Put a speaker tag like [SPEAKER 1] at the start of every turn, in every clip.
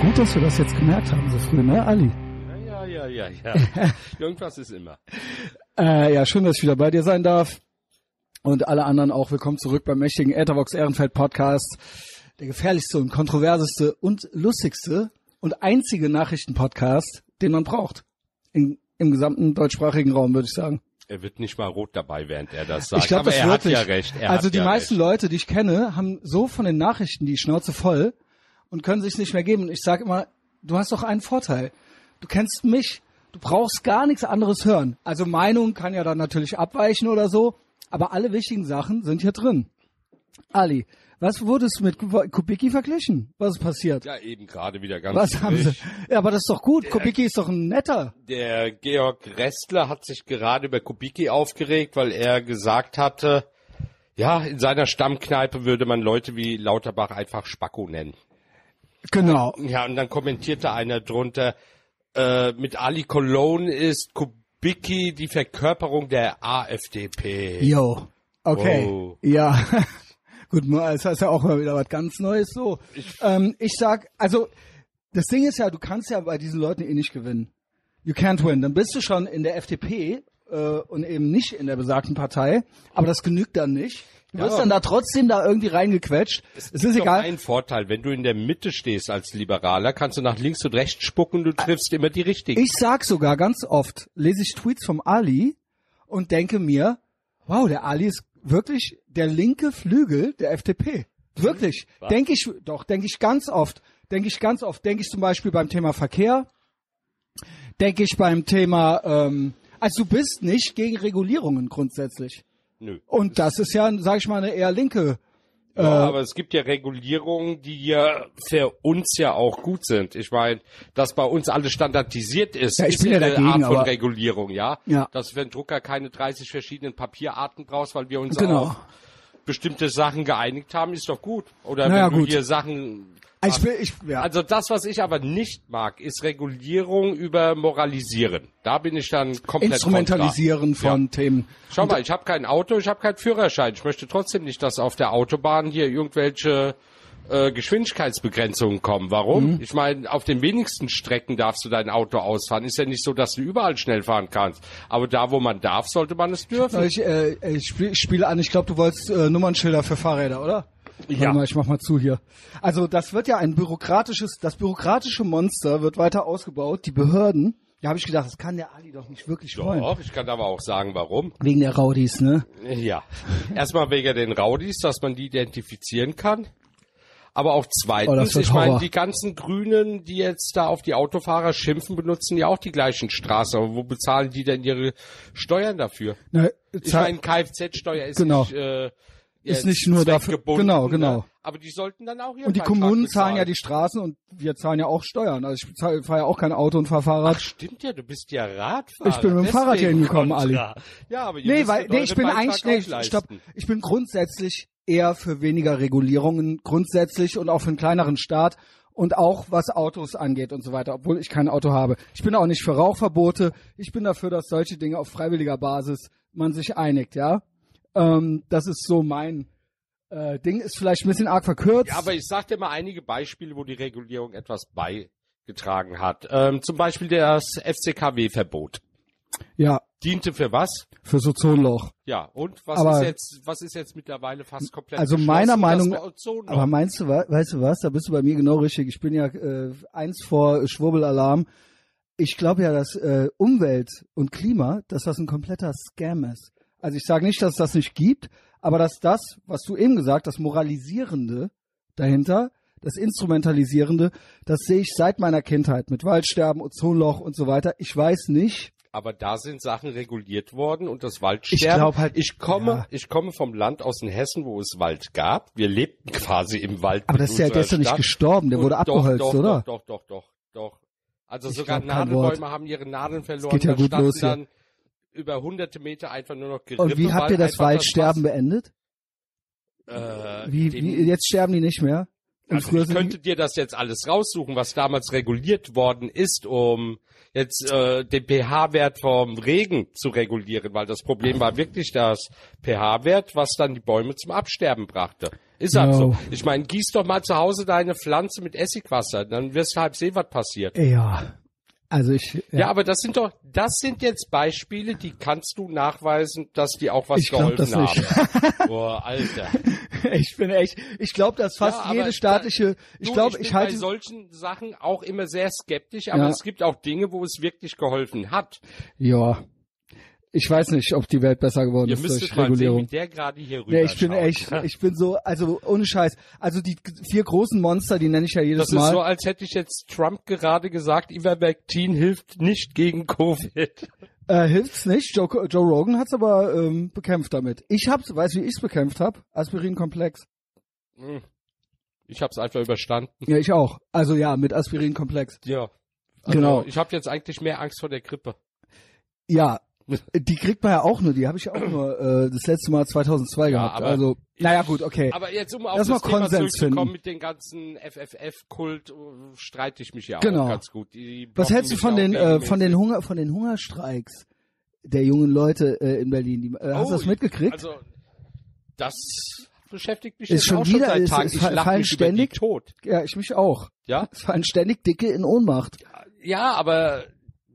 [SPEAKER 1] Gut, dass wir das jetzt gemerkt haben so früh, ne, Ali?
[SPEAKER 2] Ja, ja, ja, ja. Irgendwas ist immer.
[SPEAKER 1] Äh, ja, schön, dass ich wieder bei dir sein darf. Und alle anderen auch willkommen zurück beim mächtigen Etherbox Ehrenfeld Podcast. Der gefährlichste und kontroverseste und lustigste und einzige Nachrichtenpodcast, den man braucht. In, Im gesamten deutschsprachigen Raum, würde ich sagen.
[SPEAKER 2] Er wird nicht mal rot dabei, während er das sagt.
[SPEAKER 1] Ich glaube,
[SPEAKER 2] Aber
[SPEAKER 1] das
[SPEAKER 2] er
[SPEAKER 1] wirklich.
[SPEAKER 2] hat ja recht. Er
[SPEAKER 1] also
[SPEAKER 2] hat
[SPEAKER 1] die
[SPEAKER 2] ja
[SPEAKER 1] meisten
[SPEAKER 2] recht.
[SPEAKER 1] Leute, die ich kenne, haben so von den Nachrichten die Schnauze voll und können sich nicht mehr geben. Und ich sage immer, du hast doch einen Vorteil. Du kennst mich. Du brauchst gar nichts anderes hören. Also Meinung kann ja dann natürlich abweichen oder so, aber alle wichtigen Sachen sind hier drin. Ali, was wurde es mit Ku- Kubicki verglichen? Was ist passiert?
[SPEAKER 2] Ja, eben gerade wieder ganz
[SPEAKER 1] was haben sie?
[SPEAKER 2] frisch.
[SPEAKER 1] Ja, aber das ist doch gut. Kubicki ist doch ein netter.
[SPEAKER 2] Der Georg Restler hat sich gerade über Kubicki aufgeregt, weil er gesagt hatte, ja, in seiner Stammkneipe würde man Leute wie Lauterbach einfach Spacko nennen.
[SPEAKER 1] Genau.
[SPEAKER 2] Ja, und dann kommentierte einer drunter, äh, mit Ali Cologne ist Kubicki die Verkörperung der AfDP.
[SPEAKER 1] Yo. Okay.
[SPEAKER 2] Wow.
[SPEAKER 1] Ja. Gut, mal, es ist ja auch mal wieder was ganz Neues so. Ich, ähm, ich sag, also das Ding ist ja, du kannst ja bei diesen Leuten eh nicht gewinnen. You can't win. Dann bist du schon in der FDP äh, und eben nicht in der besagten Partei, aber das genügt dann nicht. Du
[SPEAKER 2] Ja,
[SPEAKER 1] wirst
[SPEAKER 2] aber-
[SPEAKER 1] dann da trotzdem da irgendwie reingequetscht. Es, ist
[SPEAKER 2] gibt doch
[SPEAKER 1] egal.
[SPEAKER 2] einen Vorteil, wenn du in der Mitte stehst als Liberaler, kannst du nach links und rechts spucken, du triffst immer die richtigen.
[SPEAKER 1] Ich sag sogar ganz oft, lese ich Tweets vom Ali und denke mir, wow, der Ali ist wirklich der linke Flügel der FDP. Wirklich.
[SPEAKER 2] Mhm.
[SPEAKER 1] Denke ich, doch, denke ich ganz oft. Denke ich ganz oft. Denke ich zum Beispiel beim Thema Verkehr. Denke ich beim Thema, ähm, also du bist nicht gegen Regulierungen grundsätzlich.
[SPEAKER 2] Nö.
[SPEAKER 1] Und das ist ja, sag ich mal, eine eher linke. äh,
[SPEAKER 2] Ja, aber es gibt ja Regulierungen, die ja für uns ja auch gut sind. Ich meine, dass bei uns alles standardisiert ist,
[SPEAKER 1] Ja, ich
[SPEAKER 2] ist
[SPEAKER 1] bin ja
[SPEAKER 2] eine
[SPEAKER 1] dagegen,
[SPEAKER 2] Art von
[SPEAKER 1] aber-
[SPEAKER 2] Regulierung, ja?
[SPEAKER 1] Ja.
[SPEAKER 2] Dass wenn Drucker keine 30 verschiedenen Papierarten brauchst, weil wir uns
[SPEAKER 1] Genau.
[SPEAKER 2] auf bestimmte Sachen geeinigt haben, ist doch gut. Oder
[SPEAKER 1] Naja,
[SPEAKER 2] wenn du
[SPEAKER 1] gut.
[SPEAKER 2] hier Sachen...
[SPEAKER 1] Ich will, ich, ja.
[SPEAKER 2] Ah. Also das, was ich aber nicht mag, ist Regulierung über Moralisieren. Da bin ich dann komplett
[SPEAKER 1] Instrumentalisieren
[SPEAKER 2] kontra.
[SPEAKER 1] von
[SPEAKER 2] Ja.
[SPEAKER 1] Themen.
[SPEAKER 2] Schau mal, ich habe kein Auto, ich habe keinen Führerschein. Ich möchte trotzdem nicht, dass auf der Autobahn hier irgendwelche äh, Geschwindigkeitsbegrenzungen kommen. Warum?
[SPEAKER 1] Mhm.
[SPEAKER 2] Ich meine, auf den wenigsten Strecken darfst du dein Auto ausfahren. Ist ja nicht so, dass du überall schnell fahren kannst. Aber da, wo man darf, sollte man es dürfen.
[SPEAKER 1] Ich, äh, ich spiel- ich spiele an, ich glaube, du wolltest äh, Nummernschilder für Fahrräder, oder?
[SPEAKER 2] Ja.
[SPEAKER 1] Warte mal, ich mach mal zu hier. Also das wird ja ein bürokratisches, das bürokratische Monster wird weiter ausgebaut. Die Behörden, da habe ich gedacht, das kann der Ali doch nicht wirklich wollen.
[SPEAKER 2] Doch, ich kann aber auch sagen, warum.
[SPEAKER 1] Wegen der Raudis, ne?
[SPEAKER 2] Ja. Erstmal wegen den Raudis, dass man die identifizieren kann. Aber auch
[SPEAKER 1] Oh,
[SPEAKER 2] zweitens,
[SPEAKER 1] das wird
[SPEAKER 2] ich meine,
[SPEAKER 1] Horror.
[SPEAKER 2] die ganzen Grünen, die jetzt da auf die Autofahrer schimpfen, benutzen ja auch die gleichen Straßen. Aber wo bezahlen die denn ihre Steuern dafür?
[SPEAKER 1] Ne,
[SPEAKER 2] Ich meine, Kfz-Steuer ist
[SPEAKER 1] Genau.
[SPEAKER 2] nicht, äh,
[SPEAKER 1] Ist
[SPEAKER 2] jetzt
[SPEAKER 1] nicht nur dafür-
[SPEAKER 2] zweckgebunden,
[SPEAKER 1] genau, genau.
[SPEAKER 2] ne? Aber die sollten dann auch ihren
[SPEAKER 1] und die
[SPEAKER 2] Beitrag
[SPEAKER 1] Kommunen zahlen
[SPEAKER 2] bezahlen.
[SPEAKER 1] ja die Straßen und wir zahlen ja auch Steuern. Also ich fahre ja auch kein Auto und fahr Fahrrad.
[SPEAKER 2] Ach, stimmt ja, du bist ja Radfahrer.
[SPEAKER 1] Ich bin mit dem Fahrrad hier
[SPEAKER 2] Deswegen
[SPEAKER 1] hingekommen, Ali.
[SPEAKER 2] kontra. Ja, aber ihr
[SPEAKER 1] Nee,
[SPEAKER 2] müsstet
[SPEAKER 1] weil nee,
[SPEAKER 2] euren
[SPEAKER 1] ich bin
[SPEAKER 2] Beitrag
[SPEAKER 1] eigentlich
[SPEAKER 2] auch
[SPEAKER 1] nee,
[SPEAKER 2] leisten.
[SPEAKER 1] stopp. Ich bin grundsätzlich eher für weniger Regulierungen grundsätzlich und auch für einen kleineren Staat und auch was Autos angeht und so weiter, obwohl ich kein Auto habe. Ich bin auch nicht für Rauchverbote. Ich bin dafür, dass solche Dinge auf freiwilliger Basis man sich einigt, ja. Ähm, das ist so mein äh, Ding. Ist vielleicht ein bisschen arg verkürzt.
[SPEAKER 2] Ja, aber ich sag dir mal einige Beispiele, wo die Regulierung etwas beigetragen hat. Ähm, zum Beispiel das FCKW-Verbot.
[SPEAKER 1] ja
[SPEAKER 2] Diente für was?
[SPEAKER 1] für so Zonloch.
[SPEAKER 2] Ja, und was
[SPEAKER 1] Aber-
[SPEAKER 2] ist jetzt, was ist jetzt mittlerweile fast komplett
[SPEAKER 1] Also meiner
[SPEAKER 2] geschlossen?
[SPEAKER 1] Meinung-
[SPEAKER 2] Das Ozonloch.
[SPEAKER 1] Aber meinst du, wa- weißt du was? Da bist du bei mir genau richtig. Ich bin ja äh, eins vor Schwurbelalarm. Ich glaube ja, dass äh, Umwelt und Klima, dass das ein kompletter Scam ist. Also ich sage nicht, dass es das nicht gibt, aber dass das, was du eben gesagt, das Moralisierende dahinter, das Instrumentalisierende, das sehe ich seit meiner Kindheit mit Waldsterben, Ozonloch und so weiter. Ich weiß nicht.
[SPEAKER 2] Aber da sind Sachen reguliert worden und das
[SPEAKER 1] Ich
[SPEAKER 2] Waldsterben.
[SPEAKER 1] glaube halt.
[SPEAKER 2] Ich komme,
[SPEAKER 1] Ja.
[SPEAKER 2] ich komme vom Land aus in Hessen, wo es Wald gab. Wir lebten quasi im Wald.
[SPEAKER 1] Aber
[SPEAKER 2] mit
[SPEAKER 1] das ist ja, der
[SPEAKER 2] unserer
[SPEAKER 1] ist ja nicht
[SPEAKER 2] äh, Stadt.
[SPEAKER 1] gestorben. Der
[SPEAKER 2] Und
[SPEAKER 1] wurde
[SPEAKER 2] doch,
[SPEAKER 1] abgeholzt,
[SPEAKER 2] doch,
[SPEAKER 1] oder?
[SPEAKER 2] Doch, doch, doch, doch, doch. Also
[SPEAKER 1] Ich
[SPEAKER 2] sogar
[SPEAKER 1] glaub, kein
[SPEAKER 2] Nadelbäume haben ihre Nadeln verloren.
[SPEAKER 1] geht ja
[SPEAKER 2] da
[SPEAKER 1] gut
[SPEAKER 2] standen
[SPEAKER 1] los hier.
[SPEAKER 2] dann über hunderte Meter einfach nur noch Gerippe.
[SPEAKER 1] Und wie habt ihr
[SPEAKER 2] weil
[SPEAKER 1] das
[SPEAKER 2] einfach
[SPEAKER 1] Waldsterben
[SPEAKER 2] Wasser-
[SPEAKER 1] beendet?
[SPEAKER 2] Äh,
[SPEAKER 1] Wie,
[SPEAKER 2] den-
[SPEAKER 1] wie, jetzt sterben die nicht mehr? Und
[SPEAKER 2] also
[SPEAKER 1] früher
[SPEAKER 2] ich
[SPEAKER 1] sind die-
[SPEAKER 2] könnte dir das jetzt alles raussuchen, was damals reguliert worden ist, um jetzt äh, den pH-Wert vom Regen zu regulieren, weil das Problem war wirklich das pH-Wert, was dann die Bäume zum Absterben brachte. Ist halt
[SPEAKER 1] No.
[SPEAKER 2] so. Ich meine, gieß doch mal zu Hause deine Pflanze mit Essigwasser, dann wirst du halb sehen, was passiert.
[SPEAKER 1] Ja. Also ich,
[SPEAKER 2] Ja, aber das sind doch, das sind jetzt Beispiele, die kannst du nachweisen, dass die auch was
[SPEAKER 1] Ich glaub das
[SPEAKER 2] geholfen haben. Boah, Alter.
[SPEAKER 1] ich bin echt, ich glaube, dass fast
[SPEAKER 2] Ja, aber
[SPEAKER 1] jede
[SPEAKER 2] da-
[SPEAKER 1] staatliche, ich
[SPEAKER 2] Du,
[SPEAKER 1] glaube,
[SPEAKER 2] ich
[SPEAKER 1] ich,
[SPEAKER 2] bin bei
[SPEAKER 1] halte,
[SPEAKER 2] solchen Sachen auch immer sehr skeptisch, aber
[SPEAKER 1] Ja.
[SPEAKER 2] es gibt auch Dinge, wo es wirklich geholfen hat.
[SPEAKER 1] ja. Ich weiß nicht, ob die Welt besser geworden
[SPEAKER 2] Ihr
[SPEAKER 1] ist
[SPEAKER 2] müsstet
[SPEAKER 1] durch
[SPEAKER 2] mal sehen,
[SPEAKER 1] Regulierung.
[SPEAKER 2] wie der gerade hier rüber
[SPEAKER 1] Ja, ich bin
[SPEAKER 2] schaut.
[SPEAKER 1] echt, ich bin so, also ohne Scheiß. Also die vier großen Monster, die nenne ich ja jedes
[SPEAKER 2] Das
[SPEAKER 1] Mal.
[SPEAKER 2] ist so, als hätte ich jetzt Trump gerade gesagt, Ivermectin hilft nicht gegen Covid.
[SPEAKER 1] Äh, hilft's nicht. Joe, Joe Rogan hat's aber ähm, bekämpft damit. Ich hab's, weißt du, wie ich's bekämpft hab? Aspirinkomplex.
[SPEAKER 2] Hm. Ich habe es einfach überstanden.
[SPEAKER 1] Ja, ich auch. Also ja, mit Aspirinkomplex.
[SPEAKER 2] Ja. Also,
[SPEAKER 1] Genau.
[SPEAKER 2] Ich habe jetzt eigentlich mehr Angst vor der Grippe.
[SPEAKER 1] Ja, die kriegt man ja auch nur. Die habe ich ja auch nur äh, das letzte Mal 2002 gehabt.
[SPEAKER 2] aber-
[SPEAKER 1] also, naja gut, okay.
[SPEAKER 2] Aber jetzt, um auf
[SPEAKER 1] Lass
[SPEAKER 2] das,
[SPEAKER 1] mal
[SPEAKER 2] Thema
[SPEAKER 1] Konsens
[SPEAKER 2] zurückzukommen
[SPEAKER 1] finden.
[SPEAKER 2] mit dem ganzen FFF-Kult, äh, streite ich mich ja
[SPEAKER 1] Genau.
[SPEAKER 2] auch ganz gut. Die blocken
[SPEAKER 1] Was hältst du
[SPEAKER 2] mich
[SPEAKER 1] von
[SPEAKER 2] auch
[SPEAKER 1] den äh,
[SPEAKER 2] regelmäßig.
[SPEAKER 1] von den Hunger von den Hungerstreiks der jungen Leute äh, in Berlin? Die, äh, hast
[SPEAKER 2] Oh,
[SPEAKER 1] du das mitgekriegt?
[SPEAKER 2] Also, das beschäftigt mich
[SPEAKER 1] Ist
[SPEAKER 2] jetzt
[SPEAKER 1] schon
[SPEAKER 2] auch
[SPEAKER 1] wieder-
[SPEAKER 2] schon seit
[SPEAKER 1] ist-
[SPEAKER 2] Tagen.
[SPEAKER 1] ist
[SPEAKER 2] ich
[SPEAKER 1] fa-
[SPEAKER 2] lache
[SPEAKER 1] fallen
[SPEAKER 2] mich
[SPEAKER 1] ständig-
[SPEAKER 2] über die tot.
[SPEAKER 1] ja, ich mich auch.
[SPEAKER 2] Ja?
[SPEAKER 1] Es fallen ständig Dicke in Ohnmacht.
[SPEAKER 2] ja, aber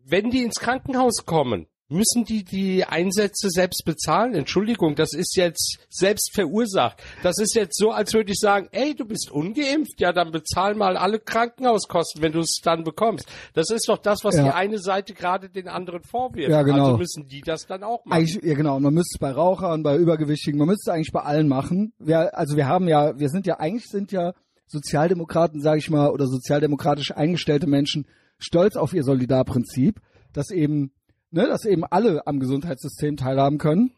[SPEAKER 2] wenn die ins Krankenhaus kommen, müssen die die Einsätze selbst bezahlen. Entschuldigung, das ist jetzt selbst verursacht. Das ist jetzt so, als würde ich sagen, ey, du bist ungeimpft, ja, dann bezahl mal alle Krankenhauskosten, wenn du es dann bekommst. Das ist doch das, was
[SPEAKER 1] Ja.
[SPEAKER 2] die eine Seite gerade den anderen vorwirft.
[SPEAKER 1] Ja, genau.
[SPEAKER 2] Also müssen die das dann auch machen.
[SPEAKER 1] Eigentlich, ja genau, man müsste es bei Rauchern, bei Übergewichtigen, man müsste es eigentlich bei allen machen. Wir, also wir haben ja, wir sind ja, eigentlich sind ja Sozialdemokraten, sage ich mal, oder sozialdemokratisch eingestellte Menschen stolz auf ihr Solidarprinzip, dass eben, ne, dass eben alle am Gesundheitssystem teilhaben können.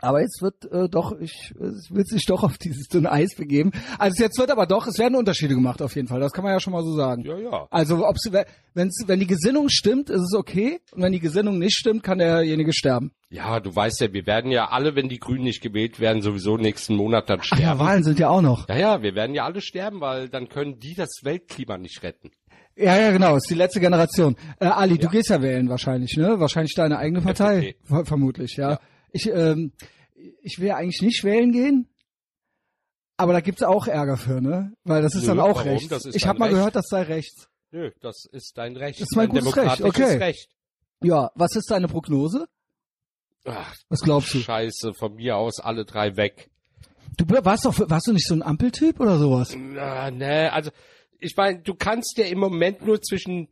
[SPEAKER 1] Aber jetzt wird äh, doch, ich, es will sich doch auf dieses dünne Eis begeben. Also jetzt wird aber doch, es werden Unterschiede gemacht auf jeden Fall, das kann man ja schon mal so sagen.
[SPEAKER 2] ja, ja.
[SPEAKER 1] Also ob's, wenn's, wenn die Gesinnung stimmt, ist es okay. Und wenn die Gesinnung nicht stimmt, kann derjenige sterben.
[SPEAKER 2] Ja, du weißt ja, wir werden ja alle, wenn die Grünen nicht gewählt werden, sowieso nächsten Monat dann
[SPEAKER 1] Ach ja,
[SPEAKER 2] sterben.
[SPEAKER 1] Wahlen sind ja auch noch.
[SPEAKER 2] Ja, ja, wir werden ja alle sterben, weil dann können die das Weltklima nicht retten.
[SPEAKER 1] Ja, ja, genau, ist die letzte Generation. Äh, Ali, du gehst ja wählen wahrscheinlich, ne? Wahrscheinlich deine eigene Partei,
[SPEAKER 2] FDP.
[SPEAKER 1] ver vermutlich, ja. Ich, ähm, ich will ja eigentlich nicht wählen gehen, aber da gibt's auch Ärger für, ne? Weil das ist
[SPEAKER 2] Nö,
[SPEAKER 1] dann auch
[SPEAKER 2] warum?
[SPEAKER 1] rechts.
[SPEAKER 2] Das ist
[SPEAKER 1] Ich
[SPEAKER 2] dein
[SPEAKER 1] habe mal
[SPEAKER 2] Recht.
[SPEAKER 1] gehört, das sei rechts.
[SPEAKER 2] Nö, das ist dein Recht.
[SPEAKER 1] Das ist mein
[SPEAKER 2] dein
[SPEAKER 1] gutes Recht,
[SPEAKER 2] demokratisches
[SPEAKER 1] okay.
[SPEAKER 2] Recht.
[SPEAKER 1] Ja, was ist deine Prognose?
[SPEAKER 2] Ach,
[SPEAKER 1] Was glaubst du?
[SPEAKER 2] Scheiße, von mir aus alle drei weg.
[SPEAKER 1] Du warst doch, warst du nicht so ein Ampeltyp oder sowas?
[SPEAKER 2] Na, ne, also ich meine, du kannst ja im Moment nur zwischen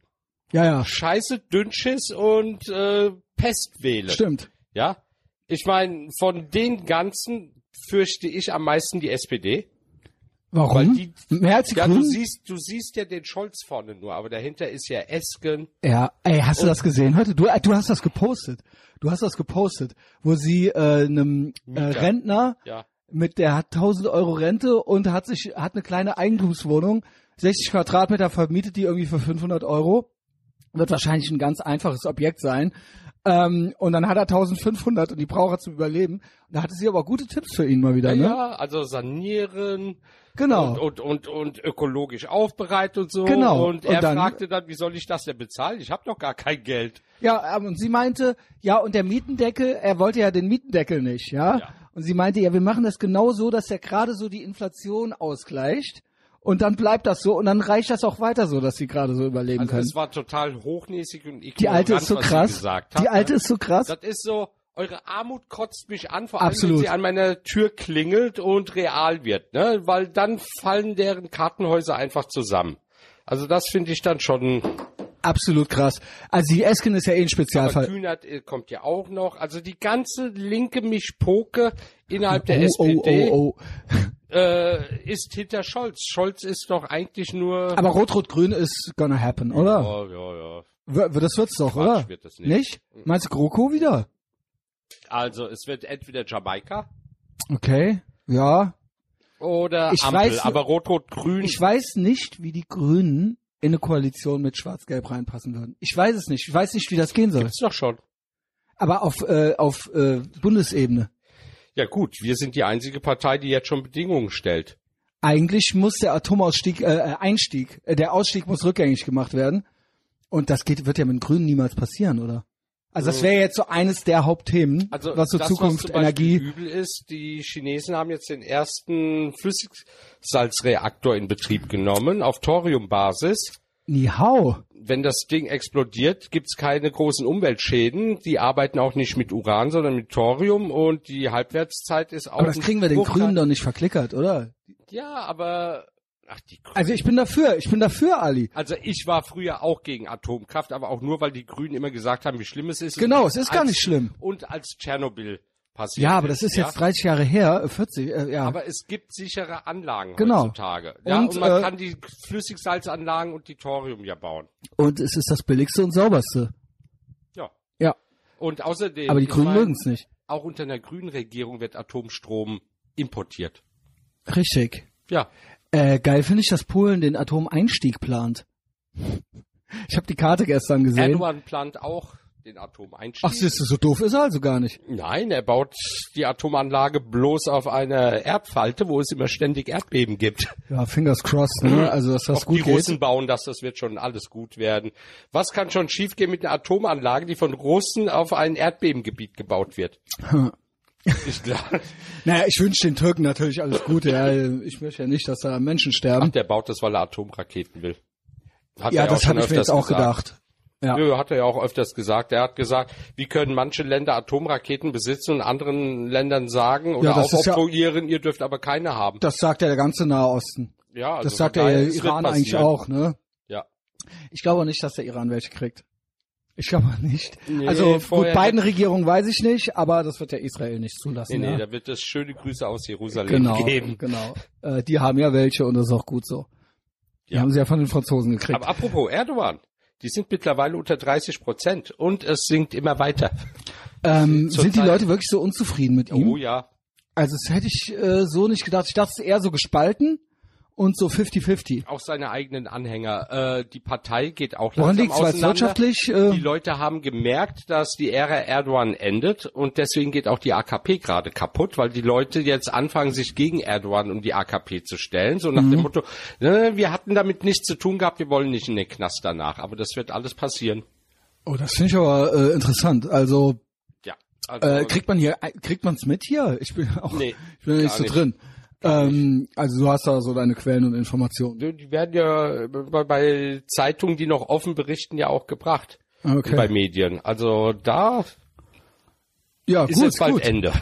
[SPEAKER 1] Ja, ja,
[SPEAKER 2] Scheiße, Dünnschiss und äh, Pest wählen.
[SPEAKER 1] stimmt.
[SPEAKER 2] Ja, ich meine, von den ganzen fürchte ich am meisten die SPD.
[SPEAKER 1] Warum?
[SPEAKER 2] Weil
[SPEAKER 1] Mehr als die
[SPEAKER 2] ja, du
[SPEAKER 1] Grünen?
[SPEAKER 2] siehst, du siehst ja den Scholz vorne nur, aber dahinter ist ja Esken.
[SPEAKER 1] Ja, ey, hast du das gesehen heute? Du, äh, du hast das gepostet. Du hast das gepostet, wo sie äh, einem äh,
[SPEAKER 2] Mieter.
[SPEAKER 1] Rentner
[SPEAKER 2] Ja.
[SPEAKER 1] mit der hat 1000 Euro Rente und hat sich hat eine kleine Eigentumswohnung, 60 Quadratmeter vermietet die irgendwie für 500 Euro. Wird wahrscheinlich ein ganz einfaches Objekt sein. Ähm, und dann hat er 1500 und die braucht er zum Überleben. Da hatte sie aber gute Tipps für ihn mal wieder,
[SPEAKER 2] Ja,
[SPEAKER 1] ne?
[SPEAKER 2] ja, also sanieren
[SPEAKER 1] Genau.
[SPEAKER 2] und, und, und, und ökologisch aufbereiten und so.
[SPEAKER 1] Genau.
[SPEAKER 2] Und er
[SPEAKER 1] Und dann-
[SPEAKER 2] fragte dann, wie soll ich das denn bezahlen? Ich habe doch gar kein Geld.
[SPEAKER 1] Ja, ähm, und sie meinte, ja, und der Mietendeckel, er wollte ja den Mietendeckel nicht, ja?
[SPEAKER 2] Ja.
[SPEAKER 1] Und sie meinte, ja, wir machen das genau so, dass er gerade so die Inflation ausgleicht. Und dann bleibt das so und dann reicht das auch weiter so, dass sie gerade so überleben
[SPEAKER 2] Also
[SPEAKER 1] können.
[SPEAKER 2] es war total hochnäsig und ignorant,
[SPEAKER 1] Die alte ist so
[SPEAKER 2] was sie
[SPEAKER 1] krass.
[SPEAKER 2] Gesagt hat,
[SPEAKER 1] Die alte
[SPEAKER 2] ne?
[SPEAKER 1] ist so krass.
[SPEAKER 2] Das ist so, eure Armut kotzt mich an, vor allem,
[SPEAKER 1] Absolut.
[SPEAKER 2] wenn sie an meiner Tür klingelt und real wird, ne? Weil dann fallen deren Kartenhäuser einfach zusammen. Also das finde ich dann schon
[SPEAKER 1] Absolut krass. Also die Esken ist ja eh ein
[SPEAKER 2] Aber
[SPEAKER 1] Spezialfall.
[SPEAKER 2] Kühnert äh, kommt ja auch noch. Also die ganze linke Mischpoke innerhalb der
[SPEAKER 1] oh,
[SPEAKER 2] SPD
[SPEAKER 1] oh, oh, oh.
[SPEAKER 2] Äh, ist hinter Scholz. Scholz ist doch eigentlich nur.
[SPEAKER 1] Aber Rot-Rot-Grün ist gonna happen, oder?
[SPEAKER 2] Ja, ja, ja.
[SPEAKER 1] W- Das wird's doch,
[SPEAKER 2] Quatsch
[SPEAKER 1] oder?
[SPEAKER 2] wird das nicht.
[SPEAKER 1] nicht? Meinst du GroKo wieder?
[SPEAKER 2] Also es wird entweder Jamaika
[SPEAKER 1] Okay. Ja,
[SPEAKER 2] oder
[SPEAKER 1] Ich
[SPEAKER 2] Ampel.
[SPEAKER 1] weiß-
[SPEAKER 2] aber Rot-Rot-Grün.
[SPEAKER 1] Ich weiß nicht, wie die Grünen in eine Koalition mit Schwarz-Gelb reinpassen würden. Ich weiß es nicht. Ich weiß nicht, wie das gehen soll.
[SPEAKER 2] Gibt's doch schon.
[SPEAKER 1] Aber auf, äh, auf äh, Bundesebene.
[SPEAKER 2] Ja gut, wir sind die einzige Partei, die jetzt schon Bedingungen stellt.
[SPEAKER 1] Eigentlich muss der Atomausstieg, äh, äh, Einstieg, äh, der Ausstieg muss rückgängig gemacht werden. Und das geht, wird ja mit den Grünen niemals passieren, oder? Also das wäre jetzt so eines der Hauptthemen,
[SPEAKER 2] Also
[SPEAKER 1] was so
[SPEAKER 2] das,
[SPEAKER 1] Zukunft,
[SPEAKER 2] was zum Beispiel
[SPEAKER 1] Energie.
[SPEAKER 2] übel ist, die Chinesen haben jetzt den ersten Flüssigsalzreaktor in Betrieb genommen auf Thoriumbasis.
[SPEAKER 1] Nihau.
[SPEAKER 2] Wenn das Ding explodiert, gibt's keine großen Umweltschäden. Die arbeiten auch nicht mit Uran, sondern mit Thorium und die Halbwertszeit ist auch.
[SPEAKER 1] Aber das
[SPEAKER 2] ein
[SPEAKER 1] kriegen wir den
[SPEAKER 2] Bruchteil.
[SPEAKER 1] Grünen doch nicht verklickert, oder?
[SPEAKER 2] Ja, aber ach die Grünen.
[SPEAKER 1] Also ich bin dafür, ich bin dafür, Ali.
[SPEAKER 2] Also ich war früher auch gegen Atomkraft, aber auch nur, weil die Grünen immer gesagt haben, wie schlimm es ist.
[SPEAKER 1] Genau, es ist gar
[SPEAKER 2] Als-
[SPEAKER 1] nicht schlimm.
[SPEAKER 2] Und als Tschernobyl passiert.
[SPEAKER 1] Ja, aber das ist jetzt 30 Jahre her, äh, 40, äh, ja.
[SPEAKER 2] Aber es gibt sichere Anlagen
[SPEAKER 1] Genau.
[SPEAKER 2] heutzutage. Ja, und,
[SPEAKER 1] Und,
[SPEAKER 2] man
[SPEAKER 1] äh,
[SPEAKER 2] kann die Flüssigsalzanlagen und die Thorium ja bauen.
[SPEAKER 1] Und es ist das billigste und sauberste.
[SPEAKER 2] Ja.
[SPEAKER 1] Ja,
[SPEAKER 2] Und außerdem.
[SPEAKER 1] aber die
[SPEAKER 2] ich
[SPEAKER 1] Grünen
[SPEAKER 2] mein,
[SPEAKER 1] mögen es nicht.
[SPEAKER 2] Auch unter einer grünen Regierung wird Atomstrom importiert.
[SPEAKER 1] Richtig.
[SPEAKER 2] Ja.
[SPEAKER 1] Äh, geil finde ich, dass Polen den Atomeinstieg plant. Ich habe die Karte
[SPEAKER 2] Äh,
[SPEAKER 1] gestern gesehen.
[SPEAKER 2] Erdogan plant auch den Atomeinstieg.
[SPEAKER 1] Ach, siehst du, so doof ist er also gar nicht.
[SPEAKER 2] Nein, er baut die Atomanlage bloß auf einer Erdfalte, wo es immer ständig Erdbeben gibt.
[SPEAKER 1] Ja, fingers crossed, ne? Also, dass das
[SPEAKER 2] Mhm. Ob
[SPEAKER 1] gut
[SPEAKER 2] die
[SPEAKER 1] geht.
[SPEAKER 2] Russen bauen das, das wird schon alles gut werden. Was kann schon schiefgehen mit einer Atomanlage, die von Russen auf ein Erdbebengebiet gebaut wird? Ich glaube,
[SPEAKER 1] Naja, ich wünsche den Türken natürlich alles Gute. Ja, ich möchte ja nicht, dass da Menschen sterben.
[SPEAKER 2] der baut das, weil er Atomraketen will. Hat
[SPEAKER 1] ja,
[SPEAKER 2] er ja
[SPEAKER 1] das
[SPEAKER 2] schon
[SPEAKER 1] habe ich mir
[SPEAKER 2] öfters
[SPEAKER 1] jetzt auch
[SPEAKER 2] gesagt.
[SPEAKER 1] gedacht. Ja.
[SPEAKER 2] Nö, hat er ja auch öfters gesagt. Er hat gesagt, wie können manche Länder Atomraketen besitzen und anderen Ländern sagen oder
[SPEAKER 1] Ja, das
[SPEAKER 2] auch
[SPEAKER 1] ist ja-
[SPEAKER 2] oktroyieren, ihr dürft aber keine haben.
[SPEAKER 1] Das sagt ja der ganze Nahe Osten.
[SPEAKER 2] ja, also
[SPEAKER 1] Das sagt
[SPEAKER 2] von
[SPEAKER 1] ja
[SPEAKER 2] daher,
[SPEAKER 1] der
[SPEAKER 2] es wird
[SPEAKER 1] Iran eigentlich
[SPEAKER 2] passieren.
[SPEAKER 1] auch, ne?
[SPEAKER 2] Ja.
[SPEAKER 1] Ich glaube auch nicht, dass der Iran welche kriegt. Ich glaube nicht.
[SPEAKER 2] Nee,
[SPEAKER 1] also gut,
[SPEAKER 2] vorher-
[SPEAKER 1] beiden Regierungen weiß ich nicht, aber das wird ja Israel nicht
[SPEAKER 2] Nee,
[SPEAKER 1] zulassen.
[SPEAKER 2] nee,
[SPEAKER 1] ja.
[SPEAKER 2] da wird es schöne Grüße aus Jerusalem
[SPEAKER 1] genau,
[SPEAKER 2] geben.
[SPEAKER 1] genau. Äh, die haben ja welche und das ist auch gut so. Die
[SPEAKER 2] Ja.
[SPEAKER 1] haben sie ja von den Franzosen gekriegt.
[SPEAKER 2] Aber apropos Erdogan, die sind mittlerweile unter 30 Prozent und es sinkt immer weiter.
[SPEAKER 1] ähm, sind die
[SPEAKER 2] zurzeit-
[SPEAKER 1] Leute wirklich so unzufrieden mit ihm?
[SPEAKER 2] Oh ja.
[SPEAKER 1] Also das hätte ich äh, so nicht gedacht. Ich dachte, es ist eher so gespalten und so 50-50.
[SPEAKER 2] Auch seine eigenen Anhänger. Äh, die Partei geht auch
[SPEAKER 1] Woran
[SPEAKER 2] langsam
[SPEAKER 1] liegt's? Weil's
[SPEAKER 2] auseinander.
[SPEAKER 1] wirtschaftlich, äh,
[SPEAKER 2] die Leute haben gemerkt, dass die Ära Erdogan endet und deswegen geht auch die AKP gerade kaputt, weil die Leute jetzt anfangen, sich gegen Erdogan und die AKP zu stellen. So nach
[SPEAKER 1] Mhm.
[SPEAKER 2] dem Motto, ne, wir hatten damit nichts zu tun gehabt, wir wollen nicht in den Knast danach. Aber das wird alles passieren.
[SPEAKER 1] Oh, das finde ich aber äh, interessant. Also
[SPEAKER 2] Ja. Also,
[SPEAKER 1] äh, kriegt man hier äh, kriegt man's mit hier? Ich bin auch
[SPEAKER 2] Nee,
[SPEAKER 1] ich bin ja nicht
[SPEAKER 2] gar
[SPEAKER 1] so
[SPEAKER 2] nicht.
[SPEAKER 1] drin. Ähm, also du hast da so deine Quellen und Informationen.
[SPEAKER 2] ne, die werden ja bei, bei Zeitungen, die noch offen berichten, ja auch gebracht.
[SPEAKER 1] Okay.
[SPEAKER 2] Bei Medien. Also da
[SPEAKER 1] ja,
[SPEAKER 2] ist jetzt bald Ende.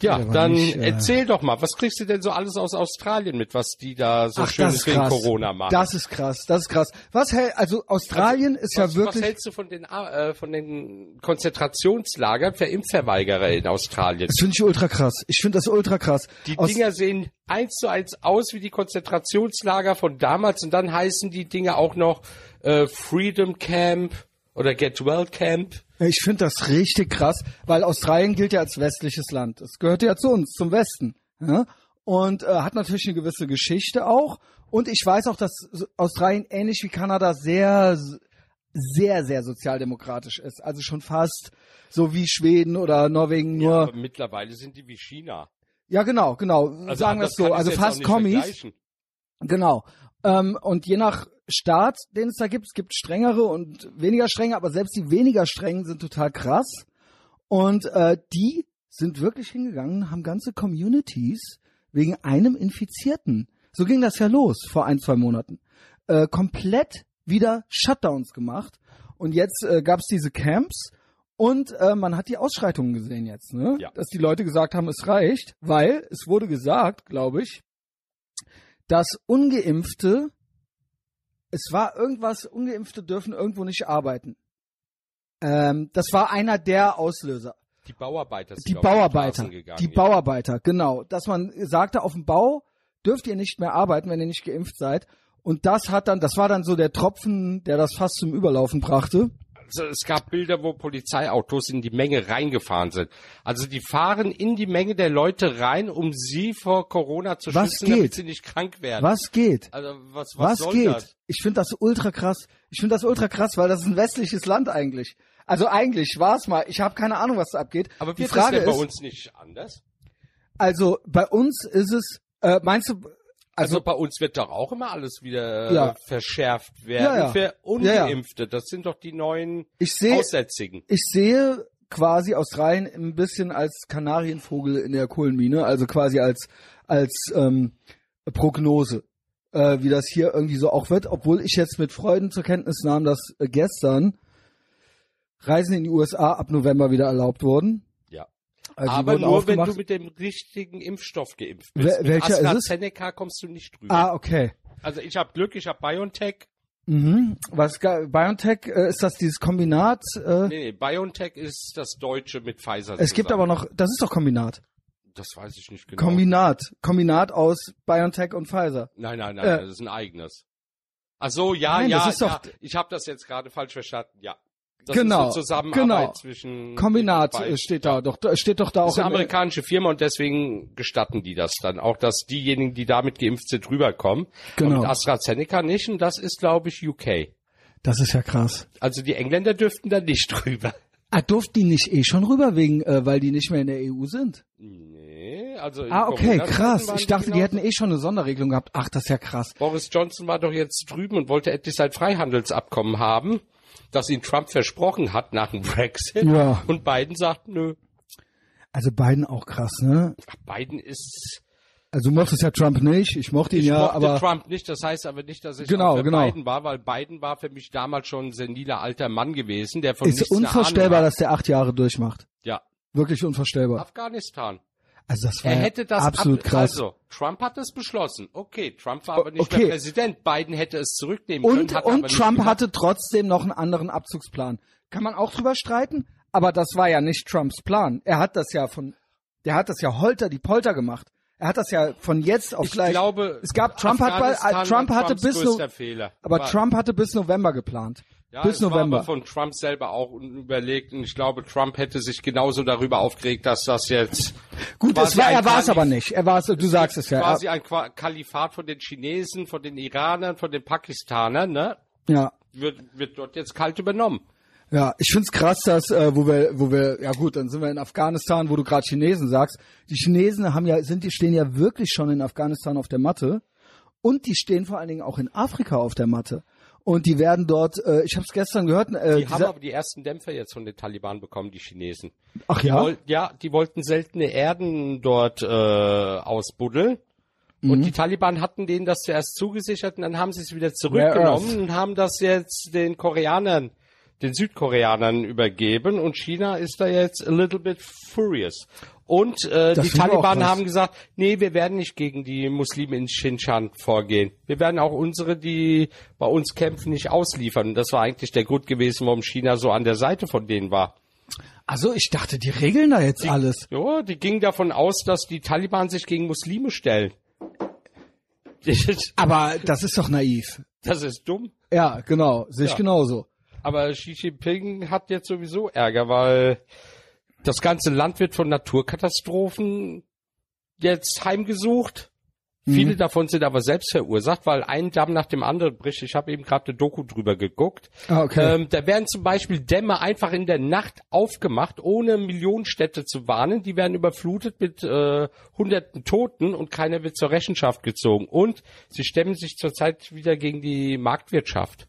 [SPEAKER 2] Ja,
[SPEAKER 1] aber
[SPEAKER 2] dann
[SPEAKER 1] nicht, äh,
[SPEAKER 2] erzähl doch mal, was kriegst du denn so alles aus Australien mit, was die da so
[SPEAKER 1] Ach, das
[SPEAKER 2] schönes
[SPEAKER 1] ist
[SPEAKER 2] wegen
[SPEAKER 1] krass.
[SPEAKER 2] Corona machen?
[SPEAKER 1] Das ist krass, das ist krass. Was hält, also Australien ist
[SPEAKER 2] was,
[SPEAKER 1] ja wirklich.
[SPEAKER 2] was hältst du von den, A- äh, von den Konzentrationslagern für Impfverweigerer in Australien?
[SPEAKER 1] das finde ich ultra krass. Ich finde das ultra krass.
[SPEAKER 2] Die
[SPEAKER 1] Aus-
[SPEAKER 2] Dinger sehen eins zu eins aus wie die Konzentrationslager von damals und dann heißen die Dinge auch noch äh, Freedom Camp oder Get Well Camp.
[SPEAKER 1] Äh, Ich finde das richtig krass, weil Australien gilt ja als westliches Land. Es gehört ja zu uns, zum Westen. Ja? Und äh, hat natürlich eine gewisse Geschichte auch. Und ich weiß auch, dass Australien ähnlich wie Kanada sehr, sehr, sehr sozialdemokratisch ist. Also schon fast so wie Schweden oder Norwegen nur.
[SPEAKER 2] Aber mittlerweile sind die wie China.
[SPEAKER 1] Ja, genau, genau. Sagen wir es
[SPEAKER 2] anders
[SPEAKER 1] so.
[SPEAKER 2] kann ich's
[SPEAKER 1] Also
[SPEAKER 2] jetzt auch
[SPEAKER 1] fast
[SPEAKER 2] nicht
[SPEAKER 1] Kommis.
[SPEAKER 2] vergleichen.
[SPEAKER 1] Genau. Ähm, und je nach Staat, den es da gibt, es gibt strengere und weniger strenge, aber selbst die weniger strengen sind total krass. Und äh, die sind wirklich hingegangen, und haben ganze Communities wegen einem Infizierten. So ging das ja los vor ein, zwei Monaten. Äh, komplett wieder Shutdowns gemacht. Und jetzt äh, gab es diese Camps und äh, man hat die Ausschreitungen gesehen jetzt, ne?
[SPEAKER 2] Ja.
[SPEAKER 1] Dass die Leute gesagt haben, es reicht, weil es wurde gesagt, glaube ich, dass Ungeimpfte, es war irgendwas, Ungeimpfte dürfen irgendwo nicht arbeiten. Ähm, das war einer der Auslöser.
[SPEAKER 2] Die Bauarbeiter sind
[SPEAKER 1] Die
[SPEAKER 2] auf die Straßen
[SPEAKER 1] Bauarbeiter.
[SPEAKER 2] gegangen,
[SPEAKER 1] Die
[SPEAKER 2] ja.
[SPEAKER 1] Bauarbeiter, genau. Dass man sagte, auf dem Bau dürft ihr nicht mehr arbeiten, wenn ihr nicht geimpft seid. Und das hat dann, das war dann so der Tropfen, der das fast zum Überlaufen brachte.
[SPEAKER 2] Also es gab Bilder, wo Polizeiautos in die Menge reingefahren sind. Also die fahren in die Menge der Leute rein, um sie vor Corona zu
[SPEAKER 1] Was
[SPEAKER 2] schützen,
[SPEAKER 1] geht?
[SPEAKER 2] damit sie nicht krank werden.
[SPEAKER 1] Was geht?
[SPEAKER 2] Also was, was,
[SPEAKER 1] Was,
[SPEAKER 2] soll
[SPEAKER 1] geht?
[SPEAKER 2] das?
[SPEAKER 1] Ich finde das ultra krass. Ich finde das ultra krass, weil das ist ein westliches Land eigentlich. Also eigentlich war es mal. Ich habe keine Ahnung, was da abgeht.
[SPEAKER 2] Aber
[SPEAKER 1] die
[SPEAKER 2] wird
[SPEAKER 1] Frage
[SPEAKER 2] das denn
[SPEAKER 1] ist,
[SPEAKER 2] bei uns nicht anders?
[SPEAKER 1] also bei uns ist es, äh, meinst du,
[SPEAKER 2] Also, bei uns wird doch auch immer alles wieder äh,
[SPEAKER 1] Ja.
[SPEAKER 2] verschärft werden
[SPEAKER 1] Ja, ja.
[SPEAKER 2] für
[SPEAKER 1] Ja, ja.
[SPEAKER 2] Ungeimpfte. Das sind doch die neuen
[SPEAKER 1] Ich sehe,
[SPEAKER 2] Aussätzigen.
[SPEAKER 1] ich sehe quasi Australien ein bisschen als Kanarienvogel in der Kohlenmine, also quasi als als ähm, Prognose, äh, wie das hier irgendwie so auch wird, obwohl ich jetzt mit Freuden zur Kenntnis nahm, dass äh, gestern Reisen in die USA ab November wieder erlaubt wurden.
[SPEAKER 2] Ja.
[SPEAKER 1] Also die
[SPEAKER 2] Aber
[SPEAKER 1] wurden
[SPEAKER 2] nur wenn
[SPEAKER 1] aufgemacht.
[SPEAKER 2] du mit dem richtigen Impfstoff geimpft bist.
[SPEAKER 1] Wel-
[SPEAKER 2] mit
[SPEAKER 1] welcher ist es?
[SPEAKER 2] AstraZeneca kommst du nicht drüber.
[SPEAKER 1] Ah, okay.
[SPEAKER 2] Also ich habe Glück, ich habe BioNTech.
[SPEAKER 1] Mhm. Was ge- BioNTech äh, ist das dieses Kombinat? Äh,
[SPEAKER 2] Nee, nee, BioNTech ist das Deutsche mit Pfizer.
[SPEAKER 1] es gibt aber
[SPEAKER 2] zusammen.
[SPEAKER 1] noch, das ist doch Kombinat.
[SPEAKER 2] Das weiß ich nicht genau.
[SPEAKER 1] Kombinat, Kombinat aus BioNTech und Pfizer.
[SPEAKER 2] nein, nein, nein,
[SPEAKER 1] Äh.
[SPEAKER 2] das ist ein eigenes. Ach so, ja,
[SPEAKER 1] Nein,
[SPEAKER 2] ja,
[SPEAKER 1] das ist
[SPEAKER 2] ja.
[SPEAKER 1] doch-
[SPEAKER 2] Ich habe das jetzt gerade falsch verstanden. Ja. Das
[SPEAKER 1] Genau,
[SPEAKER 2] ist eine Zusammenarbeit
[SPEAKER 1] genau.
[SPEAKER 2] zwischen
[SPEAKER 1] Kombinat
[SPEAKER 2] den beiden.
[SPEAKER 1] äh, steht da doch, da- steht doch da
[SPEAKER 2] Das
[SPEAKER 1] auch
[SPEAKER 2] Mhm. ist eine
[SPEAKER 1] im,
[SPEAKER 2] amerikanische Firma und deswegen gestatten die das dann auch, dass diejenigen, die damit geimpft sind, rüberkommen.
[SPEAKER 1] Genau.
[SPEAKER 2] Und mit AstraZeneca nicht und das ist, glaube ich, UK.
[SPEAKER 1] Das ist ja krass.
[SPEAKER 2] Also die Engländer dürften da nicht rüber.
[SPEAKER 1] Ah, durften die nicht eh schon rüber wegen, äh, weil die nicht mehr in der EU sind?
[SPEAKER 2] Nee, also in
[SPEAKER 1] Ah, okay,
[SPEAKER 2] Corona-Zeiten
[SPEAKER 1] krass.
[SPEAKER 2] waren genau-
[SPEAKER 1] Ich dachte, die
[SPEAKER 2] genauso.
[SPEAKER 1] hätten eh schon eine Sonderregelung gehabt. Ach, das ist ja krass.
[SPEAKER 2] Boris Johnson war doch jetzt drüben und wollte endlich sein Freihandelsabkommen haben, das ihn Trump versprochen hat nach dem Brexit.
[SPEAKER 1] Ja.
[SPEAKER 2] Und Biden sagt, nö.
[SPEAKER 1] Also Biden auch krass, ne?
[SPEAKER 2] Ach, Biden ist,
[SPEAKER 1] Also du mochtest ja Trump nicht, ich mochte ihn
[SPEAKER 2] ich
[SPEAKER 1] ja,
[SPEAKER 2] mochte
[SPEAKER 1] aber
[SPEAKER 2] Trump nicht, das heißt aber nicht, dass ich
[SPEAKER 1] Genau,
[SPEAKER 2] auch für
[SPEAKER 1] genau.
[SPEAKER 2] Biden war, weil Biden war für mich damals schon ein seniler alter Mann gewesen, der von
[SPEAKER 1] ist
[SPEAKER 2] nichts eine
[SPEAKER 1] unvorstellbar,
[SPEAKER 2] Ahnung
[SPEAKER 1] dass der acht Jahre durchmacht.
[SPEAKER 2] hat. Ja,
[SPEAKER 1] Wirklich unvorstellbar.
[SPEAKER 2] Afghanistan.
[SPEAKER 1] Also das war
[SPEAKER 2] Er
[SPEAKER 1] ja
[SPEAKER 2] hätte das
[SPEAKER 1] absolut
[SPEAKER 2] ab,
[SPEAKER 1] krass.
[SPEAKER 2] Also, Trump hat es beschlossen. Okay, Trump war
[SPEAKER 1] O-
[SPEAKER 2] aber nicht
[SPEAKER 1] okay.
[SPEAKER 2] mehr Präsident. Biden hätte es zurücknehmen können.
[SPEAKER 1] und
[SPEAKER 2] hat aber
[SPEAKER 1] und
[SPEAKER 2] nicht
[SPEAKER 1] Trump
[SPEAKER 2] gemacht.
[SPEAKER 1] hatte trotzdem noch einen anderen Abzugsplan. Kann man auch drüber streiten, aber das war ja nicht Trumps Plan. Er hat das ja von der hat das ja holter die Polter gemacht. Er hat das ja von jetzt auf
[SPEAKER 2] Ich
[SPEAKER 1] gleich
[SPEAKER 2] glaube,
[SPEAKER 1] es gab Trump hat bei,
[SPEAKER 2] Afghanistan
[SPEAKER 1] äh, Trump
[SPEAKER 2] war
[SPEAKER 1] hatte
[SPEAKER 2] Trumps
[SPEAKER 1] bis
[SPEAKER 2] größter
[SPEAKER 1] no,
[SPEAKER 2] Fehler.
[SPEAKER 1] aber
[SPEAKER 2] War-
[SPEAKER 1] Trump hatte bis November geplant.
[SPEAKER 2] Ja,
[SPEAKER 1] bis
[SPEAKER 2] es War
[SPEAKER 1] November.
[SPEAKER 2] aber von Trump selber auch un- überlegt und ich glaube, Trump hätte sich genauso darüber aufgeregt, dass das jetzt
[SPEAKER 1] Gut, es
[SPEAKER 2] quasi
[SPEAKER 1] war,
[SPEAKER 2] ein
[SPEAKER 1] er war es
[SPEAKER 2] Kalif-
[SPEAKER 1] aber nicht. Er war es, du sagst es ja.
[SPEAKER 2] quasi ein Qua- Kalifat von den Chinesen, von den Iranern, von den Pakistanern, ne?
[SPEAKER 1] ja.
[SPEAKER 2] Wird, wird dort jetzt kalt übernommen.
[SPEAKER 1] Ja, ich find's krass, dass äh, wo wir wo wir ja gut, dann sind wir in Afghanistan, wo du gerade Chinesen sagst. Die Chinesen haben ja sind die stehen ja wirklich schon in Afghanistan auf der Matte und die stehen vor allen Dingen auch in Afrika auf der Matte und die werden dort äh, ich habe es gestern gehört, äh,
[SPEAKER 2] Die haben
[SPEAKER 1] dieser,
[SPEAKER 2] aber die ersten Dämpfer jetzt von den Taliban bekommen, die Chinesen.
[SPEAKER 1] ach
[SPEAKER 2] Die
[SPEAKER 1] ja,
[SPEAKER 2] woll- ja, die wollten seltene Erden dort äh, ausbuddeln. Und die Taliban hatten denen das zuerst zugesichert und dann haben sie es wieder
[SPEAKER 1] Mhm. Rare
[SPEAKER 2] zurückgenommen und haben das jetzt den Koreanern, den Südkoreanern übergeben. Und China ist da jetzt a little bit furious. Und äh,
[SPEAKER 1] Das finde
[SPEAKER 2] die
[SPEAKER 1] ich auch
[SPEAKER 2] Taliban
[SPEAKER 1] krass.
[SPEAKER 2] haben gesagt, nee, wir werden nicht gegen die Muslime in Xinjiang vorgehen. Wir werden auch unsere, die bei uns kämpfen, nicht ausliefern. Und das war eigentlich der Grund gewesen, warum China so an der Seite von denen war.
[SPEAKER 1] also ich dachte, die regeln da jetzt alles.
[SPEAKER 2] Ja, die gingen davon aus, dass die Taliban sich gegen Muslime stellen.
[SPEAKER 1] Aber das ist doch naiv.
[SPEAKER 2] Das ist dumm.
[SPEAKER 1] Ja, genau, sehe ich
[SPEAKER 2] Ja.
[SPEAKER 1] genauso.
[SPEAKER 2] Aber Xi Jinping hat jetzt sowieso Ärger, weil das ganze Land wird von Naturkatastrophen jetzt heimgesucht. Viele davon sind aber selbst verursacht, weil ein Damm nach dem anderen bricht. Ich habe eben gerade eine Doku drüber geguckt.
[SPEAKER 1] Ah, okay.
[SPEAKER 2] Ähm, da werden zum Beispiel Dämme einfach in der Nacht aufgemacht, ohne Millionenstädte zu warnen. Die werden überflutet mit äh, hunderten Toten und keiner wird zur Rechenschaft gezogen. Und sie stemmen sich zurzeit wieder gegen die Marktwirtschaft.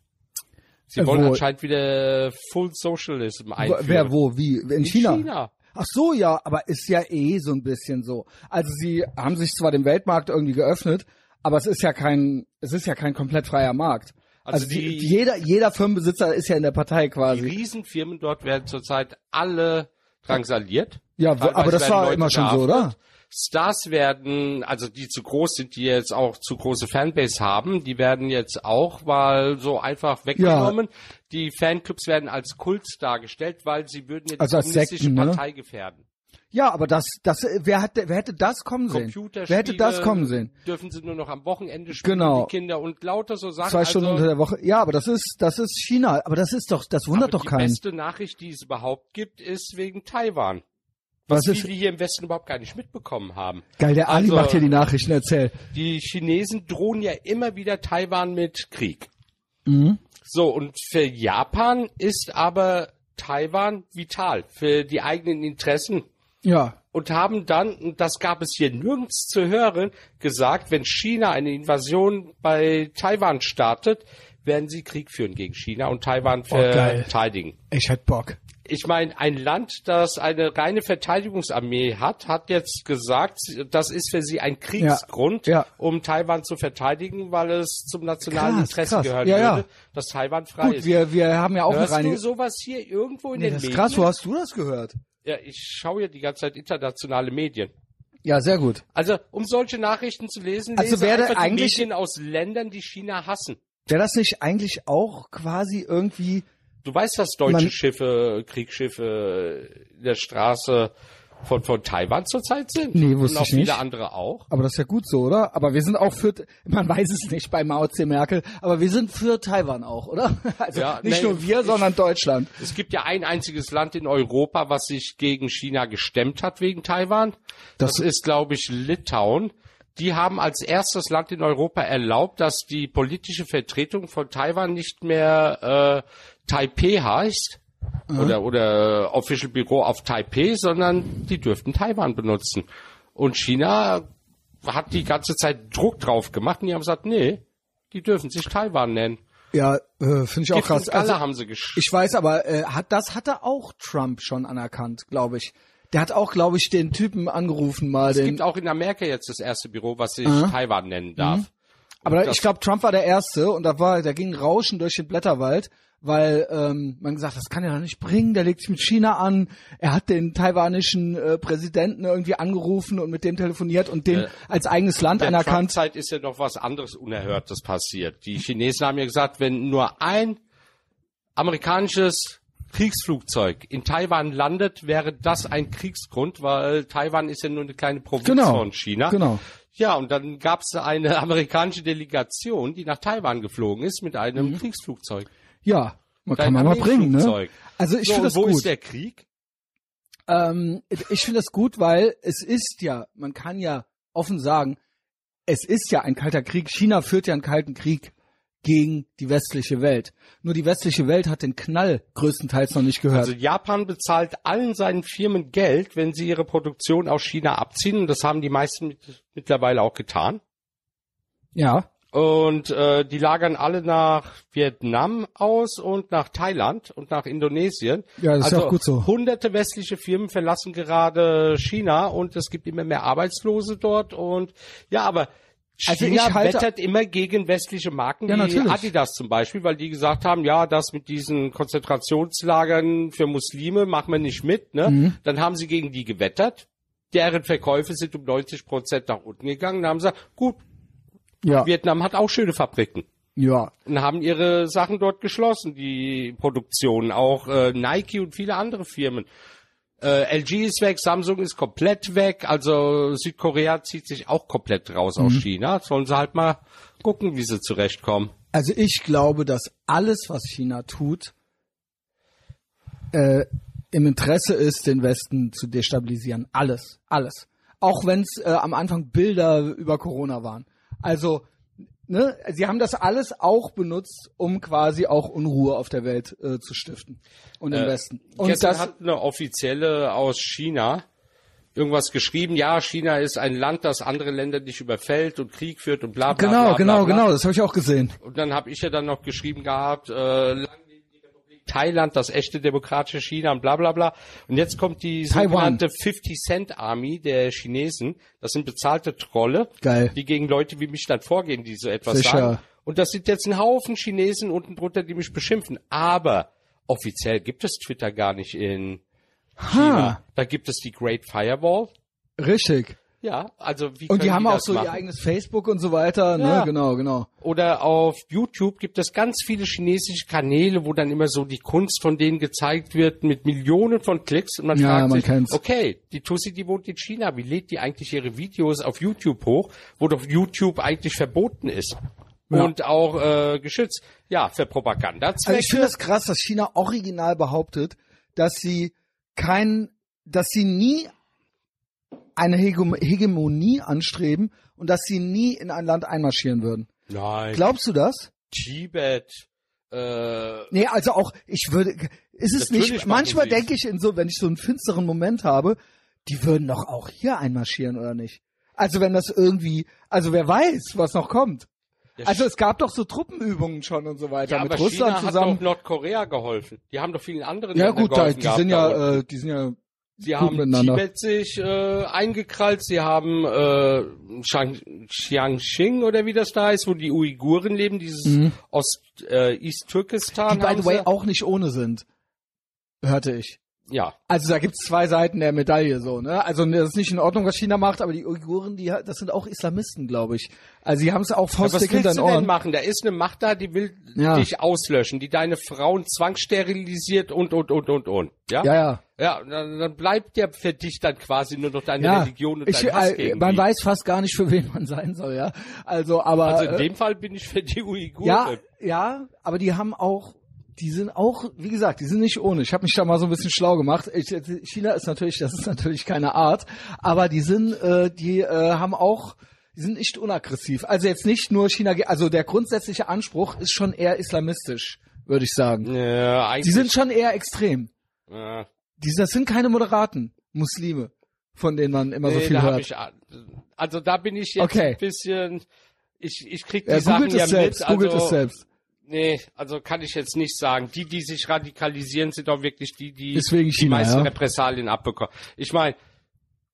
[SPEAKER 2] Sie wollen
[SPEAKER 1] Äh, Wo-
[SPEAKER 2] anscheinend wieder Full Socialism
[SPEAKER 1] Wo-
[SPEAKER 2] einführen.
[SPEAKER 1] Wer wo wie in,
[SPEAKER 2] Ähm, In
[SPEAKER 1] China.
[SPEAKER 2] China.
[SPEAKER 1] Ach so, ja, aber ist ja eh so ein bisschen so. Also sie haben sich zwar dem Weltmarkt irgendwie geöffnet, aber es ist ja kein, es ist ja kein komplett freier Markt. Also,
[SPEAKER 2] Also
[SPEAKER 1] die,
[SPEAKER 2] die-
[SPEAKER 1] jeder, jeder Firmenbesitzer ist ja in der Partei
[SPEAKER 2] Die
[SPEAKER 1] quasi.
[SPEAKER 2] Riesenfirmen dort werden zurzeit alle drangsaliert.
[SPEAKER 1] Ja, wo-
[SPEAKER 2] Teilweise
[SPEAKER 1] aber das
[SPEAKER 2] werden
[SPEAKER 1] war
[SPEAKER 2] Leute
[SPEAKER 1] immer schon so, oder?
[SPEAKER 2] Stars werden, also die zu groß sind, die jetzt auch zu große Fanbase haben, die werden jetzt auch mal so einfach weggenommen. Die Fanclubs werden als Kult dargestellt, weil sie würden jetzt
[SPEAKER 1] Also als
[SPEAKER 2] die kommunistische
[SPEAKER 1] Sekten, ne?
[SPEAKER 2] Partei gefährden.
[SPEAKER 1] Ja, aber das, das, äh, wer hat, wer hätte das kommen sehen? Wer hätte das kommen sehen?
[SPEAKER 2] Dürfen sie nur noch am Wochenende spielen,
[SPEAKER 1] Genau.
[SPEAKER 2] die Kinder und lauter so Sachen.
[SPEAKER 1] Zwei Stunden
[SPEAKER 2] also,
[SPEAKER 1] unter der Woche. Ja, aber das ist, das ist China. Aber das ist doch, das wundert
[SPEAKER 2] aber
[SPEAKER 1] doch
[SPEAKER 2] die
[SPEAKER 1] keinen.
[SPEAKER 2] beste Nachricht, die es überhaupt gibt, ist wegen Taiwan.
[SPEAKER 1] Was
[SPEAKER 2] die
[SPEAKER 1] ist,
[SPEAKER 2] wir hier im Westen überhaupt gar nicht mitbekommen haben.
[SPEAKER 1] geil, der Ali
[SPEAKER 2] Also-
[SPEAKER 1] macht hier die Nachrichten, erzähl.
[SPEAKER 2] Die Chinesen drohen ja immer wieder Taiwan mit Krieg.
[SPEAKER 1] Mhm.
[SPEAKER 2] So, und für Japan ist aber Taiwan vital für die eigenen Interessen.
[SPEAKER 1] Ja.
[SPEAKER 2] und haben dann, und das gab es hier nirgends zu hören, gesagt, wenn China eine Invasion bei Taiwan startet, werden sie Krieg führen gegen China und Taiwan
[SPEAKER 1] Oh,
[SPEAKER 2] verteidigen.
[SPEAKER 1] Ich hätte Bock.
[SPEAKER 2] ich meine, ein Land, das eine reine Verteidigungsarmee hat, hat jetzt gesagt, das ist für sie ein Kriegsgrund,
[SPEAKER 1] Ja, ja.
[SPEAKER 2] um Taiwan zu verteidigen, weil es zum nationalen
[SPEAKER 1] Krass,
[SPEAKER 2] Interesse
[SPEAKER 1] krass.
[SPEAKER 2] gehören
[SPEAKER 1] Ja, ja.
[SPEAKER 2] würde, dass Taiwan frei
[SPEAKER 1] Gut,
[SPEAKER 2] ist.
[SPEAKER 1] wir, wir haben ja auch
[SPEAKER 2] Hörst
[SPEAKER 1] eine
[SPEAKER 2] du
[SPEAKER 1] reine...
[SPEAKER 2] sowas hier irgendwo in
[SPEAKER 1] Nee,
[SPEAKER 2] den
[SPEAKER 1] das ist
[SPEAKER 2] Medien?
[SPEAKER 1] krass, wo hast du das gehört?
[SPEAKER 2] Ja, ich schaue ja die ganze Zeit internationale Medien.
[SPEAKER 1] Ja, sehr gut.
[SPEAKER 2] Also, um solche Nachrichten zu lesen,
[SPEAKER 1] Also
[SPEAKER 2] lese
[SPEAKER 1] wäre
[SPEAKER 2] einfach die
[SPEAKER 1] eigentlich-
[SPEAKER 2] Medien aus Ländern, die China hassen.
[SPEAKER 1] Wäre das nicht eigentlich auch quasi irgendwie...
[SPEAKER 2] Du weißt, dass deutsche
[SPEAKER 1] Man-
[SPEAKER 2] Schiffe, Kriegsschiffe in der Straße von, von Taiwan zurzeit sind.
[SPEAKER 1] Nee, wusste
[SPEAKER 2] Und auch
[SPEAKER 1] ich
[SPEAKER 2] viele
[SPEAKER 1] nicht.
[SPEAKER 2] andere auch.
[SPEAKER 1] Aber das ist ja gut so, oder? Aber wir sind auch für, man weiß es nicht bei Mao C. Merkel, aber wir sind für Taiwan auch, oder? Also
[SPEAKER 2] Ja,
[SPEAKER 1] nicht
[SPEAKER 2] nee,
[SPEAKER 1] nur wir, sondern Deutschland.
[SPEAKER 2] Es gibt ja ein einziges Land in Europa, was sich gegen China gestemmt hat wegen Taiwan. Das,
[SPEAKER 1] Das-
[SPEAKER 2] ist, glaube ich, Litauen. Die haben als erstes Land in Europa erlaubt, dass die politische Vertretung von Taiwan nicht mehr äh, Taipei heißt
[SPEAKER 1] Mhm.
[SPEAKER 2] oder, oder äh, Official Büro auf Taipei, sondern die dürften Taiwan benutzen. Und China hat die ganze Zeit Druck drauf gemacht und die haben gesagt, nee, die dürfen sich Taiwan nennen.
[SPEAKER 1] Ja, äh, finde ich auch
[SPEAKER 2] Gift und
[SPEAKER 1] krass.
[SPEAKER 2] Galle
[SPEAKER 1] Also,
[SPEAKER 2] haben sie gesch
[SPEAKER 1] ich weiß aber, äh, hat, das hatte auch Trump schon anerkannt, glaube ich. Der hat auch, glaube ich, den Typen angerufen mal.
[SPEAKER 2] Es
[SPEAKER 1] Den,
[SPEAKER 2] gibt auch in Amerika jetzt das erste Büro, was sich Taiwan
[SPEAKER 1] Mhm.
[SPEAKER 2] nennen darf.
[SPEAKER 1] aber
[SPEAKER 2] das-
[SPEAKER 1] ich glaube, Trump war der Erste und da war, da ging Rauschen durch den Blätterwald, weil ähm, man gesagt, das kann er doch nicht bringen, der legt sich mit China an. Er hat den taiwanischen äh, Präsidenten irgendwie angerufen und mit dem telefoniert und den
[SPEAKER 2] Äh,
[SPEAKER 1] als eigenes Land
[SPEAKER 2] In der
[SPEAKER 1] anerkannt.
[SPEAKER 2] Trump-Zeit ist ja noch was anderes Unerhörtes passiert. Die Chinesen haben ja gesagt, wenn nur ein amerikanisches Kriegsflugzeug in Taiwan landet, wäre das ein Kriegsgrund, weil Taiwan ist ja nur eine kleine Provinz
[SPEAKER 1] Genau,
[SPEAKER 2] von China.
[SPEAKER 1] genau.
[SPEAKER 2] Ja, und dann gab es eine amerikanische Delegation, die nach Taiwan geflogen ist mit einem Kriegsflugzeug.
[SPEAKER 1] Ja, man Mhm. kann
[SPEAKER 2] Ein
[SPEAKER 1] man mal bringen, ne?
[SPEAKER 2] Armeeflugzeug.
[SPEAKER 1] Also ich
[SPEAKER 2] so,
[SPEAKER 1] finde
[SPEAKER 2] und
[SPEAKER 1] das
[SPEAKER 2] wo
[SPEAKER 1] gut.
[SPEAKER 2] ist der Krieg?
[SPEAKER 1] Ähm, ich finde das gut, weil es ist ja, man kann ja offen sagen, es ist ja ein kalter Krieg. China führt ja einen kalten Krieg gegen die westliche Welt. Nur die westliche Welt hat den Knall größtenteils noch nicht gehört.
[SPEAKER 2] Also Japan bezahlt allen seinen Firmen Geld, wenn sie ihre Produktion aus China abziehen. Und das haben die meisten mit, mittlerweile auch getan.
[SPEAKER 1] ja,
[SPEAKER 2] Und äh, die lagern alle nach Vietnam aus und nach Thailand und nach Indonesien.
[SPEAKER 1] Ja, das ist
[SPEAKER 2] also
[SPEAKER 1] auch gut so.
[SPEAKER 2] Hunderte westliche Firmen verlassen gerade China und es gibt immer mehr Arbeitslose dort. Und ja, aber
[SPEAKER 1] Also
[SPEAKER 2] China
[SPEAKER 1] ich halte-
[SPEAKER 2] wettert immer gegen westliche Marken,
[SPEAKER 1] Ja,
[SPEAKER 2] wie
[SPEAKER 1] natürlich.
[SPEAKER 2] Adidas zum Beispiel, weil die gesagt haben, ja, das mit diesen Konzentrationslagern für Muslime machen wir nicht mit. Ne?
[SPEAKER 1] Mhm.
[SPEAKER 2] Dann haben sie gegen die gewettert. Deren Verkäufe sind um 90 Prozent nach unten gegangen. Dann haben sie gesagt, gut,
[SPEAKER 1] ja,
[SPEAKER 2] Vietnam hat auch schöne Fabriken
[SPEAKER 1] ja.
[SPEAKER 2] und haben ihre Sachen dort geschlossen, die Produktion, auch äh, Nike und viele andere Firmen. Äh, LG ist weg, Samsung ist komplett weg, also Südkorea zieht sich auch komplett raus
[SPEAKER 1] Mhm.
[SPEAKER 2] aus China. Sollen sie halt mal gucken, wie sie zurechtkommen.
[SPEAKER 1] Also ich glaube, dass alles, was China tut, äh, im Interesse ist, den Westen zu destabilisieren. Alles, alles. Auch wenn es äh, am Anfang Bilder über Corona waren. Also, ne, sie haben das alles auch benutzt, um quasi auch Unruhe auf der Welt äh, zu stiften und im Westen. Und
[SPEAKER 2] Gestern
[SPEAKER 1] das,
[SPEAKER 2] hat eine Offizielle aus China irgendwas geschrieben, ja, China ist ein Land, das andere Länder nicht überfällt und Krieg führt und bla bla bla.
[SPEAKER 1] genau,
[SPEAKER 2] bla,
[SPEAKER 1] genau,
[SPEAKER 2] bla.
[SPEAKER 1] genau, das habe ich auch gesehen.
[SPEAKER 2] Und dann habe ich ja dann noch geschrieben gehabt, äh, lang lebe die Republik Thailand, das echte demokratische China und bla bla bla. Und jetzt kommt die
[SPEAKER 1] Taiwan.
[SPEAKER 2] sogenannte 50 Cent Army der Chinesen. Das sind bezahlte Trolle,
[SPEAKER 1] Geil.
[SPEAKER 2] die gegen Leute wie mich dann vorgehen, die so etwas
[SPEAKER 1] Sicher.
[SPEAKER 2] sagen. Und das sind jetzt ein Haufen Chinesen unten drunter, die mich beschimpfen. Aber offiziell gibt es Twitter gar nicht in China.
[SPEAKER 1] Ha,
[SPEAKER 2] Da gibt es die Great Firewall.
[SPEAKER 1] richtig.
[SPEAKER 2] Ja, also wie
[SPEAKER 1] Und
[SPEAKER 2] können
[SPEAKER 1] die haben auch
[SPEAKER 2] das
[SPEAKER 1] so
[SPEAKER 2] machen?
[SPEAKER 1] ihr eigenes Facebook und so weiter.
[SPEAKER 2] Ja.
[SPEAKER 1] Ne? Genau, genau.
[SPEAKER 2] oder auf YouTube gibt es ganz viele chinesische Kanäle, wo dann immer so die Kunst von denen gezeigt wird mit Millionen von Klicks und man
[SPEAKER 1] Ja,
[SPEAKER 2] fragt
[SPEAKER 1] man
[SPEAKER 2] sich,
[SPEAKER 1] kennt's.
[SPEAKER 2] okay, die Tussi, die wohnt in China, wie lädt die eigentlich ihre Videos auf YouTube hoch, wo doch YouTube eigentlich verboten ist
[SPEAKER 1] Ja.
[SPEAKER 2] und auch äh, geschützt. Ja,
[SPEAKER 1] Also
[SPEAKER 2] für
[SPEAKER 1] ich
[SPEAKER 2] Propagandazwecke.
[SPEAKER 1] finde das krass, dass China original behauptet, dass sie kein, dass sie nie eine Hegem Hegemonie anstreben und dass sie nie in ein Land einmarschieren würden.
[SPEAKER 2] Nein,
[SPEAKER 1] Glaubst du das?
[SPEAKER 2] Tibet, äh,
[SPEAKER 1] Nee, also auch, ich würde, ist es
[SPEAKER 2] Natürlich
[SPEAKER 1] nicht,
[SPEAKER 2] machen
[SPEAKER 1] manchmal
[SPEAKER 2] sie's.
[SPEAKER 1] denke ich in so, wenn ich so einen finsteren Moment habe, die würden doch auch hier einmarschieren, oder nicht? Also wenn das irgendwie, also wer weiß, was noch kommt.
[SPEAKER 2] Ja,
[SPEAKER 1] Also es gab doch so Truppenübungen schon und so weiter
[SPEAKER 2] ja,
[SPEAKER 1] mit
[SPEAKER 2] aber
[SPEAKER 1] Russland
[SPEAKER 2] China
[SPEAKER 1] zusammen.
[SPEAKER 2] hat doch Nordkorea geholfen. Die haben doch vielen anderen
[SPEAKER 1] ja
[SPEAKER 2] Ländern
[SPEAKER 1] gut, da,
[SPEAKER 2] geholfen
[SPEAKER 1] die
[SPEAKER 2] gehabt
[SPEAKER 1] sind
[SPEAKER 2] da unten.
[SPEAKER 1] ja, äh, die sind ja
[SPEAKER 2] Sie
[SPEAKER 1] gut
[SPEAKER 2] haben
[SPEAKER 1] miteinander.
[SPEAKER 2] Tibet sich äh, eingekrallt, sie haben äh, Shang, Xiangxing oder wie das da heißt, wo die Uiguren leben, dieses
[SPEAKER 1] Mhm.
[SPEAKER 2] Ost, äh, East-Türkistan.
[SPEAKER 1] die by
[SPEAKER 2] haben
[SPEAKER 1] the way
[SPEAKER 2] sie-
[SPEAKER 1] auch nicht ohne sind, hörte ich.
[SPEAKER 2] Ja,
[SPEAKER 1] Also da gibt's zwei Seiten der Medaille so, ne? Also das ist nicht in Ordnung, was China macht, aber die Uiguren, die das sind auch Islamisten, glaube ich. Also die haben es auch
[SPEAKER 2] was
[SPEAKER 1] faustig hinter
[SPEAKER 2] willst
[SPEAKER 1] den
[SPEAKER 2] du denn
[SPEAKER 1] Ohren.
[SPEAKER 2] machen? Da ist eine Macht da, die will
[SPEAKER 1] Ja.
[SPEAKER 2] dich auslöschen, die deine Frauen zwangssterilisiert und, und, und, und, und. Ja,
[SPEAKER 1] Ja, ja.
[SPEAKER 2] ja dann, dann bleibt ja für dich dann quasi nur noch deine
[SPEAKER 1] ja.
[SPEAKER 2] Religion und
[SPEAKER 1] ich,
[SPEAKER 2] dein Hass
[SPEAKER 1] äh,
[SPEAKER 2] gegen
[SPEAKER 1] man
[SPEAKER 2] die.
[SPEAKER 1] weiß fast gar nicht, für wen man sein soll, ja. Also, aber
[SPEAKER 2] Also in
[SPEAKER 1] äh,
[SPEAKER 2] dem Fall bin ich für die Uiguren.
[SPEAKER 1] ja, ja, aber die haben auch, die sind auch, wie gesagt, die sind nicht ohne. Ich habe mich da mal so ein bisschen schlau gemacht. Ich, China ist natürlich, das ist natürlich keine Art, aber die sind, äh, die äh, haben auch, die sind nicht unaggressiv. Also jetzt nicht nur China, ge- also der grundsätzliche Anspruch ist schon eher islamistisch, würde ich sagen.
[SPEAKER 2] Ja, eigentlich.
[SPEAKER 1] Die sind schon eher extrem.
[SPEAKER 2] ja.
[SPEAKER 1] Die, das sind keine Moderaten, Muslime, von denen man immer so
[SPEAKER 2] Nee,
[SPEAKER 1] viel
[SPEAKER 2] da hab
[SPEAKER 1] hört.
[SPEAKER 2] Ich, a- also da bin ich jetzt
[SPEAKER 1] Okay.
[SPEAKER 2] ein bisschen. Ich, ich krieg die
[SPEAKER 1] Ja,
[SPEAKER 2] Sachen
[SPEAKER 1] googelt
[SPEAKER 2] ja
[SPEAKER 1] es selbst,
[SPEAKER 2] mit.
[SPEAKER 1] googelt
[SPEAKER 2] also,
[SPEAKER 1] es selbst.
[SPEAKER 2] Nee, also kann ich jetzt nicht sagen. Die, die sich radikalisieren, sind auch wirklich die, die
[SPEAKER 1] Deswegen
[SPEAKER 2] die
[SPEAKER 1] China,
[SPEAKER 2] meisten
[SPEAKER 1] ja.
[SPEAKER 2] Repressalien abbekommen. Ich meine,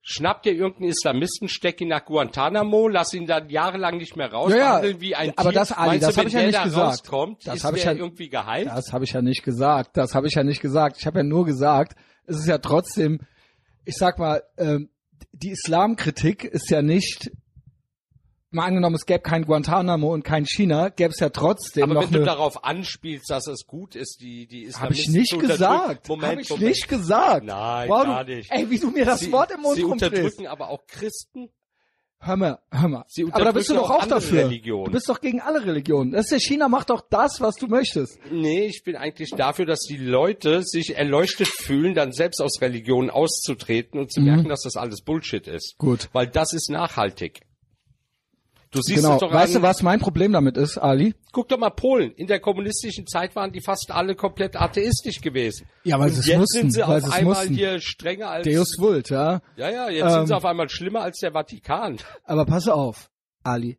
[SPEAKER 2] schnapp dir irgendeinen Islamisten, steck ihn nach Guantanamo, lass ihn dann jahrelang nicht mehr raus,
[SPEAKER 1] Ja, ja.
[SPEAKER 2] behandeln wie ein
[SPEAKER 1] Aber
[SPEAKER 2] Tier.
[SPEAKER 1] das, Ali,
[SPEAKER 2] Meinst
[SPEAKER 1] das
[SPEAKER 2] du,
[SPEAKER 1] hab
[SPEAKER 2] wenn
[SPEAKER 1] ich ja
[SPEAKER 2] der
[SPEAKER 1] nicht
[SPEAKER 2] da
[SPEAKER 1] gesagt.
[SPEAKER 2] Rauskommt,
[SPEAKER 1] Das
[SPEAKER 2] ist
[SPEAKER 1] hab ich
[SPEAKER 2] der
[SPEAKER 1] ja-
[SPEAKER 2] irgendwie geheilt?
[SPEAKER 1] Das habe ich ja nicht gesagt. Das habe ich ja nicht gesagt. Ich habe ja nur gesagt, es ist ja trotzdem, ich sag mal, ähm, die Islamkritik ist ja nicht, mal angenommen, es gäbe kein Guantanamo und kein China, gäbe es ja trotzdem
[SPEAKER 2] Aber
[SPEAKER 1] noch
[SPEAKER 2] wenn
[SPEAKER 1] eine,
[SPEAKER 2] du darauf anspielst, dass es gut ist, die, die
[SPEAKER 1] Habe ich
[SPEAKER 2] Islamisten
[SPEAKER 1] nicht
[SPEAKER 2] zu unterdrücken-
[SPEAKER 1] gesagt.
[SPEAKER 2] Moment,
[SPEAKER 1] Habe ich
[SPEAKER 2] Moment.
[SPEAKER 1] nicht gesagt.
[SPEAKER 2] Nein,
[SPEAKER 1] wow,
[SPEAKER 2] gar
[SPEAKER 1] du,
[SPEAKER 2] nicht.
[SPEAKER 1] Ey, wie du mir das
[SPEAKER 2] sie,
[SPEAKER 1] Wort im Mund
[SPEAKER 2] Sie
[SPEAKER 1] rumdrehst.
[SPEAKER 2] unterdrücken aber auch Christen.
[SPEAKER 1] Hör mal, hör mal.
[SPEAKER 2] Sie
[SPEAKER 1] Aber da bist du
[SPEAKER 2] unterdrücken
[SPEAKER 1] doch auch,
[SPEAKER 2] auch andere
[SPEAKER 1] dafür.
[SPEAKER 2] Religionen.
[SPEAKER 1] Du bist doch gegen alle Religionen. Das ist ja China, macht doch das, was du möchtest.
[SPEAKER 2] Nee, ich bin eigentlich dafür, dass die Leute sich erleuchtet fühlen, dann selbst aus Religionen auszutreten und zu merken, dass das alles Bullshit ist.
[SPEAKER 1] Mhm. Gut.
[SPEAKER 2] Weil das ist nachhaltig. Du siehst
[SPEAKER 1] genau.
[SPEAKER 2] es doch
[SPEAKER 1] weißt
[SPEAKER 2] an,
[SPEAKER 1] du, was mein Problem damit ist, Ali?
[SPEAKER 2] guck doch mal Polen. In der kommunistischen Zeit waren die fast alle komplett atheistisch gewesen.
[SPEAKER 1] Ja, weil
[SPEAKER 2] Und
[SPEAKER 1] sie es
[SPEAKER 2] jetzt
[SPEAKER 1] mussten,
[SPEAKER 2] sind sie
[SPEAKER 1] weil
[SPEAKER 2] auf
[SPEAKER 1] sie es
[SPEAKER 2] einmal
[SPEAKER 1] mussten.
[SPEAKER 2] hier strenger als
[SPEAKER 1] Deus Vult, ja.
[SPEAKER 2] Ja, ja, jetzt
[SPEAKER 1] Ähm.
[SPEAKER 2] sind sie auf einmal schlimmer als der Vatikan.
[SPEAKER 1] Aber pass auf, Ali.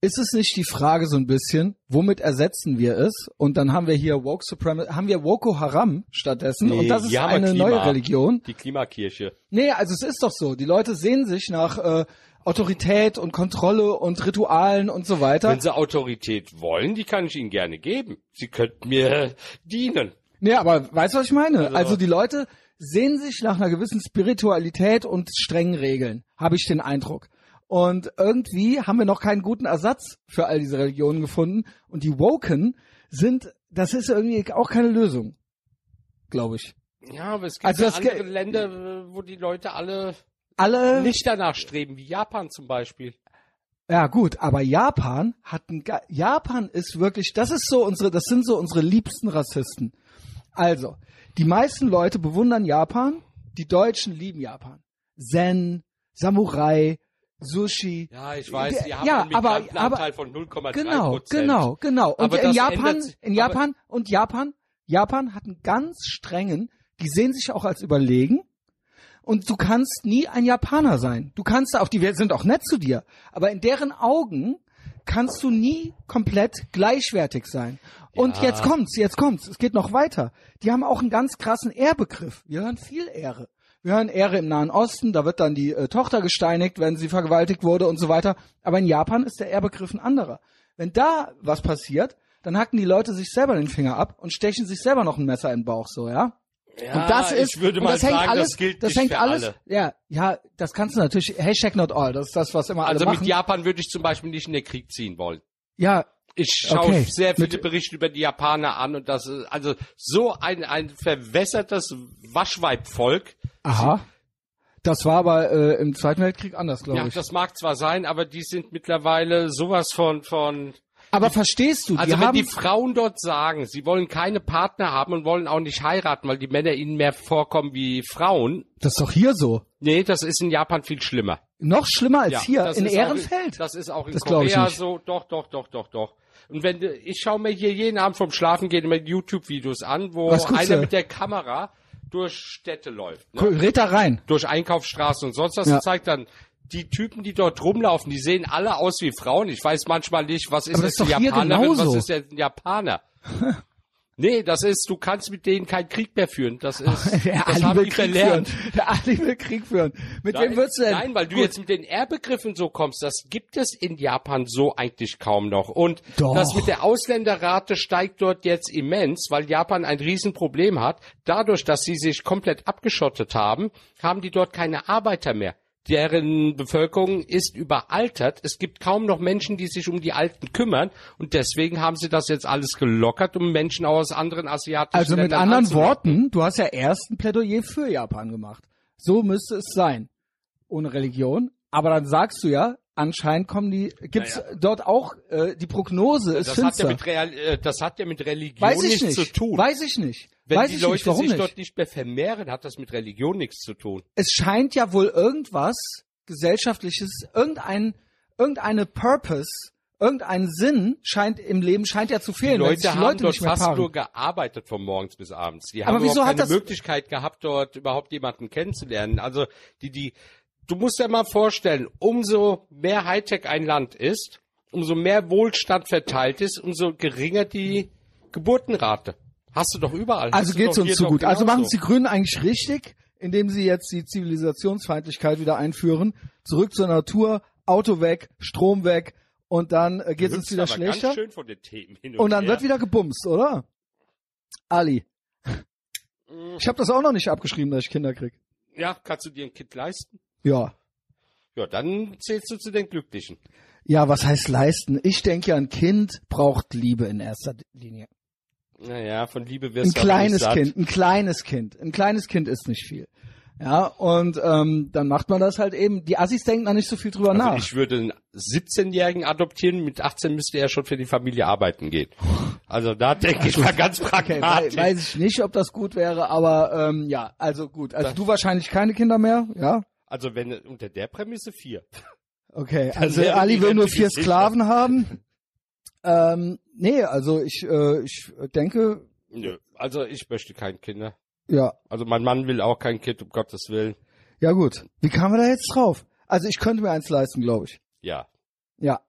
[SPEAKER 1] Ist es nicht die Frage so ein bisschen, womit ersetzen wir es? Und dann haben wir hier Woke Supremacy, haben wir Woko Haram stattdessen?
[SPEAKER 2] Nee,
[SPEAKER 1] und das ist
[SPEAKER 2] die haben
[SPEAKER 1] eine
[SPEAKER 2] Klima.
[SPEAKER 1] neue Religion.
[SPEAKER 2] Die Klimakirche.
[SPEAKER 1] Nee, also es ist doch so. Die Leute sehen sich nach äh, Autorität und Kontrolle und Ritualen und so weiter.
[SPEAKER 2] Wenn sie Autorität wollen, die kann ich ihnen gerne geben. Sie könnten mir dienen.
[SPEAKER 1] Nee, aber weißt du, was ich meine? Also,
[SPEAKER 2] Also-
[SPEAKER 1] die Leute sehen sich nach einer gewissen Spiritualität und strengen Regeln, habe ich den Eindruck. Und irgendwie haben wir noch keinen guten Ersatz für all diese Religionen gefunden. Und die Woken sind, das ist irgendwie auch keine Lösung, glaube ich.
[SPEAKER 2] Ja, aber es gibt
[SPEAKER 1] Also
[SPEAKER 2] ja
[SPEAKER 1] das ge-
[SPEAKER 2] andere Länder, wo die Leute alle
[SPEAKER 1] Alle,
[SPEAKER 2] nicht danach streben, wie Japan zum Beispiel.
[SPEAKER 1] ja gut, aber Japan hat ein, ge- Japan ist wirklich, das ist so unsere, das sind so unsere liebsten Rassisten. Also, die meisten Leute bewundern Japan, die Deutschen lieben Japan. Zen, Samurai, Sushi.
[SPEAKER 2] Ja, ich weiß, die haben
[SPEAKER 1] Ja,
[SPEAKER 2] einen
[SPEAKER 1] aber-
[SPEAKER 2] Migrantenanteil von 0,3
[SPEAKER 1] Genau,
[SPEAKER 2] Prozent.
[SPEAKER 1] genau, genau. Und
[SPEAKER 2] Aber
[SPEAKER 1] in
[SPEAKER 2] das
[SPEAKER 1] Japan,
[SPEAKER 2] ändert sich-
[SPEAKER 1] in Japan und Japan, Japan hat einen ganz strengen, die sehen sich auch als überlegen. Und du kannst nie ein Japaner sein. Du kannst auch, die sind auch nett zu dir, aber in deren Augen kannst du nie komplett gleichwertig sein. Und
[SPEAKER 2] Ja.
[SPEAKER 1] jetzt kommt's, jetzt kommt's. Es geht noch weiter. Die haben auch einen ganz krassen Ehrbegriff. Wir hören viel Ehre. Wir hören Ehre im Nahen Osten, da wird dann die äh, Tochter gesteinigt, wenn sie vergewaltigt wurde und so weiter. Aber in Japan ist der Ehrbegriff ein anderer. Wenn da was passiert, dann hacken die Leute sich selber den Finger ab und stechen sich selber noch ein Messer in den Bauch, so, ja?
[SPEAKER 2] Ja,
[SPEAKER 1] und das ist,
[SPEAKER 2] ich würde
[SPEAKER 1] und
[SPEAKER 2] mal
[SPEAKER 1] das hängt
[SPEAKER 2] sagen,
[SPEAKER 1] alles,
[SPEAKER 2] das gilt nicht
[SPEAKER 1] hängt
[SPEAKER 2] für
[SPEAKER 1] alles,
[SPEAKER 2] alle.
[SPEAKER 1] ja, ja, das kannst du natürlich, Hashtag not all, das ist das, was immer
[SPEAKER 2] Also
[SPEAKER 1] alle
[SPEAKER 2] mit
[SPEAKER 1] machen.
[SPEAKER 2] Japan würde ich zum Beispiel nicht in den Krieg ziehen wollen.
[SPEAKER 1] ja,
[SPEAKER 2] Ich schaue
[SPEAKER 1] Okay.
[SPEAKER 2] sehr viele
[SPEAKER 1] Mit-
[SPEAKER 2] Berichte über die Japaner an und das ist also so ein, ein verwässertes Waschweibvolk.
[SPEAKER 1] aha. Das war aber äh, im Zweiten Weltkrieg anders, glaube
[SPEAKER 2] Ja,
[SPEAKER 1] ich.
[SPEAKER 2] das mag zwar sein, aber die sind mittlerweile sowas von, von,
[SPEAKER 1] Aber verstehst du,
[SPEAKER 2] also
[SPEAKER 1] die
[SPEAKER 2] wenn
[SPEAKER 1] haben,
[SPEAKER 2] die Frauen dort sagen, sie wollen keine Partner haben und wollen auch nicht heiraten, weil die Männer ihnen mehr vorkommen wie Frauen.
[SPEAKER 1] das ist doch hier so.
[SPEAKER 2] Nee, das ist in Japan viel schlimmer.
[SPEAKER 1] Noch schlimmer als
[SPEAKER 2] Ja,
[SPEAKER 1] hier,
[SPEAKER 2] das
[SPEAKER 1] in
[SPEAKER 2] ist
[SPEAKER 1] Ehrenfeld.
[SPEAKER 2] Auch, das ist auch in
[SPEAKER 1] Das glaub ich
[SPEAKER 2] Korea
[SPEAKER 1] nicht.
[SPEAKER 2] so. Doch, doch, doch, doch, doch. Und wenn du- ich schaue mir hier jeden Abend vom Schlafen gehen immer YouTube-Videos an, wo
[SPEAKER 1] Was guckst
[SPEAKER 2] einer
[SPEAKER 1] du?
[SPEAKER 2] mit der Kamera durch Städte läuft. Ne?
[SPEAKER 1] Cool, red da rein.
[SPEAKER 2] durch Einkaufsstraßen und sonst was
[SPEAKER 1] Ja.
[SPEAKER 2] und zeigt dann die Typen, die dort rumlaufen, die sehen alle aus wie Frauen. Ich weiß manchmal nicht, was ist
[SPEAKER 1] Aber das
[SPEAKER 2] jetzt
[SPEAKER 1] ist
[SPEAKER 2] ein
[SPEAKER 1] doch hier
[SPEAKER 2] Japanerin, was
[SPEAKER 1] genauso.
[SPEAKER 2] ist jetzt ein Japaner. nee, das ist, du kannst mit denen keinen Krieg mehr führen. Das ist,
[SPEAKER 1] Der
[SPEAKER 2] das
[SPEAKER 1] Ali
[SPEAKER 2] haben
[SPEAKER 1] will
[SPEAKER 2] die
[SPEAKER 1] Krieg
[SPEAKER 2] verlernt.
[SPEAKER 1] führen. Der Ali will Krieg führen. Mit wem würdest du denn?
[SPEAKER 2] Nein, weil du jetzt mit den R-Begriffen so kommst, das gibt es in Japan so eigentlich kaum noch. Und
[SPEAKER 1] Doch.
[SPEAKER 2] das mit der Ausländerrate steigt dort jetzt immens, weil Japan ein Riesenproblem hat. Dadurch, dass sie sich komplett abgeschottet haben, haben die dort keine Arbeiter mehr. Deren Bevölkerung ist überaltert. Es gibt kaum noch Menschen, die sich um die Alten kümmern. Und deswegen haben sie das jetzt alles gelockert, um Menschen aus anderen asiatischen
[SPEAKER 1] also mit
[SPEAKER 2] Ländern
[SPEAKER 1] anderen
[SPEAKER 2] anzulocken.
[SPEAKER 1] Worten, du hast ja erst ein Plädoyer für Japan gemacht. So müsste es sein. Ohne Religion. Aber dann sagst du ja, anscheinend kommen die, gibt's
[SPEAKER 2] Naja.
[SPEAKER 1] dort auch, äh, die Prognose ist
[SPEAKER 2] Das hat, ja
[SPEAKER 1] finster.
[SPEAKER 2] mit Real, äh, das hat ja mit Religion
[SPEAKER 1] Weiß ich
[SPEAKER 2] nichts
[SPEAKER 1] nicht.
[SPEAKER 2] zu tun.
[SPEAKER 1] Weiß ich nicht.
[SPEAKER 2] Wenn
[SPEAKER 1] Weiß
[SPEAKER 2] die
[SPEAKER 1] ich
[SPEAKER 2] Leute
[SPEAKER 1] nicht. Warum
[SPEAKER 2] sich
[SPEAKER 1] nicht?
[SPEAKER 2] dort nicht mehr vermehren, hat das mit Religion nichts zu tun.
[SPEAKER 1] es scheint ja wohl irgendwas gesellschaftliches, irgendein, irgendeine Purpose, irgendein Sinn scheint im Leben scheint ja zu
[SPEAKER 2] Die
[SPEAKER 1] fehlen. weil sich
[SPEAKER 2] Leute
[SPEAKER 1] die
[SPEAKER 2] haben
[SPEAKER 1] Leute
[SPEAKER 2] dort
[SPEAKER 1] nicht mehr
[SPEAKER 2] fast
[SPEAKER 1] paaren.
[SPEAKER 2] nur gearbeitet von morgens bis abends. Die
[SPEAKER 1] Aber
[SPEAKER 2] haben
[SPEAKER 1] wieso
[SPEAKER 2] überhaupt
[SPEAKER 1] hat
[SPEAKER 2] keine
[SPEAKER 1] das-
[SPEAKER 2] Möglichkeit gehabt, dort überhaupt jemanden kennenzulernen. Also die, die, du musst dir mal vorstellen, umso mehr Hightech ein Land ist, umso mehr Wohlstand verteilt ist, umso geringer die Geburtenrate. Hast du doch überall.
[SPEAKER 1] also
[SPEAKER 2] Hast du
[SPEAKER 1] geht's
[SPEAKER 2] doch
[SPEAKER 1] uns
[SPEAKER 2] hier
[SPEAKER 1] zu
[SPEAKER 2] doch
[SPEAKER 1] gut. Also machen es
[SPEAKER 2] genauso.
[SPEAKER 1] die Grünen eigentlich richtig, indem sie jetzt die Zivilisationsfeindlichkeit wieder einführen, zurück zur Natur, Auto weg, Strom weg und dann äh, geht's uns
[SPEAKER 2] Hüpfst
[SPEAKER 1] wieder
[SPEAKER 2] aber
[SPEAKER 1] schlechter.
[SPEAKER 2] Ganz schön von den Themen hin und,
[SPEAKER 1] Und dann
[SPEAKER 2] her.
[SPEAKER 1] wird wieder gebumst, oder? Ali.
[SPEAKER 2] Mhm.
[SPEAKER 1] Ich habe das auch noch nicht abgeschrieben, dass ich Kinder krieg.
[SPEAKER 2] Ja, kannst du dir ein Kind leisten?
[SPEAKER 1] Ja.
[SPEAKER 2] Ja, dann zählst du zu den Glücklichen.
[SPEAKER 1] Ja, was heißt leisten? Ich denke ja, ein Kind braucht Liebe in erster Linie.
[SPEAKER 2] Naja, von Liebe
[SPEAKER 1] Ein
[SPEAKER 2] wirst du aber nicht
[SPEAKER 1] kleines
[SPEAKER 2] satt.
[SPEAKER 1] Kind, ein kleines Kind. Ein kleines Kind ist nicht viel. Ja, und ähm, dann macht man das halt eben. Die Assis denken da nicht so viel drüber
[SPEAKER 2] Also
[SPEAKER 1] nach.
[SPEAKER 2] ich würde einen 17-Jährigen adoptieren, mit 18 müsste er schon für die Familie arbeiten gehen. Also da denke ich mal ganz
[SPEAKER 1] Okay,
[SPEAKER 2] pragmatisch.
[SPEAKER 1] wei weiß ich nicht, ob das gut wäre, aber ähm, ja, also gut. Also du wahrscheinlich keine Kinder mehr, ja?
[SPEAKER 2] also wenn unter der Prämisse vier.
[SPEAKER 1] Okay,
[SPEAKER 2] Dann
[SPEAKER 1] also
[SPEAKER 2] wäre die
[SPEAKER 1] Ali will
[SPEAKER 2] Rente
[SPEAKER 1] nur vier
[SPEAKER 2] gesichert.
[SPEAKER 1] Sklaven haben. Ähm, nee, also ich, äh, ich denke,
[SPEAKER 2] Nö, also ich möchte kein Kinder.
[SPEAKER 1] ja,
[SPEAKER 2] Also mein Mann will auch kein Kind, um Gottes Willen.
[SPEAKER 1] ja gut. Wie kamen wir da jetzt drauf? Also ich könnte mir eins leisten, glaube ich.
[SPEAKER 2] Ja.
[SPEAKER 1] Ja.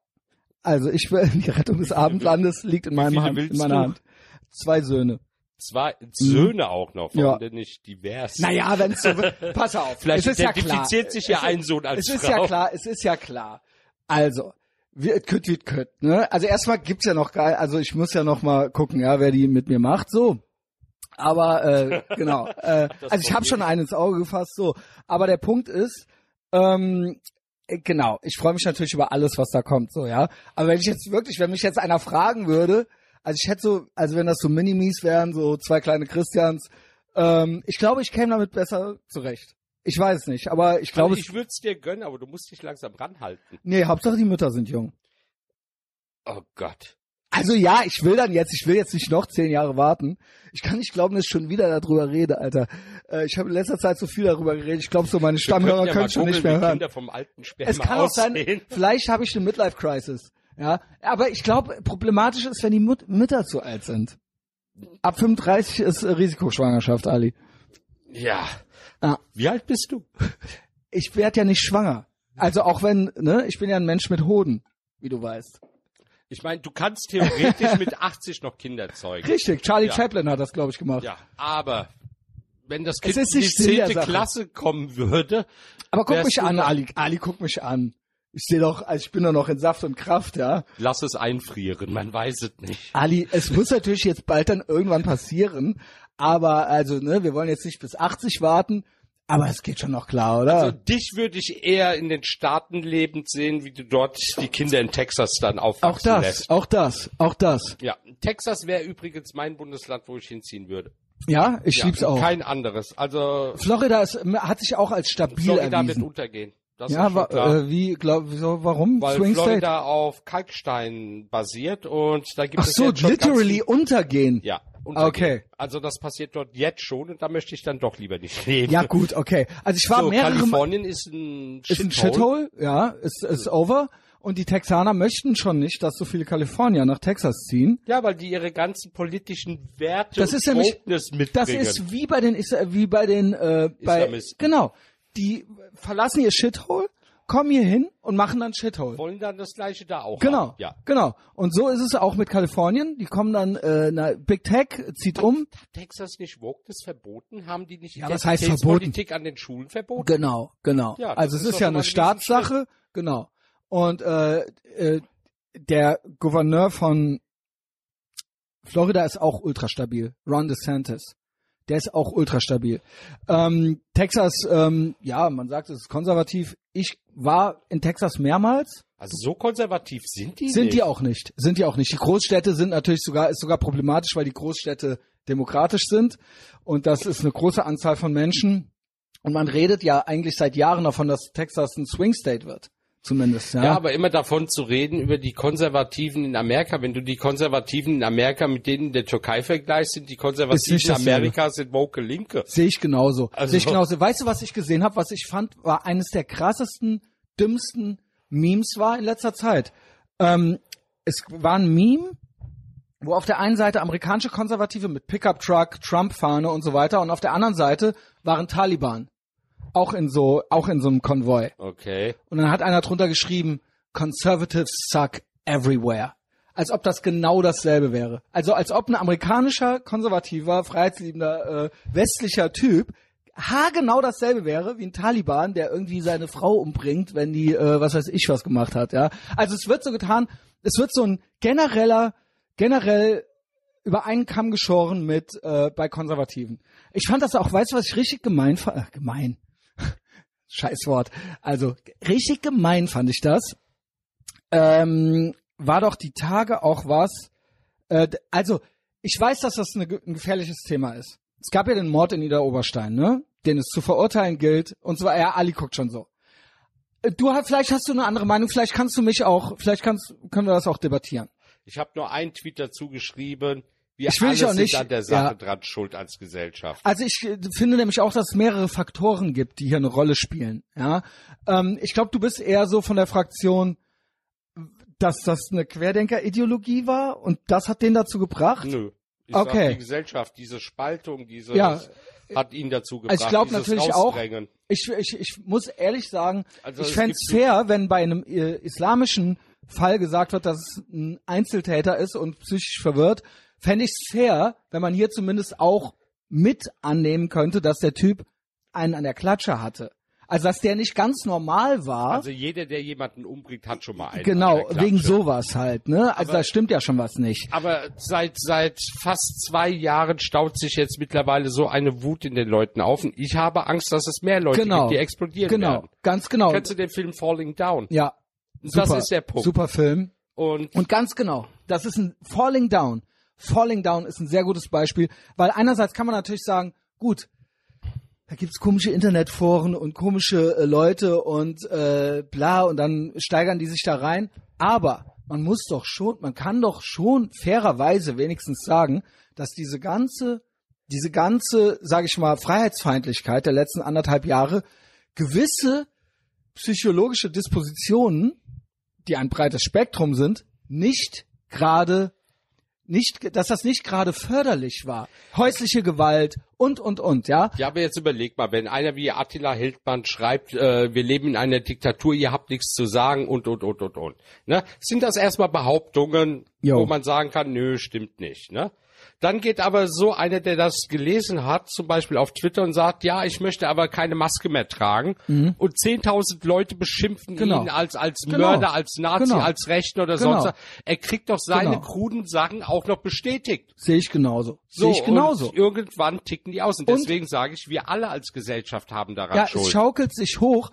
[SPEAKER 1] Also ich will, die Rettung des Abendlandes liegt in, meinem
[SPEAKER 2] viele
[SPEAKER 1] Hand, in
[SPEAKER 2] willst
[SPEAKER 1] meiner
[SPEAKER 2] du?
[SPEAKER 1] Hand. Zwei Söhne.
[SPEAKER 2] Zwei Söhne auch noch, warum
[SPEAKER 1] Mhm. Ja.
[SPEAKER 2] denn nicht divers?
[SPEAKER 1] Naja, wenn so, pass auf.
[SPEAKER 2] Vielleicht
[SPEAKER 1] es ist ja klar.
[SPEAKER 2] identifiziert sich ja
[SPEAKER 1] es,
[SPEAKER 2] ein Sohn als
[SPEAKER 1] Es ist
[SPEAKER 2] Frau.
[SPEAKER 1] ja klar, es ist ja klar. Also, wir, kütt, wie kütt, ne? Also erstmal gibt's ja noch geil, also ich muss ja noch mal gucken, ja, wer die mit mir macht, so. Aber äh, genau. Äh, also ich habe schon einen ins Auge gefasst, so. Aber der Punkt ist, ähm, äh, genau, ich freue mich natürlich über alles, was da kommt, so, ja. Aber wenn ich jetzt wirklich, wenn mich jetzt einer fragen würde, also ich hätte so, also wenn das so Minimis wären, so zwei kleine Christians, ähm, ich glaube, ich käme damit besser zurecht. Ich weiß nicht, aber ich glaube,
[SPEAKER 2] also
[SPEAKER 1] es-
[SPEAKER 2] ich würde es dir gönnen, aber du musst dich langsam ranhalten.
[SPEAKER 1] nee, Hauptsache die Mütter sind jung.
[SPEAKER 2] Oh Gott.
[SPEAKER 1] Also ja, ich will dann jetzt, ich will jetzt nicht noch zehn Jahre warten. Ich kann nicht glauben, dass ich schon wieder darüber rede, Alter. Äh, ich habe in letzter Zeit so viel darüber geredet. Ich glaube, so meine
[SPEAKER 2] Wir
[SPEAKER 1] Stammhörer
[SPEAKER 2] könnten
[SPEAKER 1] können,
[SPEAKER 2] mal
[SPEAKER 1] schon nicht
[SPEAKER 2] googeln,
[SPEAKER 1] mehr
[SPEAKER 2] wie
[SPEAKER 1] hören.
[SPEAKER 2] Kinder vom alten Sperma
[SPEAKER 1] Es kann auch
[SPEAKER 2] aussehen.
[SPEAKER 1] sein, vielleicht habe ich eine Midlife-Crisis. Ja, aber ich glaube, problematisch ist, wenn die Mut Mütter zu alt sind. Ab 35 ist äh, Risikoschwangerschaft, Ali.
[SPEAKER 2] Ja.
[SPEAKER 1] Ah.
[SPEAKER 2] Wie alt bist du?
[SPEAKER 1] Ich werde ja nicht schwanger. Also auch wenn, ne, ich bin ja ein Mensch mit Hoden, wie du weißt.
[SPEAKER 2] Ich meine, du kannst theoretisch mit 80 noch Kinder zeugen.
[SPEAKER 1] Richtig, Charlie
[SPEAKER 2] Ja.
[SPEAKER 1] Chaplin hat das, glaube ich, gemacht.
[SPEAKER 2] Ja, aber wenn das Kind in
[SPEAKER 1] ist
[SPEAKER 2] die
[SPEAKER 1] nicht Sinn der
[SPEAKER 2] 10.
[SPEAKER 1] Sache.
[SPEAKER 2] Klasse kommen würde,
[SPEAKER 1] Aber guck
[SPEAKER 2] Wärst
[SPEAKER 1] mich
[SPEAKER 2] du
[SPEAKER 1] an,
[SPEAKER 2] da-
[SPEAKER 1] Ali. Ali, guck mich an. Ich sehe doch, also ich bin doch noch in Saft und Kraft, ja.
[SPEAKER 2] lass es einfrieren, man weiß es nicht.
[SPEAKER 1] Ali, es muss natürlich jetzt bald dann irgendwann passieren. Aber also, ne, wir wollen jetzt nicht bis 80 warten. Aber es geht schon noch klar, oder?
[SPEAKER 2] Also dich würde ich eher in den Staaten lebend sehen, wie du dort die Kinder in Texas dann aufwachsen
[SPEAKER 1] auch das,
[SPEAKER 2] lässt.
[SPEAKER 1] auch das, auch das.
[SPEAKER 2] Ja, Texas wäre übrigens mein Bundesland, wo ich hinziehen würde.
[SPEAKER 1] Ja, ich
[SPEAKER 2] Ja,
[SPEAKER 1] lieb's auch.
[SPEAKER 2] Kein anderes. Also
[SPEAKER 1] Florida ist, hat sich auch als stabil
[SPEAKER 2] Florida wird
[SPEAKER 1] erwiesen.
[SPEAKER 2] untergehen. Das ist
[SPEAKER 1] Ja,
[SPEAKER 2] schon
[SPEAKER 1] wa
[SPEAKER 2] klar.
[SPEAKER 1] äh, wie, glaub, wieso, warum?
[SPEAKER 2] weil
[SPEAKER 1] Swing
[SPEAKER 2] Florida
[SPEAKER 1] State.
[SPEAKER 2] auf Kalkstein basiert und da gibt
[SPEAKER 1] Ach
[SPEAKER 2] es
[SPEAKER 1] so,
[SPEAKER 2] jetzt schon ganz
[SPEAKER 1] literally
[SPEAKER 2] viel-
[SPEAKER 1] untergehen.
[SPEAKER 2] ja
[SPEAKER 1] Okay.
[SPEAKER 2] okay. Also das passiert dort jetzt schon und da möchte ich dann doch lieber nicht leben.
[SPEAKER 1] Ja, gut, okay. Also ich war
[SPEAKER 2] so,
[SPEAKER 1] mehrere,
[SPEAKER 2] Kalifornien ist ein
[SPEAKER 1] ist ein
[SPEAKER 2] Shithole.
[SPEAKER 1] Shithole, ja, ist, ist over. Und die Texaner möchten schon nicht, dass so viele Kalifornier nach Texas ziehen.
[SPEAKER 2] Ja, weil die ihre ganzen politischen Werte
[SPEAKER 1] Das ist nämlich-
[SPEAKER 2] Wokeness
[SPEAKER 1] Das
[SPEAKER 2] mitbringen.
[SPEAKER 1] ist wie bei den Isra- wie bei den äh, bei,
[SPEAKER 2] Islamisten.
[SPEAKER 1] Genau. Die verlassen ihr Shithole, kommen hier hin und machen dann Shithole.
[SPEAKER 2] wollen dann das gleiche da auch.
[SPEAKER 1] Genau,
[SPEAKER 2] Haben. Ja.
[SPEAKER 1] genau. Und so ist es auch mit Kalifornien. Die kommen dann, äh, na, Big Tech zieht um.
[SPEAKER 2] Texas nicht Wokeness verboten? Haben die nicht
[SPEAKER 1] Ja, was heißt
[SPEAKER 2] Identitätspolitik an den Schulen verboten?
[SPEAKER 1] Genau, genau.
[SPEAKER 2] Ja, das
[SPEAKER 1] also es
[SPEAKER 2] ist
[SPEAKER 1] ist,
[SPEAKER 2] doch
[SPEAKER 1] ja
[SPEAKER 2] schon mal
[SPEAKER 1] eine
[SPEAKER 2] ein
[SPEAKER 1] Staatssache, genau. Und äh, äh, der Gouverneur von Florida ist auch ultrastabil, Ron DeSantis. Der ist auch ultrastabil. Ähm, Texas, ähm, ja, man sagt, es ist konservativ. Ich war in Texas mehrmals.
[SPEAKER 2] Also so konservativ sind die
[SPEAKER 1] Sind
[SPEAKER 2] nicht.
[SPEAKER 1] die auch nicht. Sind die auch nicht. Die Großstädte sind natürlich sogar, ist sogar problematisch, weil die Großstädte demokratisch sind. Und das ist eine große Anzahl von Menschen. Und man redet ja eigentlich seit Jahren davon, dass Texas ein Swing State wird. Zumindest, ja.
[SPEAKER 2] Ja, aber immer davon zu reden, über die Konservativen in Amerika. Wenn du die Konservativen in Amerika mit denen in der Türkei vergleichst, sind die
[SPEAKER 1] Ist
[SPEAKER 2] Konservativen
[SPEAKER 1] nicht
[SPEAKER 2] in
[SPEAKER 1] dasselbe.
[SPEAKER 2] Amerika sind woke Linke.
[SPEAKER 1] Sehe ich genauso.
[SPEAKER 2] Also-
[SPEAKER 1] Sehe ich genauso. Weißt du, was ich gesehen habe, was ich fand, war eines der krassesten, dümmsten Memes war in letzter Zeit. Ähm, es war ein Meme, wo auf der einen Seite amerikanische Konservative mit Pickup Truck, Trump Fahne und so weiter und auf der anderen Seite waren Taliban. Auch in so, auch in so einem Konvoi.
[SPEAKER 2] Okay.
[SPEAKER 1] Und dann hat einer drunter geschrieben, Conservatives suck everywhere. Als ob das genau dasselbe wäre. Also als ob ein amerikanischer, konservativer, freiheitsliebender, äh, westlicher Typ haargenau dasselbe wäre wie ein Taliban, der irgendwie seine Frau umbringt, wenn die, äh, was weiß ich, was gemacht hat. Ja, Also es wird so getan, es wird so ein genereller, generell über einen Kamm geschoren mit äh, bei Konservativen. Ich fand das auch, weißt du, was ich richtig gemein fand? Ach, gemein. Scheißwort. Also richtig gemein fand ich das. Ähm, war doch die Tage auch was. Äh, d- also ich weiß, dass das eine, ge- ein gefährliches Thema ist. Es gab ja den Mord in Niederoberstein, ne? Den es zu verurteilen gilt und so. Ja, Ali guckt schon so. Äh, Du hast, vielleicht hast du eine andere Meinung. Vielleicht kannst du mich auch. Vielleicht kannst, können wir das auch debattieren.
[SPEAKER 2] Ich habe nur einen Tweet dazu geschrieben. Wir
[SPEAKER 1] Ich will
[SPEAKER 2] alle
[SPEAKER 1] dich auch
[SPEAKER 2] sind
[SPEAKER 1] nicht-
[SPEAKER 2] an der Sache
[SPEAKER 1] ja.
[SPEAKER 2] dran schuld als Gesellschaft.
[SPEAKER 1] Also ich äh, finde nämlich auch, dass es mehrere Faktoren gibt, die hier eine Rolle spielen. Ja, ähm, ich glaube, du bist eher so von der Fraktion, dass das eine Querdenker-Ideologie war und das hat den dazu gebracht.
[SPEAKER 2] Nö. Ich
[SPEAKER 1] Okay.
[SPEAKER 2] Sag, die Gesellschaft, diese Spaltung, dieses
[SPEAKER 1] Ja.
[SPEAKER 2] hat ihn dazu gebracht.
[SPEAKER 1] Also ich glaube
[SPEAKER 2] dieses
[SPEAKER 1] natürlich auch.
[SPEAKER 2] Rausdrängen.
[SPEAKER 1] Ich, ich, ich muss ehrlich sagen,
[SPEAKER 2] Also
[SPEAKER 1] ich
[SPEAKER 2] es
[SPEAKER 1] fänd's
[SPEAKER 2] gibt-
[SPEAKER 1] fair, wenn bei einem äh, islamischen Fall gesagt wird, dass es ein Einzeltäter ist und psychisch verwirrt. Fände ich's fair, wenn man hier zumindest auch mit annehmen könnte, dass der Typ einen an der Klatsche hatte. Also dass der nicht ganz normal war.
[SPEAKER 2] Also jeder, der jemanden umbringt, hat schon mal einen.
[SPEAKER 1] Genau,
[SPEAKER 2] an der
[SPEAKER 1] wegen
[SPEAKER 2] Klatsche.
[SPEAKER 1] sowas halt, ne? Also da stimmt ja schon was nicht.
[SPEAKER 2] Aber seit, seit fast zwei Jahren staut sich jetzt mittlerweile so eine Wut in den Leuten auf. Und ich habe Angst, dass es mehr Leute
[SPEAKER 1] Genau.
[SPEAKER 2] gibt, die explodieren
[SPEAKER 1] genau,
[SPEAKER 2] werden.
[SPEAKER 1] ganz genau.
[SPEAKER 2] Kennst du den Film Falling Down?
[SPEAKER 1] Ja.
[SPEAKER 2] Das ist der Punkt.
[SPEAKER 1] Super Film.
[SPEAKER 2] Und
[SPEAKER 1] Und ganz genau, das ist ein Falling Down. Falling Down ist ein sehr gutes Beispiel, weil einerseits kann man natürlich sagen, gut, da gibt's komische Internetforen und komische äh, Leute und äh, bla und dann steigern die sich da rein. Aber man muss doch schon, man kann doch schon fairerweise wenigstens sagen, dass diese ganze, diese ganze, sage ich mal, Freiheitsfeindlichkeit der letzten anderthalb Jahre gewisse psychologische Dispositionen die ein breites Spektrum sind, nicht gerade nicht, dass das nicht gerade förderlich war. Häusliche Gewalt und und und, ja.
[SPEAKER 2] ja, aber jetzt überleg mal, wenn einer wie Attila Hildmann schreibt, äh, wir leben in einer Diktatur, ihr habt nichts zu sagen und, und, und, und, und. Ne? Sind das erstmal Behauptungen,
[SPEAKER 1] Jo.
[SPEAKER 2] wo man sagen kann, nö, stimmt nicht. Ne? Dann geht aber so einer, der das gelesen hat, zum Beispiel auf Twitter und sagt, ja, ich möchte aber keine Maske mehr tragen. Und 10.000 Leute beschimpfen
[SPEAKER 1] Mhm. Genau.
[SPEAKER 2] ihn als, als
[SPEAKER 1] Genau.
[SPEAKER 2] Mörder, als Nazi,
[SPEAKER 1] Genau.
[SPEAKER 2] als Rechten oder
[SPEAKER 1] Genau.
[SPEAKER 2] sonst was. Er kriegt doch seine
[SPEAKER 1] Genau.
[SPEAKER 2] kruden Sachen auch noch bestätigt.
[SPEAKER 1] Sehe ich genauso. Sehe ich genauso.
[SPEAKER 2] Und irgendwann ticken die aus. Und
[SPEAKER 1] Und-
[SPEAKER 2] deswegen sage ich, wir alle als Gesellschaft haben daran
[SPEAKER 1] Ja, es
[SPEAKER 2] Schuld.
[SPEAKER 1] schaukelt sich hoch.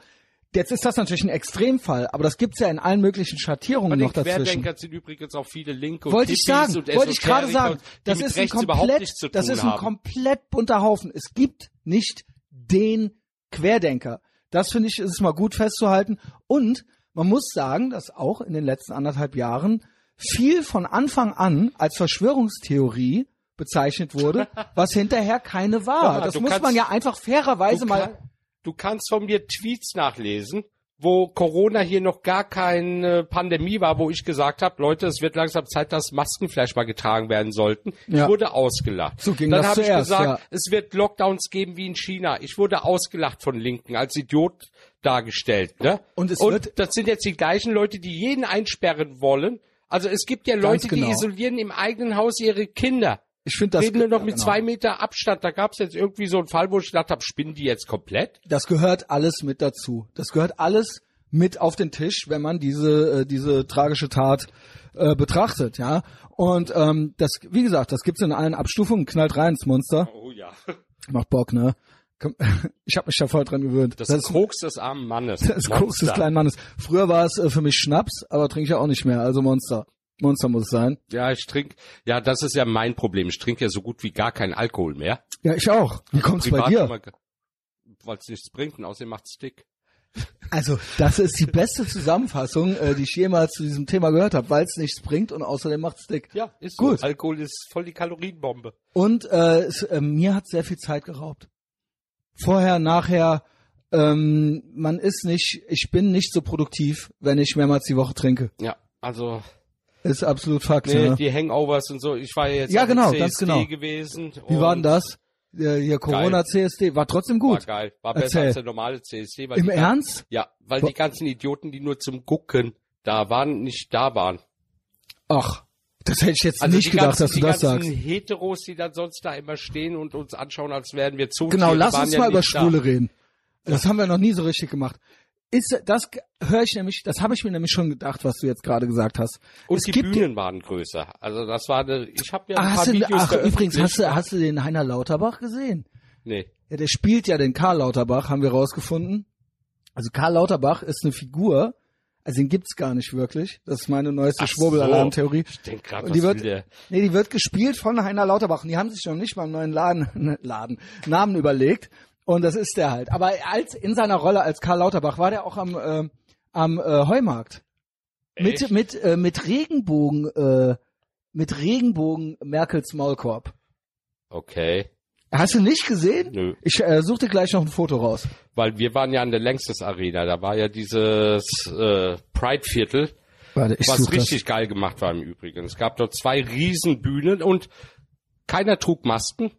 [SPEAKER 1] Jetzt ist das natürlich ein Extremfall, aber das gibt's ja in allen möglichen
[SPEAKER 2] Bei
[SPEAKER 1] Schattierungen
[SPEAKER 2] den
[SPEAKER 1] noch dazwischen.
[SPEAKER 2] Querdenkern sind übrigens auch viele Linke und
[SPEAKER 1] Wollte ich
[SPEAKER 2] Hippies
[SPEAKER 1] sagen,
[SPEAKER 2] und
[SPEAKER 1] wollte ich gerade
[SPEAKER 2] Esoteriker,
[SPEAKER 1] sagen,
[SPEAKER 2] die
[SPEAKER 1] das
[SPEAKER 2] mit
[SPEAKER 1] ist ein
[SPEAKER 2] rechts überhaupt
[SPEAKER 1] komplett,
[SPEAKER 2] nichts zu
[SPEAKER 1] das
[SPEAKER 2] tun
[SPEAKER 1] ist ein
[SPEAKER 2] haben.
[SPEAKER 1] komplett bunter Haufen. Es gibt nicht den Querdenker. Das finde ich, ist es mal gut festzuhalten. Und man muss sagen, dass auch in den letzten anderthalb Jahren viel von Anfang an als Verschwörungstheorie bezeichnet wurde, was hinterher keine war.
[SPEAKER 2] Sag mal,
[SPEAKER 1] das
[SPEAKER 2] du
[SPEAKER 1] muss
[SPEAKER 2] kannst-
[SPEAKER 1] man ja einfach fairerweise
[SPEAKER 2] du,
[SPEAKER 1] mal
[SPEAKER 2] kann, du kannst von mir Tweets nachlesen, wo Corona hier noch gar keine Pandemie war, wo ich gesagt habe, Leute, es wird langsam Zeit, dass Masken vielleicht mal getragen werden sollten.
[SPEAKER 1] Ja.
[SPEAKER 2] Ich wurde ausgelacht.
[SPEAKER 1] So ging
[SPEAKER 2] Dann
[SPEAKER 1] das
[SPEAKER 2] habe ich
[SPEAKER 1] zuerst,
[SPEAKER 2] gesagt,
[SPEAKER 1] ja.
[SPEAKER 2] es wird Lockdowns geben wie in China. Ich wurde ausgelacht von Linken als Idiot dargestellt. Ne?
[SPEAKER 1] Und es wird-
[SPEAKER 2] das sind jetzt die gleichen Leute, die jeden einsperren wollen. Also es gibt ja Leute,
[SPEAKER 1] genau.
[SPEAKER 2] die isolieren im eigenen Haus ihre Kinder.
[SPEAKER 1] Ich finde das
[SPEAKER 2] Reden wir noch mit
[SPEAKER 1] genau.
[SPEAKER 2] zwei Meter Abstand. Da gab es jetzt irgendwie so einen Fall, wo ich gedacht habe, spinnen die jetzt komplett?
[SPEAKER 1] das gehört alles mit dazu. Das gehört alles mit auf den Tisch, wenn man diese äh, diese tragische Tat äh, betrachtet, ja. Und ähm, das, wie gesagt, das gibt's in allen Abstufungen. Knallt rein, das Monster,
[SPEAKER 2] Oh ja.
[SPEAKER 1] macht Bock, ne? Komm, Ich habe mich da voll dran gewöhnt.
[SPEAKER 2] Das, ist Koks des armen Mannes.
[SPEAKER 1] das Koks des
[SPEAKER 2] Monster.
[SPEAKER 1] kleinen Mannes. Früher war es äh, für mich Schnaps, aber trinke ich ja auch nicht mehr. Also Monster, Monster muss es sein.
[SPEAKER 2] Ja, ich trinke. Ja, das ist ja mein Problem. Ich trinke ja so gut wie gar keinen Alkohol mehr.
[SPEAKER 1] Ja, ich auch. Wie kommt's bei dir?
[SPEAKER 2] Weil es nichts bringt und außerdem macht's dick.
[SPEAKER 1] Also, das ist die beste Zusammenfassung, äh, die ich jemals zu diesem Thema gehört habe, weil es nichts bringt und außerdem macht's dick.
[SPEAKER 2] Ja, ist
[SPEAKER 1] Gut.
[SPEAKER 2] so. Alkohol ist voll die Kalorienbombe.
[SPEAKER 1] Und äh, es, äh, mir hat sehr viel Zeit geraubt. Vorher, nachher, ähm, man ist nicht, ich bin nicht so produktiv, wenn ich mehrmals die Woche trinke.
[SPEAKER 2] Ja, also
[SPEAKER 1] Ist absolut Fakt.
[SPEAKER 2] nee,
[SPEAKER 1] ne?
[SPEAKER 2] die Hangovers und so. Ich war ja jetzt
[SPEAKER 1] Ja,
[SPEAKER 2] auf dem
[SPEAKER 1] genau,
[SPEAKER 2] CSD
[SPEAKER 1] ganz genau.
[SPEAKER 2] gewesen.
[SPEAKER 1] Wie
[SPEAKER 2] und
[SPEAKER 1] war denn das? Äh, hier Corona CSD war trotzdem
[SPEAKER 2] War
[SPEAKER 1] gut.
[SPEAKER 2] geil. War besser
[SPEAKER 1] Erzähl.
[SPEAKER 2] als der normale CSD. Weil
[SPEAKER 1] Im
[SPEAKER 2] die ganzen-
[SPEAKER 1] Ernst?
[SPEAKER 2] Ja, weil
[SPEAKER 1] Wa-
[SPEAKER 2] die ganzen Idioten, die nur zum Gucken da waren, nicht da waren.
[SPEAKER 1] Ach, das hätte ich jetzt
[SPEAKER 2] Also
[SPEAKER 1] nicht
[SPEAKER 2] die
[SPEAKER 1] gedacht,
[SPEAKER 2] ganzen,
[SPEAKER 1] dass du
[SPEAKER 2] die
[SPEAKER 1] das
[SPEAKER 2] ganzen
[SPEAKER 1] sagst.
[SPEAKER 2] Heteros, die dann sonst da immer stehen und uns anschauen, als wären wir zu.
[SPEAKER 1] Genau, lass
[SPEAKER 2] waren
[SPEAKER 1] uns
[SPEAKER 2] ja
[SPEAKER 1] mal über
[SPEAKER 2] nicht da.
[SPEAKER 1] Schwule reden. Das haben wir noch nie so richtig gemacht. Ist das höre ich nämlich, das habe ich mir nämlich schon gedacht, was du jetzt gerade gesagt hast.
[SPEAKER 2] Und
[SPEAKER 1] es
[SPEAKER 2] die
[SPEAKER 1] gibt
[SPEAKER 2] Bühnen waren größer. Also das war eine, ich habe ja ein
[SPEAKER 1] Ah,
[SPEAKER 2] paar
[SPEAKER 1] hast du,
[SPEAKER 2] Videos
[SPEAKER 1] ach,
[SPEAKER 2] veröffentlicht.
[SPEAKER 1] übrigens, hast du, hast du den Heiner Lauterbach gesehen?
[SPEAKER 2] Nee.
[SPEAKER 1] Ja, der spielt ja den Karl Lauterbach, haben wir rausgefunden. Also Karl Lauterbach ist eine Figur, also den gibt's gar nicht wirklich. Das ist meine neueste
[SPEAKER 2] Ach so.
[SPEAKER 1] Schwurbelalarm-Theorie.
[SPEAKER 2] Ich denk grad,
[SPEAKER 1] Und
[SPEAKER 2] was
[SPEAKER 1] die wird,
[SPEAKER 2] will der?
[SPEAKER 1] nee, die wird gespielt von Heiner Lauterbach. Und die haben sich noch nicht mal einen neuen Laden, ne, Laden, Namen überlegt. Und das ist der halt. Aber als, in seiner Rolle als Karl Lauterbach war der auch am, äh, am äh, Heumarkt. Mit,
[SPEAKER 2] Echt?
[SPEAKER 1] mit, äh, mit Regenbogen, äh, mit Regenbogen Merkels Maulkorb.
[SPEAKER 2] Okay,
[SPEAKER 1] Hast du nicht gesehen?
[SPEAKER 2] Nö.
[SPEAKER 1] Ich äh, such dir gleich noch ein Foto raus.
[SPEAKER 2] weil wir waren ja an der Längstes Arena, da war ja dieses äh, Pride Viertel,
[SPEAKER 1] Warte, ich
[SPEAKER 2] was richtig geil gemacht war im Übrigen. Es gab dort zwei riesen Bühnen und keiner trug Masken.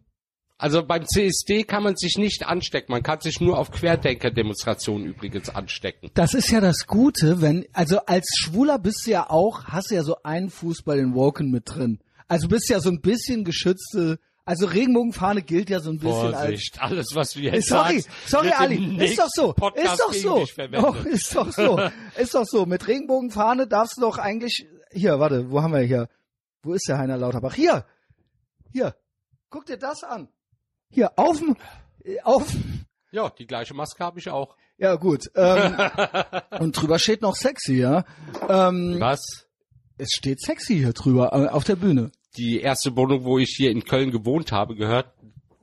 [SPEAKER 2] Also beim CSD kann man sich nicht anstecken, man kann sich nur auf Querdenker-Demonstrationen übrigens anstecken.
[SPEAKER 1] Das ist ja das Gute, wenn, also als Schwuler bist du ja auch, hast du ja so einen Fuß bei den Woken mit drin. Also bist ja so ein bisschen geschützte, also Regenbogenfahne gilt ja so ein bisschen als.
[SPEAKER 2] Vorsicht, alles was du jetzt
[SPEAKER 1] Sorry,
[SPEAKER 2] sagst,
[SPEAKER 1] sorry
[SPEAKER 2] wird im
[SPEAKER 1] Ali, ist doch
[SPEAKER 2] nächsten
[SPEAKER 1] so,
[SPEAKER 2] Podcast
[SPEAKER 1] ist doch
[SPEAKER 2] gegen
[SPEAKER 1] so, Oh.
[SPEAKER 2] dich verwendet.
[SPEAKER 1] Doch, ist doch so, ist doch so. Mit Regenbogenfahne darfst du doch eigentlich, hier, warte, wo haben wir hier? Wo ist der Heiner Lauterbach? Hier, hier, guck dir das an. Hier, auf, äh, auf,
[SPEAKER 2] Ja, die gleiche Maske habe ich auch.
[SPEAKER 1] Ja, gut. Ähm, und drüber steht noch sexy, ja. Ähm,
[SPEAKER 2] Was?
[SPEAKER 1] es steht sexy hier drüber äh, auf der Bühne.
[SPEAKER 2] die erste Wohnung, wo ich hier in Köln gewohnt habe, gehört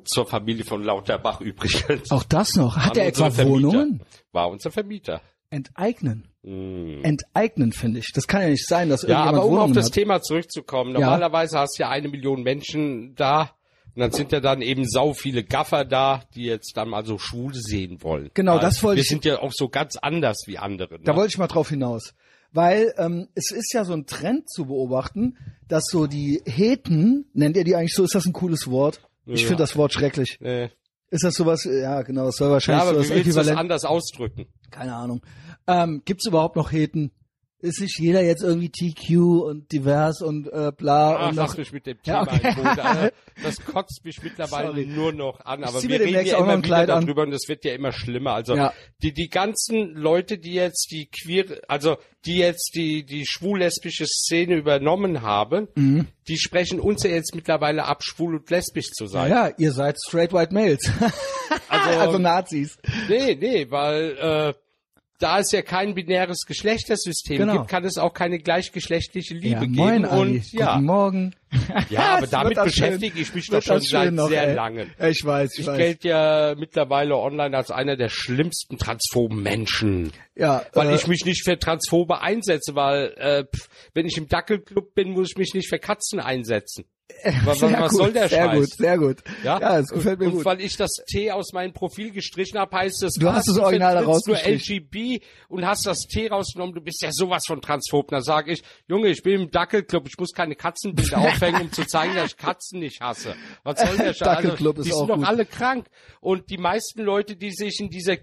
[SPEAKER 2] zur Familie von Lauterbach übrigens.
[SPEAKER 1] Auch das noch. Hat
[SPEAKER 2] Waren
[SPEAKER 1] er etwa
[SPEAKER 2] unsere Vermieter.
[SPEAKER 1] Wohnungen?
[SPEAKER 2] War unser Vermieter.
[SPEAKER 1] Enteignen.
[SPEAKER 2] Hm.
[SPEAKER 1] Enteignen, finde ich. Das kann ja nicht sein, dass
[SPEAKER 2] Ja,
[SPEAKER 1] irgendjemand
[SPEAKER 2] aber um auf
[SPEAKER 1] Wohnungen
[SPEAKER 2] das
[SPEAKER 1] hat.
[SPEAKER 2] Thema zurückzukommen,
[SPEAKER 1] Ja.
[SPEAKER 2] normalerweise hast du ja eine Million Menschen da und dann sind ja dann eben sau viele Gaffer da, die jetzt dann mal so Schwule sehen wollen.
[SPEAKER 1] Genau,
[SPEAKER 2] Weil
[SPEAKER 1] das wollte
[SPEAKER 2] Wir
[SPEAKER 1] ich-
[SPEAKER 2] sind ja auch so ganz anders wie andere. Ne?
[SPEAKER 1] Da wollte ich mal drauf hinaus. Weil ähm, es ist ja so ein Trend zu beobachten, dass so die Heten, nennt ihr die eigentlich so, ist das ein cooles Wort? Ich
[SPEAKER 2] Ja.
[SPEAKER 1] finde das Wort schrecklich.
[SPEAKER 2] Äh,
[SPEAKER 1] Ist das sowas, ja genau, das soll
[SPEAKER 2] ja,
[SPEAKER 1] wahrscheinlich so
[SPEAKER 2] aber
[SPEAKER 1] das
[SPEAKER 2] wie willst du das
[SPEAKER 1] Äquivalent
[SPEAKER 2] anders ausdrücken?
[SPEAKER 1] keine Ahnung. Ähm, gibt's überhaupt noch Heten? Ist nicht jeder jetzt irgendwie TQ und divers und äh, bla
[SPEAKER 2] Ach,
[SPEAKER 1] und
[SPEAKER 2] lass
[SPEAKER 1] noch,
[SPEAKER 2] mich Ah, mit dem Thema
[SPEAKER 1] Ja, okay.
[SPEAKER 2] im Boden. Alter. Das kotzt mich mittlerweile
[SPEAKER 1] Sorry.
[SPEAKER 2] nur noch an. Aber
[SPEAKER 1] zieh
[SPEAKER 2] wir
[SPEAKER 1] mir
[SPEAKER 2] reden
[SPEAKER 1] demnächst
[SPEAKER 2] ja
[SPEAKER 1] auch noch
[SPEAKER 2] immer
[SPEAKER 1] ein Kleid
[SPEAKER 2] wieder
[SPEAKER 1] an.
[SPEAKER 2] darüber und es wird ja immer schlimmer. Also
[SPEAKER 1] Ja.
[SPEAKER 2] die, die ganzen Leute, die jetzt die queer, also die jetzt die, die schwul-lesbische Szene übernommen haben,
[SPEAKER 1] Mhm.
[SPEAKER 2] die sprechen uns ja jetzt mittlerweile ab, schwul und lesbisch zu sein.
[SPEAKER 1] ja, ihr seid straight white males. also,
[SPEAKER 2] Ähm,
[SPEAKER 1] Nazis.
[SPEAKER 2] Nee, nee, weil äh, da es ja kein binäres Geschlechtersystem
[SPEAKER 1] Genau.
[SPEAKER 2] gibt, kann es auch keine gleichgeschlechtliche Liebe
[SPEAKER 1] ja,
[SPEAKER 2] geben.
[SPEAKER 1] moin, Ali.
[SPEAKER 2] und ja,
[SPEAKER 1] Guten Morgen.
[SPEAKER 2] ja, aber
[SPEAKER 1] Wird
[SPEAKER 2] damit
[SPEAKER 1] das schön.
[SPEAKER 2] beschäftige ich mich doch
[SPEAKER 1] Wird
[SPEAKER 2] schon
[SPEAKER 1] das schön
[SPEAKER 2] seit
[SPEAKER 1] noch,
[SPEAKER 2] sehr
[SPEAKER 1] ey.
[SPEAKER 2] lange.
[SPEAKER 1] Ja, Ich weiß, ich,
[SPEAKER 2] Ich
[SPEAKER 1] weiß.
[SPEAKER 2] gelte ja mittlerweile online als einer der schlimmsten transphoben Menschen.
[SPEAKER 1] ja,
[SPEAKER 2] Weil
[SPEAKER 1] äh,
[SPEAKER 2] ich mich nicht für Transphobe einsetze, weil äh, pf, wenn ich im Dackelclub bin, muss ich mich nicht für Katzen einsetzen. Was, was,
[SPEAKER 1] Sehr
[SPEAKER 2] was
[SPEAKER 1] gut,
[SPEAKER 2] soll der
[SPEAKER 1] Sehr
[SPEAKER 2] Scheiß?
[SPEAKER 1] gut, sehr gut. Ja, das
[SPEAKER 2] und-
[SPEAKER 1] gefällt mir
[SPEAKER 2] und
[SPEAKER 1] gut.
[SPEAKER 2] weil ich das T aus meinem Profil gestrichen habe, heißt es,
[SPEAKER 1] Du hast
[SPEAKER 2] was,
[SPEAKER 1] das Original
[SPEAKER 2] vertrittst
[SPEAKER 1] rausgestrichen.
[SPEAKER 2] Du LGB und hast das T rausgenommen, du bist ja sowas von transphob. Da sage ich, Junge, ich bin im Dackelclub, ich muss keine Katzenbilder aufhängen, um zu zeigen, dass ich Katzen nicht hasse. Was soll der Scheiß? Also,
[SPEAKER 1] Dackelclub ist
[SPEAKER 2] die
[SPEAKER 1] auch
[SPEAKER 2] sind doch
[SPEAKER 1] gut.
[SPEAKER 2] alle krank. Und die meisten Leute, die sich in dieser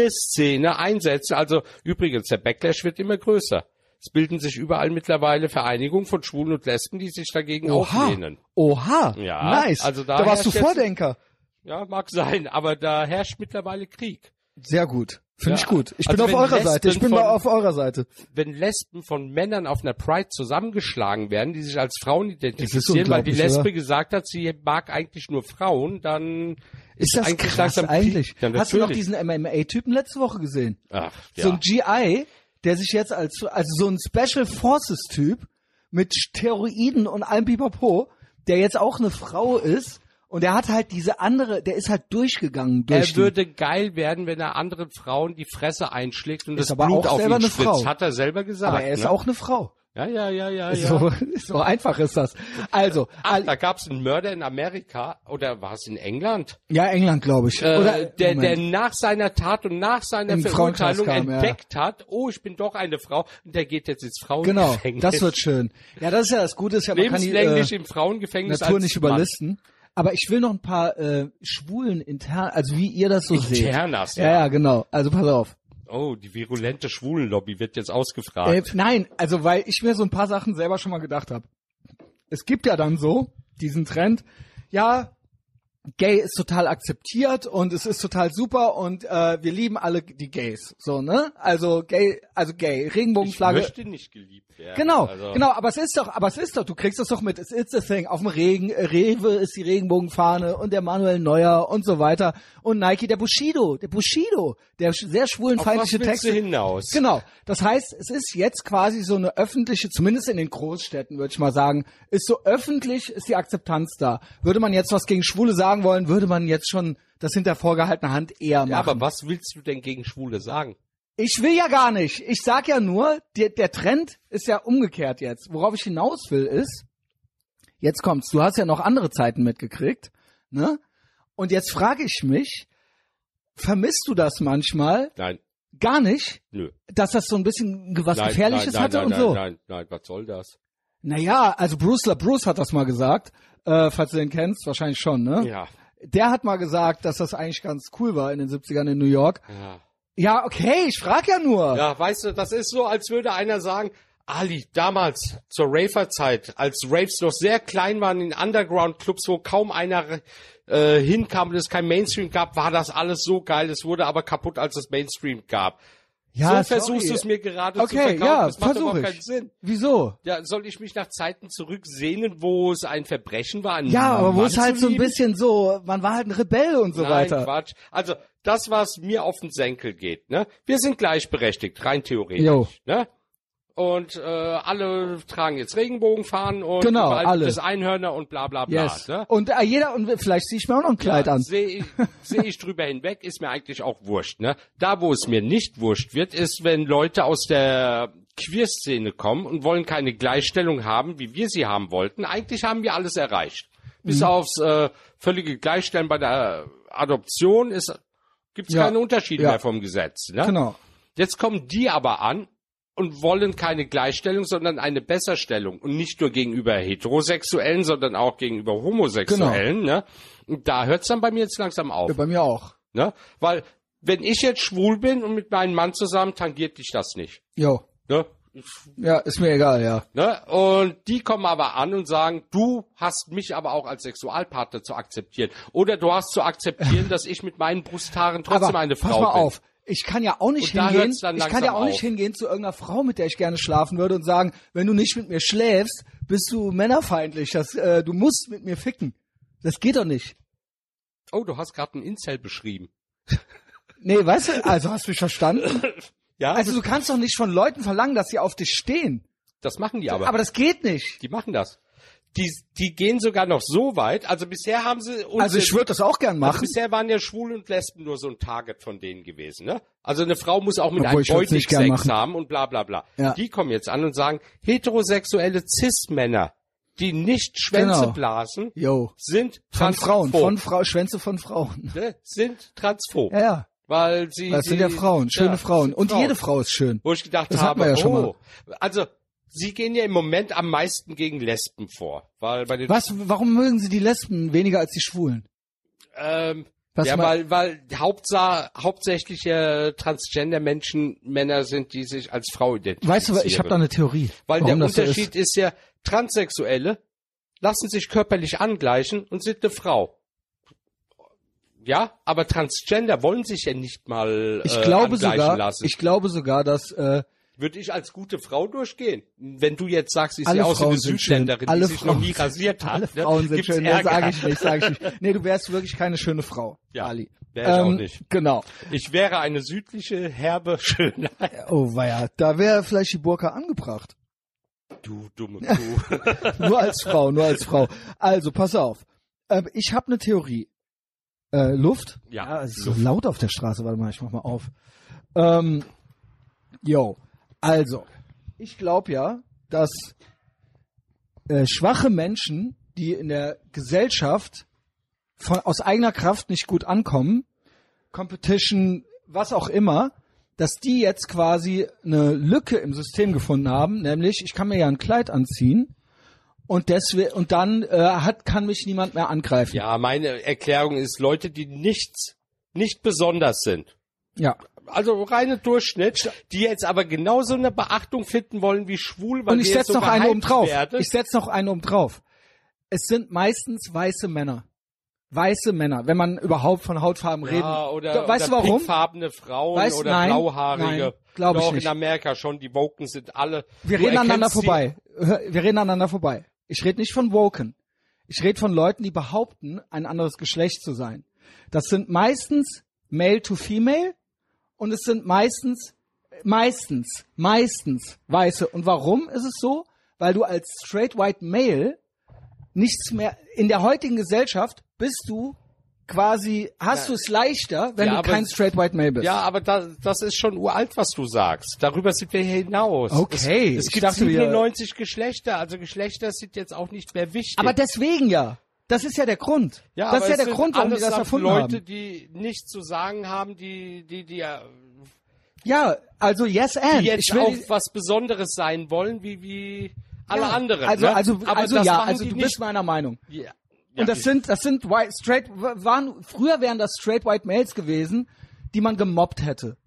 [SPEAKER 2] Queer-Szene einsetzen, also übrigens, der Backlash wird immer größer. Es bilden sich überall mittlerweile Vereinigungen von Schwulen und Lesben, die sich dagegen auflehnen.
[SPEAKER 1] Oha.
[SPEAKER 2] Ja,
[SPEAKER 1] nice.
[SPEAKER 2] also da
[SPEAKER 1] da warst du
[SPEAKER 2] herrscht jetzt-
[SPEAKER 1] Vordenker.
[SPEAKER 2] Ja, mag sein, aber da herrscht mittlerweile Krieg.
[SPEAKER 1] Sehr gut. Finde
[SPEAKER 2] Ja.
[SPEAKER 1] ich gut. Ich
[SPEAKER 2] Also
[SPEAKER 1] bin
[SPEAKER 2] wenn
[SPEAKER 1] auf eurer
[SPEAKER 2] Lesben
[SPEAKER 1] Seite. Ich bin
[SPEAKER 2] von-
[SPEAKER 1] mal auf eurer Seite.
[SPEAKER 2] Wenn Lesben von Männern auf einer Pride zusammengeschlagen werden, die sich als Frauen
[SPEAKER 1] ist
[SPEAKER 2] identifizieren,
[SPEAKER 1] unglaublich,
[SPEAKER 2] weil die Lesbe
[SPEAKER 1] oder?
[SPEAKER 2] gesagt hat, sie mag eigentlich nur Frauen, dann
[SPEAKER 1] Ist das
[SPEAKER 2] eigentlich
[SPEAKER 1] krass
[SPEAKER 2] langsam
[SPEAKER 1] eigentlich?
[SPEAKER 2] Krieg. Ja,
[SPEAKER 1] Hast du noch
[SPEAKER 2] natürlich.
[SPEAKER 1] diesen MMA-Typen letzte Woche gesehen?
[SPEAKER 2] Ach, ja.
[SPEAKER 1] So ein GI, der sich jetzt als, also so ein Special Forces-Typ mit Steroiden und allem Pipapo, der jetzt auch eine Frau ist und der hat halt diese andere, der ist halt durchgegangen durch
[SPEAKER 2] er würde geil werden, wenn er anderen Frauen die Fresse einschlägt und
[SPEAKER 1] Ist
[SPEAKER 2] das
[SPEAKER 1] aber
[SPEAKER 2] Blut
[SPEAKER 1] auch
[SPEAKER 2] auf ihn
[SPEAKER 1] selber eine
[SPEAKER 2] spritzt.
[SPEAKER 1] Frau.
[SPEAKER 2] Hat er selber
[SPEAKER 1] die,
[SPEAKER 2] gesagt.
[SPEAKER 1] aber er ist
[SPEAKER 2] ne?
[SPEAKER 1] auch eine Frau.
[SPEAKER 2] Ja, ja, ja, ja. ja.
[SPEAKER 1] So, so einfach ist das. Also,
[SPEAKER 2] Ach,
[SPEAKER 1] Ali-
[SPEAKER 2] da gab's einen Mörder in Amerika oder war es in England?
[SPEAKER 1] ja, England, glaube ich.
[SPEAKER 2] Äh,
[SPEAKER 1] Oder,
[SPEAKER 2] der, der
[SPEAKER 1] Moment.
[SPEAKER 2] nach seiner Tat und nach seiner
[SPEAKER 1] Im Frauenkreis
[SPEAKER 2] Verurteilung
[SPEAKER 1] kam, ja.
[SPEAKER 2] entdeckt hat, oh, ich bin doch eine Frau, und der geht jetzt ins
[SPEAKER 1] genau,
[SPEAKER 2] Frauengefängnis.
[SPEAKER 1] das wird schön. Ja, das ist ja das Gute, ist ja, man kann die, äh,
[SPEAKER 2] lebenslänglich im Frauengefängnis
[SPEAKER 1] Natur
[SPEAKER 2] als
[SPEAKER 1] nicht
[SPEAKER 2] Mann.
[SPEAKER 1] überlisten. Aber ich will noch ein paar äh, schwulen intern, also wie ihr das so
[SPEAKER 2] Internas,
[SPEAKER 1] seht. Ja, ja, genau. Also pass auf.
[SPEAKER 2] Oh, die virulente Schwulenlobby wird jetzt ausgefragt.
[SPEAKER 1] Äh, nein, also weil ich mir so ein paar Sachen selber schon mal gedacht habe. Es gibt ja dann so diesen Trend, ja, gay ist total akzeptiert und es ist total super und äh, wir lieben alle die Gays. So, ne? Also gay, also gay,
[SPEAKER 2] ich
[SPEAKER 1] Regenbogenflagge.
[SPEAKER 2] möchte nicht geliebt werden.
[SPEAKER 1] Genau,
[SPEAKER 2] also,
[SPEAKER 1] genau, aber es ist doch, aber es ist doch, du kriegst das doch mit, es ist das Ding, auf dem Regen, äh, Rewe ist die Regenbogenfahne und der Manuel Neuer und so weiter und Nike, der Bushido, der Bushido, der sch- sehr
[SPEAKER 2] Auf was
[SPEAKER 1] schwulenfeindliche
[SPEAKER 2] willst
[SPEAKER 1] Texte.
[SPEAKER 2] du hinaus?
[SPEAKER 1] Genau, das heißt, es ist jetzt quasi so eine öffentliche, zumindest in den Großstädten würde ich mal sagen, ist so öffentlich, ist die Akzeptanz da. Würde man jetzt was gegen Schwule sagen wollen, würde man jetzt schon das hinter vorgehaltener Hand eher machen.
[SPEAKER 2] Ja, aber was willst du denn gegen Schwule sagen?
[SPEAKER 1] Ich will ja gar nicht. Ich sag ja nur, der, der Trend ist ja umgekehrt jetzt. Worauf ich hinaus will ist, jetzt kommt's, du hast ja noch andere Zeiten mitgekriegt, ne? Und jetzt frage ich mich, vermisst du das manchmal
[SPEAKER 2] Nein,
[SPEAKER 1] gar nicht,
[SPEAKER 2] nö.
[SPEAKER 1] dass das so ein bisschen was
[SPEAKER 2] nein,
[SPEAKER 1] Gefährliches
[SPEAKER 2] nein, nein,
[SPEAKER 1] hatte
[SPEAKER 2] nein,
[SPEAKER 1] und
[SPEAKER 2] nein,
[SPEAKER 1] so?
[SPEAKER 2] Nein, nein, was soll das?
[SPEAKER 1] Naja, also Bruce LaBruce hat das mal gesagt, äh, falls du den kennst, wahrscheinlich schon, ne?
[SPEAKER 2] Ja.
[SPEAKER 1] Der hat mal gesagt, dass das eigentlich ganz cool war in den 70ern in New York.
[SPEAKER 2] ja.
[SPEAKER 1] Ja, okay, ich frage ja nur.
[SPEAKER 2] Ja, weißt du, das ist so, als würde einer sagen, Ali, damals zur Raver-Zeit, als Raves noch sehr klein waren in Underground-Clubs, wo kaum einer äh, hinkam und es kein Mainstream gab, war das alles so geil. Es wurde aber kaputt, als es Mainstream gab.
[SPEAKER 1] Ja,
[SPEAKER 2] so
[SPEAKER 1] sorry.
[SPEAKER 2] versuchst du es mir gerade zu
[SPEAKER 1] Okay,
[SPEAKER 2] verkaufen.
[SPEAKER 1] ja,
[SPEAKER 2] das macht
[SPEAKER 1] versuch
[SPEAKER 2] überhaupt
[SPEAKER 1] ich.
[SPEAKER 2] keinen Sinn.
[SPEAKER 1] Wieso?
[SPEAKER 2] Ja, soll ich mich nach Zeiten zurücksehnen, wo es ein Verbrechen war? einen
[SPEAKER 1] Ja, aber wo
[SPEAKER 2] Mann
[SPEAKER 1] es
[SPEAKER 2] zu
[SPEAKER 1] halt so ein
[SPEAKER 2] lieben?
[SPEAKER 1] bisschen so, man war halt ein Rebell und so
[SPEAKER 2] Nein,
[SPEAKER 1] weiter.
[SPEAKER 2] Quatsch. Also das, was mir auf den Senkel geht, ne? Wir sind gleichberechtigt, rein theoretisch,
[SPEAKER 1] Jo.
[SPEAKER 2] ne? Und äh, alle tragen jetzt Regenbogenfahnen und
[SPEAKER 1] Genau,
[SPEAKER 2] überall
[SPEAKER 1] alle.
[SPEAKER 2] gibt es Einhörner und bla bla bla.
[SPEAKER 1] Yes.
[SPEAKER 2] Ne?
[SPEAKER 1] Und äh, jeder, und vielleicht ziehe ich mir auch noch ein Kleid an.
[SPEAKER 2] Sehe ich, seh ich drüber hinweg, ist mir eigentlich auch wurscht. Ne? Da, wo es mir nicht wurscht wird, ist, wenn Leute aus der Queer-Szene kommen und wollen keine Gleichstellung haben, wie wir sie haben wollten. Eigentlich haben wir alles erreicht. Bis
[SPEAKER 1] Mhm.
[SPEAKER 2] aufs äh, völlige Gleichstellen bei der Adoption ist gibt's
[SPEAKER 1] Ja.
[SPEAKER 2] keine Unterschiede
[SPEAKER 1] Ja.
[SPEAKER 2] mehr vom Gesetz. Ne?
[SPEAKER 1] Genau.
[SPEAKER 2] Jetzt kommen die aber an und wollen keine Gleichstellung, sondern eine Besserstellung. Und nicht nur gegenüber Heterosexuellen, sondern auch gegenüber Homosexuellen.
[SPEAKER 1] Genau.
[SPEAKER 2] Ne? Und da hört's dann bei mir jetzt langsam auf.
[SPEAKER 1] Ja, bei mir auch.
[SPEAKER 2] Ne? Weil, wenn ich jetzt schwul bin und mit meinem Mann zusammen, tangiert dich das nicht.
[SPEAKER 1] Jo.
[SPEAKER 2] Ne?
[SPEAKER 1] Ja, ist mir egal, ja.
[SPEAKER 2] Ne? Und die kommen aber an und sagen, du hast mich aber auch als Sexualpartner zu akzeptieren. Oder du hast zu akzeptieren, dass ich mit meinen Brusthaaren trotzdem
[SPEAKER 1] aber
[SPEAKER 2] eine Frau
[SPEAKER 1] pass mal
[SPEAKER 2] bin.
[SPEAKER 1] auf. Ich kann ja auch nicht
[SPEAKER 2] Und da
[SPEAKER 1] hingehen.
[SPEAKER 2] hört's dann
[SPEAKER 1] Ich kann ja
[SPEAKER 2] langsam
[SPEAKER 1] auch nicht
[SPEAKER 2] auf.
[SPEAKER 1] hingehen zu irgendeiner Frau, mit der ich gerne schlafen würde und sagen, wenn du nicht mit mir schläfst, bist du männerfeindlich. Das, äh, du musst mit mir ficken. Das geht doch nicht.
[SPEAKER 2] Oh, du hast gerade einen Incel beschrieben.
[SPEAKER 1] Nee, weißt du, also hast du mich verstanden?
[SPEAKER 2] Ja,
[SPEAKER 1] Also du kannst doch nicht von Leuten verlangen, dass sie auf dich stehen.
[SPEAKER 2] das machen die
[SPEAKER 1] Aber das geht nicht.
[SPEAKER 2] Die machen das. Die, die gehen sogar noch so weit. Also bisher haben sie uns
[SPEAKER 1] Also ich würde das auch gern
[SPEAKER 2] also
[SPEAKER 1] machen.
[SPEAKER 2] bisher waren ja Schwule und Lesben nur so ein Target von denen gewesen. Ne? Also eine Frau muss auch mit
[SPEAKER 1] Obwohl,
[SPEAKER 2] einem
[SPEAKER 1] ich würd's
[SPEAKER 2] Beutich
[SPEAKER 1] nicht gern
[SPEAKER 2] Sex
[SPEAKER 1] machen.
[SPEAKER 2] haben und bla bla bla.
[SPEAKER 1] Ja.
[SPEAKER 2] Die kommen jetzt an und sagen, heterosexuelle Cis-Männer die nicht Schwänze
[SPEAKER 1] Genau.
[SPEAKER 2] blasen,
[SPEAKER 1] Yo.
[SPEAKER 2] sind
[SPEAKER 1] Von Frauen,
[SPEAKER 2] transphob.
[SPEAKER 1] von Frau, Schwänze von Frauen.
[SPEAKER 2] ne, sind transphob.
[SPEAKER 1] Ja, ja.
[SPEAKER 2] Weil sie.
[SPEAKER 1] Das sind
[SPEAKER 2] sie-
[SPEAKER 1] ja Frauen, schöne
[SPEAKER 2] ja,
[SPEAKER 1] Frauen.
[SPEAKER 2] sind
[SPEAKER 1] Und jede Frau ist schön.
[SPEAKER 2] Wo ich gedacht
[SPEAKER 1] Das hatten
[SPEAKER 2] habe,
[SPEAKER 1] wir ja schon mal.
[SPEAKER 2] oh, also sie gehen ja im Moment am meisten gegen Lesben vor. Weil bei den
[SPEAKER 1] Was, warum mögen sie die Lesben weniger als die Schwulen?
[SPEAKER 2] Ähm,
[SPEAKER 1] Was
[SPEAKER 2] ja,
[SPEAKER 1] ma-
[SPEAKER 2] weil, weil hauptsa hauptsächlich äh, Transgender-Menschen Männer sind, die sich als Frau identifizieren.
[SPEAKER 1] Weißt du, ich habe da eine Theorie.
[SPEAKER 2] Weil der
[SPEAKER 1] warum das so ist.
[SPEAKER 2] Unterschied ist. ja, Transsexuelle lassen sich körperlich angleichen und sind eine Frau. Ja, aber Transgender wollen sich ja nicht mal
[SPEAKER 1] Ich
[SPEAKER 2] äh,
[SPEAKER 1] glaube
[SPEAKER 2] angleichen
[SPEAKER 1] sogar,
[SPEAKER 2] lassen.
[SPEAKER 1] ich glaube sogar, dass äh,
[SPEAKER 2] Würde ich als gute Frau durchgehen? Wenn du jetzt sagst, ich
[SPEAKER 1] Alle
[SPEAKER 2] sehe aus wie
[SPEAKER 1] Frauen
[SPEAKER 2] eine
[SPEAKER 1] sind
[SPEAKER 2] Südländerin,
[SPEAKER 1] schön. Alle
[SPEAKER 2] die sich
[SPEAKER 1] Frauen-
[SPEAKER 2] noch nie rasiert hat.
[SPEAKER 1] alle
[SPEAKER 2] ne?
[SPEAKER 1] Frauen sind
[SPEAKER 2] Gibt's
[SPEAKER 1] schön. Das
[SPEAKER 2] Ärger.
[SPEAKER 1] sage ich nicht, sage ich nicht. Nee, du wärst wirklich keine schöne Frau,
[SPEAKER 2] Ja,
[SPEAKER 1] Ali.
[SPEAKER 2] wär ich auch nicht.
[SPEAKER 1] Genau.
[SPEAKER 2] Ich wäre eine südliche, herbe Schönheit.
[SPEAKER 1] Oh weia, da wäre vielleicht die Burka angebracht.
[SPEAKER 2] Du dumme Kuh.
[SPEAKER 1] nur als Frau, nur als Frau. Also, pass auf. Ähm, ich habe eine Theorie. Äh, Luft?
[SPEAKER 2] Ja,
[SPEAKER 1] es ist so laut auf der Straße. Warte mal, ich mach mal auf. Ähm, yo, also, ich glaube ja, dass äh, schwache Menschen, die in der Gesellschaft von, aus eigener Kraft nicht gut ankommen, Competition, was auch immer, dass die jetzt quasi eine Lücke im System gefunden haben, nämlich ich kann mir ja ein Kleid anziehen und deswegen und dann äh, hat kann mich niemand mehr angreifen.
[SPEAKER 2] Ja, meine Erklärung ist, Leute, die nichts, nicht besonders sind.
[SPEAKER 1] ja.
[SPEAKER 2] Also reine Durchschnitt, die jetzt aber genauso eine Beachtung finden wollen wie schwul, weil
[SPEAKER 1] Und ich
[SPEAKER 2] wir jetzt
[SPEAKER 1] setze
[SPEAKER 2] so
[SPEAKER 1] noch eine
[SPEAKER 2] gehypt
[SPEAKER 1] oben drauf.
[SPEAKER 2] werden.
[SPEAKER 1] Ich setze noch eine oben drauf. Es sind meistens weiße Männer. Weiße Männer, wenn man überhaupt von Hautfarben reden.
[SPEAKER 2] ja, oder,
[SPEAKER 1] Da- weißt
[SPEAKER 2] oder
[SPEAKER 1] du warum?
[SPEAKER 2] pinkfarbene Frauen
[SPEAKER 1] Weißt-
[SPEAKER 2] oder
[SPEAKER 1] nein, nein,
[SPEAKER 2] blauhaarige.
[SPEAKER 1] glaub ich
[SPEAKER 2] Doch,
[SPEAKER 1] nicht.
[SPEAKER 2] in Amerika schon, die Woken sind alle.
[SPEAKER 1] Wir
[SPEAKER 2] Du
[SPEAKER 1] reden aneinander
[SPEAKER 2] erkennst die-
[SPEAKER 1] vorbei. Hör, Wir reden aneinander vorbei. Ich rede nicht von Woken. Ich rede von Leuten, die behaupten, ein anderes Geschlecht zu sein. Das sind meistens Male to Female und es sind meistens, meistens, meistens Weiße. Und warum ist es so? Weil du als straight white Male nichts mehr, in der heutigen Gesellschaft bist du quasi, hast du es leichter, wenn
[SPEAKER 2] Ja,
[SPEAKER 1] du
[SPEAKER 2] aber-
[SPEAKER 1] kein straight white Male bist.
[SPEAKER 2] Ja, aber das, das ist schon uralt, was du sagst. Darüber sind wir hinaus.
[SPEAKER 1] Okay,
[SPEAKER 2] Es, es
[SPEAKER 1] ich
[SPEAKER 2] gibt
[SPEAKER 1] dachte, wir-
[SPEAKER 2] 97 Geschlechter, also Geschlechter sind jetzt auch nicht mehr wichtig.
[SPEAKER 1] Aber deswegen ja. Das ist ja der Grund.
[SPEAKER 2] Ja,
[SPEAKER 1] das
[SPEAKER 2] aber
[SPEAKER 1] ist ja
[SPEAKER 2] es
[SPEAKER 1] der
[SPEAKER 2] sind
[SPEAKER 1] Grund, warum die das
[SPEAKER 2] allesamt
[SPEAKER 1] erfunden
[SPEAKER 2] Leute,
[SPEAKER 1] haben.
[SPEAKER 2] die nichts zu sagen haben, die, die, die, äh,
[SPEAKER 1] Ja, also yes and.
[SPEAKER 2] die jetzt
[SPEAKER 1] ich will
[SPEAKER 2] auch was Besonderes sein wollen, wie, wie alle
[SPEAKER 1] ja,
[SPEAKER 2] anderen.
[SPEAKER 1] Also,
[SPEAKER 2] ne?
[SPEAKER 1] also,
[SPEAKER 2] aber
[SPEAKER 1] also
[SPEAKER 2] das
[SPEAKER 1] ja,
[SPEAKER 2] machen
[SPEAKER 1] also
[SPEAKER 2] die
[SPEAKER 1] du
[SPEAKER 2] nicht.
[SPEAKER 1] bist meiner Meinung.
[SPEAKER 2] ja, ja,
[SPEAKER 1] Und das sind, das sind white, straight, waren, früher wären das straight white males gewesen, die man gemobbt hätte.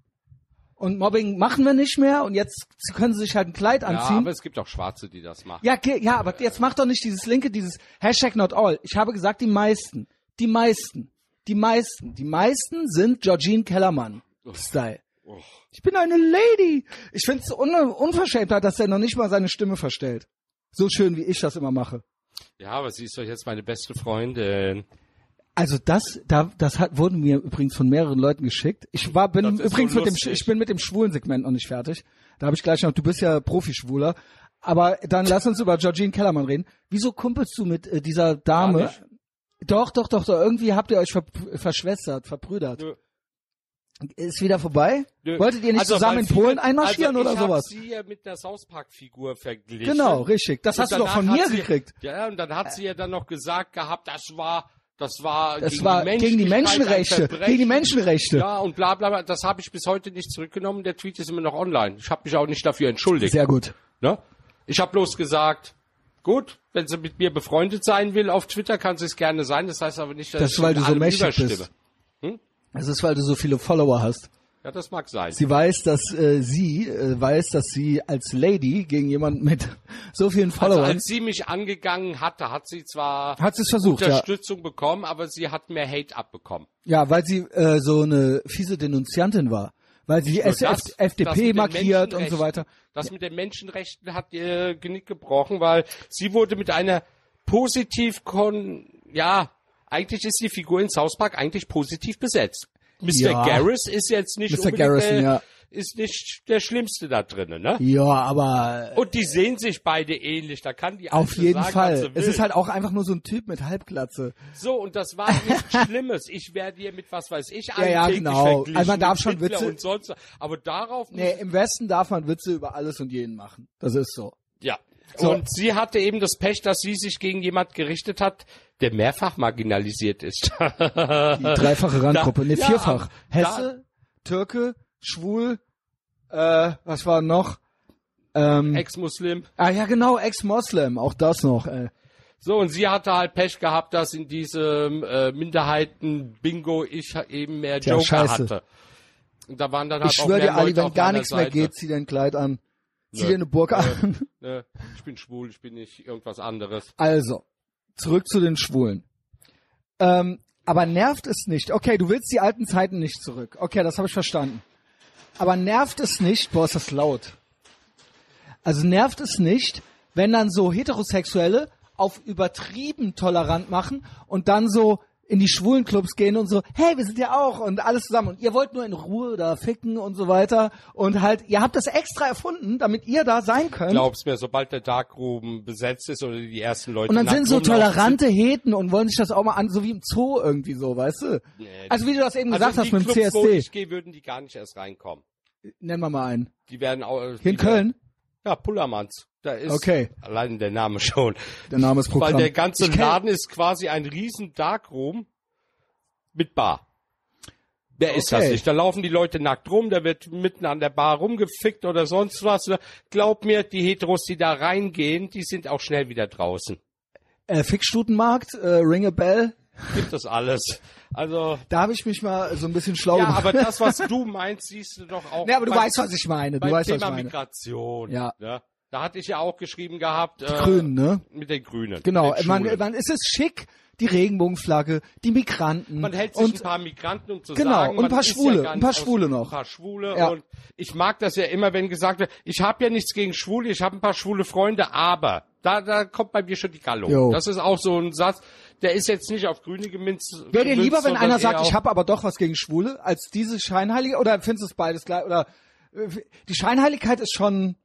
[SPEAKER 1] Und Mobbing machen wir nicht mehr und jetzt können sie sich halt ein Kleid
[SPEAKER 2] ja,
[SPEAKER 1] anziehen.
[SPEAKER 2] aber es gibt auch Schwarze, die das machen.
[SPEAKER 1] Ja, ge- ja, aber jetzt mach doch nicht dieses linke, dieses Hashtag not all. Ich habe gesagt, die meisten. Die meisten. Die meisten. Die meisten sind Georgine Kellermann-Style. Ich bin eine Lady. Ich find's so un unverschämtheit, dass er noch nicht mal seine Stimme verstellt. So schön, wie ich das immer mache.
[SPEAKER 2] Ja, aber sie ist doch jetzt meine beste Freundin.
[SPEAKER 1] Also das, da, das hat, wurden mir übrigens von mehreren Leuten geschickt. Ich war, bin
[SPEAKER 2] Das ist
[SPEAKER 1] übrigens
[SPEAKER 2] so
[SPEAKER 1] mit dem,
[SPEAKER 2] lustig.
[SPEAKER 1] ich bin mit dem schwulen Segment noch nicht fertig. Da habe ich gleich noch, du bist ja Profi-Schwuler. Aber dann lass uns über Georgine Kellermann reden. Wieso kumpelst du mit äh, dieser
[SPEAKER 2] Gar
[SPEAKER 1] Dame?
[SPEAKER 2] nicht.
[SPEAKER 1] Doch, doch, doch, doch. Irgendwie habt ihr euch ver verschwestert, verbrüdert.
[SPEAKER 2] Nö.
[SPEAKER 1] Ist wieder vorbei?
[SPEAKER 2] Nö.
[SPEAKER 1] Wolltet ihr nicht
[SPEAKER 2] Also,
[SPEAKER 1] zusammen
[SPEAKER 2] weil
[SPEAKER 1] in
[SPEAKER 2] viele-
[SPEAKER 1] Polen einmarschieren
[SPEAKER 2] also,
[SPEAKER 1] oder sowas?
[SPEAKER 2] Ich habe sie ja mit der South Park Figur verglichen.
[SPEAKER 1] Genau, richtig. Das
[SPEAKER 2] Und
[SPEAKER 1] hast du doch
[SPEAKER 2] danach
[SPEAKER 1] von
[SPEAKER 2] hat
[SPEAKER 1] mir
[SPEAKER 2] sie,
[SPEAKER 1] gekriegt.
[SPEAKER 2] Ja, und dann hat sie ja dann noch gesagt gehabt, das war, das war,
[SPEAKER 1] Das war gegen die
[SPEAKER 2] Menschlichkeit ein
[SPEAKER 1] Menschenrechte.
[SPEAKER 2] Verbrechen.
[SPEAKER 1] Gegen die Menschenrechte.
[SPEAKER 2] Ja, und bla, bla, bla. Das habe ich bis heute nicht zurückgenommen. Der Tweet ist immer noch online. Ich habe mich auch nicht dafür entschuldigt.
[SPEAKER 1] Sehr gut.
[SPEAKER 2] Ne? Ich habe bloß gesagt, gut, wenn sie mit mir befreundet sein will auf Twitter, kann sie es gerne sein. Das heißt aber nicht, dass
[SPEAKER 1] Das
[SPEAKER 2] ich
[SPEAKER 1] ist, weil
[SPEAKER 2] mit
[SPEAKER 1] du so
[SPEAKER 2] allem
[SPEAKER 1] mächtig
[SPEAKER 2] überstimme.
[SPEAKER 1] bist. Das ist, weil du so viele Follower hast.
[SPEAKER 2] Ja, das mag sein.
[SPEAKER 1] Sie weiß, dass äh, sie äh, weiß, dass sie als Lady gegen jemanden mit so vielen
[SPEAKER 2] also,
[SPEAKER 1] Followern
[SPEAKER 2] als sie mich angegangen hatte, hat sie zwar
[SPEAKER 1] hat sie es versucht, ja.
[SPEAKER 2] Unterstützung bekommen, aber sie hat mehr Hate abbekommen.
[SPEAKER 1] Ja, weil sie äh, so eine fiese Denunziantin war, weil sie die
[SPEAKER 2] Nur
[SPEAKER 1] SF,
[SPEAKER 2] das, das mit
[SPEAKER 1] FDP
[SPEAKER 2] den
[SPEAKER 1] markiert und so
[SPEAKER 2] Menschenrechten.
[SPEAKER 1] weiter.
[SPEAKER 2] Das mit den Menschenrechten hat ihr Genick gebrochen, weil sie wurde mit einer positiv kon ja, eigentlich ist die Figur in South Park eigentlich positiv besetzt. Mr.
[SPEAKER 1] Ja.
[SPEAKER 2] Garris ist jetzt nicht
[SPEAKER 1] Mr.
[SPEAKER 2] unbedingt
[SPEAKER 1] Garrison,
[SPEAKER 2] der,
[SPEAKER 1] ja.
[SPEAKER 2] ist nicht der schlimmste da drinnen, ne?
[SPEAKER 1] Ja, aber
[SPEAKER 2] Und die sehen sich beide ähnlich, da kann die
[SPEAKER 1] auf
[SPEAKER 2] Alte
[SPEAKER 1] jeden
[SPEAKER 2] sagen, Was
[SPEAKER 1] Fall.
[SPEAKER 2] sie will.
[SPEAKER 1] Es ist halt auch einfach nur so ein Typ mit Halbglatze.
[SPEAKER 2] so und das war nichts Schlimmes. Ich werde hier mit was weiß ich
[SPEAKER 1] ja,
[SPEAKER 2] alltäglich
[SPEAKER 1] genau.
[SPEAKER 2] verglichen,
[SPEAKER 1] Also man darf
[SPEAKER 2] mit
[SPEAKER 1] schon
[SPEAKER 2] Hitler
[SPEAKER 1] Witze-
[SPEAKER 2] und sonst, aber darauf
[SPEAKER 1] Nee, im Westen darf man Witze über alles und jeden machen. Das ist so.
[SPEAKER 2] ja,
[SPEAKER 1] So.
[SPEAKER 2] Und sie hatte eben das Pech, dass sie sich gegen jemand gerichtet hat, der mehrfach marginalisiert ist.
[SPEAKER 1] Die dreifache Randgruppe, ne,
[SPEAKER 2] Äh, ja,
[SPEAKER 1] vierfach.
[SPEAKER 2] da-
[SPEAKER 1] Hesse, Türke, Schwul, äh, was war noch? Ähm,
[SPEAKER 2] Ex-Muslim.
[SPEAKER 1] ah ja, genau, Ex-Moslem, auch das noch. Äh.
[SPEAKER 2] So, und sie hatte halt Pech gehabt, dass in diesem äh, Minderheiten-Bingo ich eben mehr
[SPEAKER 1] Tja,
[SPEAKER 2] Joker
[SPEAKER 1] scheiße.
[SPEAKER 2] hatte. Und da waren dann halt
[SPEAKER 1] Ich
[SPEAKER 2] auch
[SPEAKER 1] schwöre
[SPEAKER 2] mehr
[SPEAKER 1] dir, Ali,
[SPEAKER 2] Leute
[SPEAKER 1] wenn
[SPEAKER 2] auf
[SPEAKER 1] gar
[SPEAKER 2] meiner
[SPEAKER 1] nichts mehr
[SPEAKER 2] Seite.
[SPEAKER 1] geht, zieh dir ein Kleid an. Zieh
[SPEAKER 2] Nö.
[SPEAKER 1] dir eine Burg an.
[SPEAKER 2] Ne? Ich bin schwul, ich bin nicht irgendwas anderes.
[SPEAKER 1] Also, zurück zu den Schwulen. Ähm, aber nervt es nicht? Okay, du willst die alten Zeiten nicht zurück. Okay, das habe ich verstanden. Aber nervt es nicht, boah, ist das laut. Also nervt es nicht, wenn dann so Heterosexuelle auf übertrieben tolerant machen und dann so in die schwulen Clubs gehen und so, hey, wir sind ja auch und alles zusammen und ihr wollt nur in Ruhe da ficken und so weiter und halt, ihr habt das extra erfunden, damit ihr da sein könnt.
[SPEAKER 2] Glaubst mir, sobald der Darkroom besetzt ist oder die ersten Leute...
[SPEAKER 1] Und dann
[SPEAKER 2] nackt
[SPEAKER 1] sind so
[SPEAKER 2] rumlaufen,
[SPEAKER 1] tolerante Heten und wollen sich das auch mal an, so wie im Zoo irgendwie so, weißt du?
[SPEAKER 2] Nee.
[SPEAKER 1] Also wie du das eben gesagt
[SPEAKER 2] also
[SPEAKER 1] hast
[SPEAKER 2] die
[SPEAKER 1] mit dem
[SPEAKER 2] Clubs, wo
[SPEAKER 1] CSD.
[SPEAKER 2] ich gehe, würden die gar nicht erst reinkommen.
[SPEAKER 1] Nennen wir mal einen.
[SPEAKER 2] Die werden auch...
[SPEAKER 1] Hier
[SPEAKER 2] die
[SPEAKER 1] in Köln,
[SPEAKER 2] Werden, ja, Pullermanns. Da ist
[SPEAKER 1] Okay.
[SPEAKER 2] allein der Name schon.
[SPEAKER 1] der Name ist Programm.
[SPEAKER 2] Weil der ganze
[SPEAKER 1] Ich kenn-
[SPEAKER 2] Laden ist quasi ein riesen Darkroom mit Bar. Wer ist
[SPEAKER 1] Okay.
[SPEAKER 2] das nicht? Da laufen die Leute nackt rum, da wird mitten an der Bar rumgefickt oder sonst was. Glaub mir, die Heteros, die da reingehen, die sind auch schnell wieder draußen.
[SPEAKER 1] Äh, Fickstutenmarkt, äh, Ring a Bell,
[SPEAKER 2] Gibt das alles. Also,
[SPEAKER 1] da habe ich mich mal so ein bisschen schlau
[SPEAKER 2] ja,
[SPEAKER 1] gemacht.
[SPEAKER 2] aber das, was du meinst, siehst du doch auch.
[SPEAKER 1] nee, Oh. aber du
[SPEAKER 2] beim-
[SPEAKER 1] weißt, was ich meine. Du
[SPEAKER 2] beim
[SPEAKER 1] weißt, was ich
[SPEAKER 2] Thema
[SPEAKER 1] meine.
[SPEAKER 2] Migration.
[SPEAKER 1] Ja.
[SPEAKER 2] Ne? Da hatte ich ja auch geschrieben gehabt. äh,
[SPEAKER 1] Grün, ne?
[SPEAKER 2] Mit den Grünen.
[SPEAKER 1] Genau,
[SPEAKER 2] den
[SPEAKER 1] man,
[SPEAKER 2] Schulen.
[SPEAKER 1] man, es ist schick, die Regenbogenflagge, die Migranten.
[SPEAKER 2] Man hält sich
[SPEAKER 1] und
[SPEAKER 2] ein paar Migranten, um zu
[SPEAKER 1] Genau,
[SPEAKER 2] sagen,
[SPEAKER 1] und ein
[SPEAKER 2] man
[SPEAKER 1] paar
[SPEAKER 2] ist
[SPEAKER 1] Schwule,
[SPEAKER 2] gar
[SPEAKER 1] ein paar
[SPEAKER 2] nicht aus-
[SPEAKER 1] Schwule noch.
[SPEAKER 2] Ein paar Schwule
[SPEAKER 1] Ja.
[SPEAKER 2] und ich mag das ja immer, wenn gesagt wird, ich habe ja nichts gegen Schwule, ich habe ein paar schwule Freunde, aber da, da kommt bei mir schon die Gallo.
[SPEAKER 1] Jo.
[SPEAKER 2] Das ist auch so ein Satz, der ist jetzt nicht auf Grüne geminzt.
[SPEAKER 1] Wäre dir
[SPEAKER 2] gemünzt,
[SPEAKER 1] lieber, wenn
[SPEAKER 2] sondern
[SPEAKER 1] einer
[SPEAKER 2] eher
[SPEAKER 1] sagt, ich
[SPEAKER 2] auf-
[SPEAKER 1] habe aber doch was gegen Schwule, als diese Scheinheilige? Oder findest du es beides gleich? Oder äh, die Scheinheiligkeit ist schon...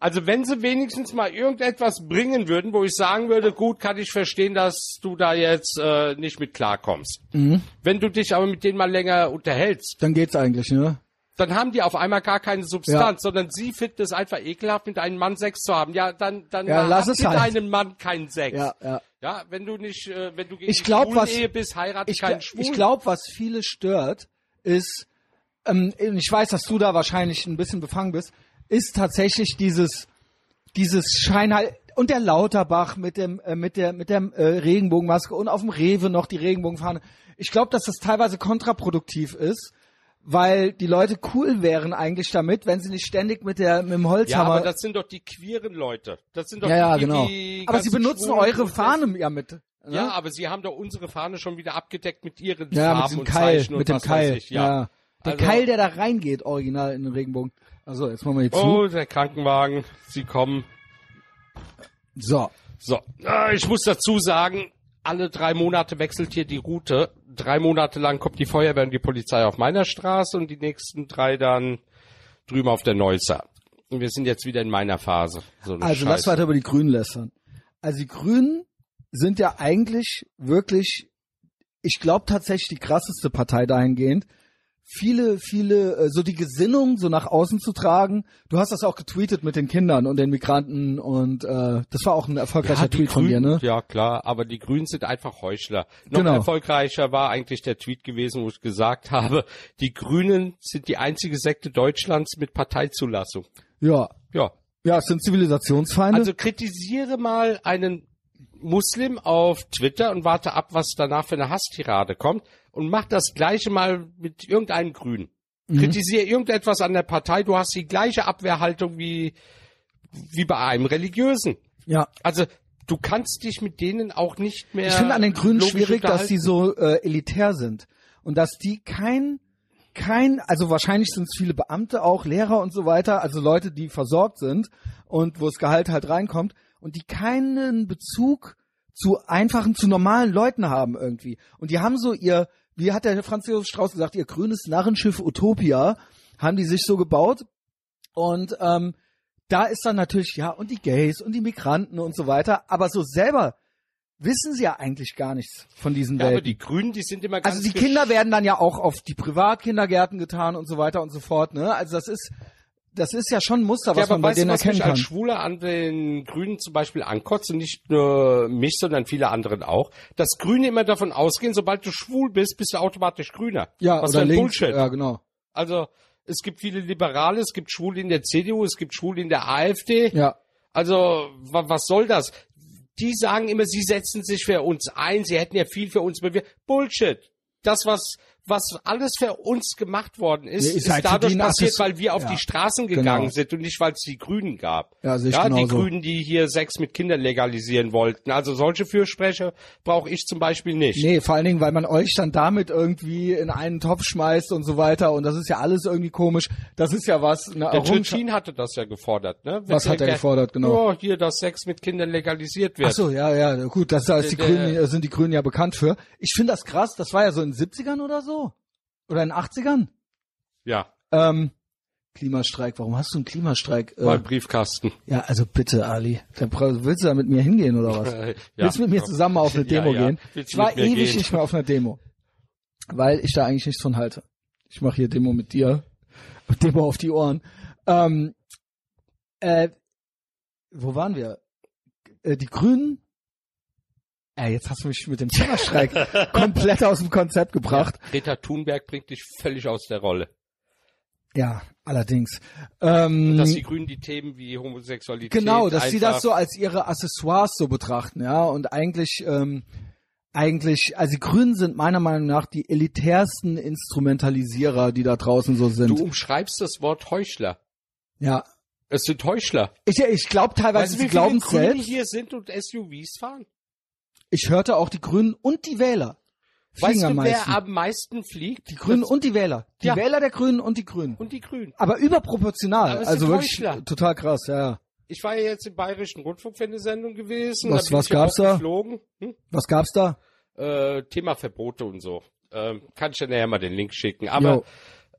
[SPEAKER 2] Also wenn sie wenigstens mal irgendetwas bringen würden, wo ich sagen würde, gut, kann ich verstehen, dass du da jetzt äh, nicht mit klarkommst.
[SPEAKER 1] Mhm.
[SPEAKER 2] Wenn du dich aber mit denen mal länger unterhältst,
[SPEAKER 1] Dann geht's eigentlich, ne?
[SPEAKER 2] dann haben die auf einmal gar keine Substanz, sondern sie finden es einfach ekelhaft, mit einem Mann Sex zu haben. Ja, dann, dann
[SPEAKER 1] Ja,
[SPEAKER 2] äh,
[SPEAKER 1] lass
[SPEAKER 2] habt
[SPEAKER 1] es
[SPEAKER 2] ihr
[SPEAKER 1] halt.
[SPEAKER 2] mit einem Mann keinen Sex.
[SPEAKER 1] Ja, ja.
[SPEAKER 2] Ja, wenn du nicht, äh, wenn du gegen
[SPEAKER 1] Ich glaub,
[SPEAKER 2] die
[SPEAKER 1] was-
[SPEAKER 2] Ehe bist, heirate
[SPEAKER 1] Ich,
[SPEAKER 2] keinen
[SPEAKER 1] gl-
[SPEAKER 2] Schwulen.
[SPEAKER 1] ich glaube, was viele stört, ist, ähm, ich weiß, dass du da wahrscheinlich ein bisschen befangen bist, ist tatsächlich dieses, dieses Scheinhal und der Lauterbach mit dem, äh, mit der, mit der äh, Regenbogenmaske und auf dem Rewe noch die Regenbogenfahne. Ich glaube, dass das teilweise kontraproduktiv ist, weil die Leute cool wären eigentlich damit, wenn sie nicht ständig mit der, mit dem
[SPEAKER 2] ja, aber
[SPEAKER 1] Holzhammer.
[SPEAKER 2] das sind doch die queeren Leute. Das sind doch
[SPEAKER 1] ja, ja,
[SPEAKER 2] die,
[SPEAKER 1] genau.
[SPEAKER 2] die
[SPEAKER 1] aber sie
[SPEAKER 2] ganzen
[SPEAKER 1] benutzen
[SPEAKER 2] Schwulen-
[SPEAKER 1] eure Fahne ja mit. ne?
[SPEAKER 2] Ja, aber sie haben doch unsere Fahne schon wieder abgedeckt mit
[SPEAKER 1] Ja,
[SPEAKER 2] ihren
[SPEAKER 1] mit
[SPEAKER 2] Farben
[SPEAKER 1] diesem
[SPEAKER 2] und
[SPEAKER 1] Keil,
[SPEAKER 2] Zeichen
[SPEAKER 1] mit
[SPEAKER 2] und
[SPEAKER 1] dem
[SPEAKER 2] was
[SPEAKER 1] Keil.
[SPEAKER 2] weiß ich. Ja.
[SPEAKER 1] Der
[SPEAKER 2] Also-
[SPEAKER 1] Keil, der da reingeht, original in den Regenbogen. Also, jetzt machen wir hier zu.
[SPEAKER 2] Oh, der Krankenwagen, sie kommen. Oh,
[SPEAKER 1] So.
[SPEAKER 2] So, äh, ich muss dazu sagen, alle drei Monate wechselt hier die Route. Drei Monate lang kommt die Feuerwehr und die Polizei auf meiner Straße und die nächsten drei dann drüben auf der Neusser. Und wir sind jetzt wieder in meiner Phase. So eine
[SPEAKER 1] Also, lass
[SPEAKER 2] Scheiße.
[SPEAKER 1] weiter über die Grünen lästern. Also, die Grünen sind ja eigentlich wirklich, ich glaube tatsächlich die krasseste Partei dahingehend, viele, viele, äh, so die Gesinnung so nach außen zu tragen. Du hast das auch getweetet mit den Kindern und den Migranten und äh, das war auch ein erfolgreicher
[SPEAKER 2] ja, die
[SPEAKER 1] Tweet von dir, ne?
[SPEAKER 2] Grünen, Ja, klar, aber die Grünen sind einfach Heuchler. Noch
[SPEAKER 1] Genau.
[SPEAKER 2] erfolgreicher war eigentlich der Tweet gewesen, wo ich gesagt habe, die Grünen sind die einzige Sekte Deutschlands mit Parteizulassung.
[SPEAKER 1] Ja.
[SPEAKER 2] Ja,
[SPEAKER 1] Ja, es sind Zivilisationsfeinde.
[SPEAKER 2] Also kritisiere mal einen Muslim auf Twitter und warte ab, was danach für eine Hasstirade kommt und mach das gleiche mal mit irgendeinem Grünen.
[SPEAKER 1] Mhm.
[SPEAKER 2] Kritisiere irgendetwas an der Partei, du hast die gleiche Abwehrhaltung wie, wie bei einem Religiösen.
[SPEAKER 1] ja.
[SPEAKER 2] Also du kannst dich mit denen auch nicht mehr.
[SPEAKER 1] Ich finde an den Grünen
[SPEAKER 2] logisch
[SPEAKER 1] schwierig, dass die
[SPEAKER 2] unterhalten.
[SPEAKER 1] so äh, elitär sind und dass die kein kein, also wahrscheinlich sind es viele Beamte auch, Lehrer und so weiter, also Leute, die versorgt sind und wo das Gehalt halt reinkommt und die keinen Bezug zu einfachen, zu normalen Leuten haben irgendwie. Und die haben so ihr, wie hat der Franz Josef Strauß gesagt, ihr grünes Narrenschiff Utopia haben die sich so gebaut und ähm, da ist dann natürlich, ja, und die Gays und die Migranten und so weiter, aber so selber wissen sie ja eigentlich gar nichts von diesen
[SPEAKER 2] Ja, aber
[SPEAKER 1] Welten.
[SPEAKER 2] die Grünen, die sind immer ganz
[SPEAKER 1] Also die
[SPEAKER 2] gesch-
[SPEAKER 1] Kinder werden dann ja auch auf die Privatkindergärten getan und so weiter und so fort. Ne? Also das ist, das ist ja schon ein Muster, was
[SPEAKER 2] ja,
[SPEAKER 1] man bei
[SPEAKER 2] weißt du,
[SPEAKER 1] denen
[SPEAKER 2] was
[SPEAKER 1] erkennen
[SPEAKER 2] mich als
[SPEAKER 1] kann.
[SPEAKER 2] Schwuler an den Grünen zum Beispiel ankotzt und nicht nur mich, sondern viele anderen auch, dass Grüne immer davon ausgehen, sobald du schwul bist, bist du automatisch Grüner.
[SPEAKER 1] Ja,
[SPEAKER 2] was
[SPEAKER 1] oder
[SPEAKER 2] für ein
[SPEAKER 1] links.
[SPEAKER 2] Bullshit.
[SPEAKER 1] Ja, genau.
[SPEAKER 2] Also es gibt viele Liberale, es gibt Schwule in der CDU, es gibt Schwule in der AfD.
[SPEAKER 1] Ja.
[SPEAKER 2] Also wa was soll das? Die sagen immer, sie setzen sich für uns ein, sie hätten ja viel für uns bewirkt. Bullshit. Das, was, was alles für uns gemacht worden ist,
[SPEAKER 1] Nee, ist
[SPEAKER 2] ist
[SPEAKER 1] halt für die
[SPEAKER 2] dadurch
[SPEAKER 1] ein
[SPEAKER 2] passiert,
[SPEAKER 1] Assist-
[SPEAKER 2] weil wir auf
[SPEAKER 1] Ja,
[SPEAKER 2] die Straßen gegangen
[SPEAKER 1] genau.
[SPEAKER 2] sind und nicht, weil es die Grünen gab.
[SPEAKER 1] Ja, sehe ich
[SPEAKER 2] die
[SPEAKER 1] genauso.
[SPEAKER 2] Grünen, die hier Sex mit Kindern legalisieren wollten. Also solche Fürsprecher brauche ich zum Beispiel nicht.
[SPEAKER 1] Nee, vor allen Dingen, weil man euch dann damit irgendwie in einen Topf schmeißt und so weiter und das ist ja alles irgendwie komisch. Das ist ja was. Ne,
[SPEAKER 2] Der
[SPEAKER 1] Rumsch-
[SPEAKER 2] Tschetschen hatte das ja gefordert, ne?
[SPEAKER 1] Was hat er
[SPEAKER 2] Der-
[SPEAKER 1] gefordert, genau?
[SPEAKER 2] Oh, hier, dass Sex mit Kindern legalisiert
[SPEAKER 1] Ach
[SPEAKER 2] wird.
[SPEAKER 1] so, ja, ja, gut, das heißt, die
[SPEAKER 2] Der-
[SPEAKER 1] Grünen, äh, sind die Grünen ja bekannt für. Ich finde das krass, das war ja so in den 70ern oder so. Oder in den 80ern.
[SPEAKER 2] Ja,
[SPEAKER 1] Ähm, Klimastreik, warum hast du einen Klimastreik?
[SPEAKER 2] mein
[SPEAKER 1] Äh,
[SPEAKER 2] Briefkasten.
[SPEAKER 1] ja, also bitte, Ali. Da, bra- willst du da mit mir hingehen oder was?
[SPEAKER 2] Ja.
[SPEAKER 1] Willst du mit mir zusammen auf eine
[SPEAKER 2] Ja,
[SPEAKER 1] Demo
[SPEAKER 2] ja.
[SPEAKER 1] gehen?
[SPEAKER 2] Willst
[SPEAKER 1] Ich
[SPEAKER 2] du
[SPEAKER 1] war
[SPEAKER 2] mit mir
[SPEAKER 1] ewig
[SPEAKER 2] gehen?
[SPEAKER 1] nicht mehr auf einer Demo. Weil ich da eigentlich nichts von halte. Ich mache hier Demo mit dir. Demo auf die Ohren. Ähm, äh, wo waren wir? Äh, die Grünen? Äh, jetzt hast du mich mit dem Klimastreik komplett aus dem Konzept gebracht.
[SPEAKER 2] Greta Thunberg bringt dich völlig aus der Rolle.
[SPEAKER 1] Ja, allerdings. Ähm,
[SPEAKER 2] Dass die Grünen die Themen wie Homosexualität
[SPEAKER 1] Genau, dass sie das
[SPEAKER 2] einfach-
[SPEAKER 1] so als ihre Accessoires so betrachten, ja. Und eigentlich, ähm, eigentlich, also die Grünen sind meiner Meinung nach die elitärsten Instrumentalisierer, die da draußen so sind.
[SPEAKER 2] Du um umschreibst das Wort Heuchler.
[SPEAKER 1] Ja.
[SPEAKER 2] Es sind Heuchler.
[SPEAKER 1] Ich, ich glaube teilweise, sie glauben es
[SPEAKER 2] Grüne
[SPEAKER 1] selbst.
[SPEAKER 2] hier sind und SUVs fahren?
[SPEAKER 1] Ich hörte auch die Grünen und die Wähler. Fliegen
[SPEAKER 2] Weißt
[SPEAKER 1] am
[SPEAKER 2] du,
[SPEAKER 1] meisten.
[SPEAKER 2] wer am meisten fliegt?
[SPEAKER 1] die Grünen und die Wähler. Die
[SPEAKER 2] Ja.
[SPEAKER 1] Wähler der Grünen und die Grünen.
[SPEAKER 2] und die Grünen.
[SPEAKER 1] Aber überproportional.
[SPEAKER 2] Aber es
[SPEAKER 1] also
[SPEAKER 2] sind
[SPEAKER 1] wirklich
[SPEAKER 2] Heuchler.
[SPEAKER 1] total krass, ja, ja.
[SPEAKER 2] Ich war ja jetzt im Bayerischen Rundfunk für eine Sendung gewesen.
[SPEAKER 1] Was-
[SPEAKER 2] da bin
[SPEAKER 1] was
[SPEAKER 2] ich ja
[SPEAKER 1] gab's
[SPEAKER 2] auch
[SPEAKER 1] da?
[SPEAKER 2] Geflogen. Hm?
[SPEAKER 1] Was gab's da?
[SPEAKER 2] äh, Thema Verbote und so. Ähm, kann ich dir nachher mal den Link schicken. Aber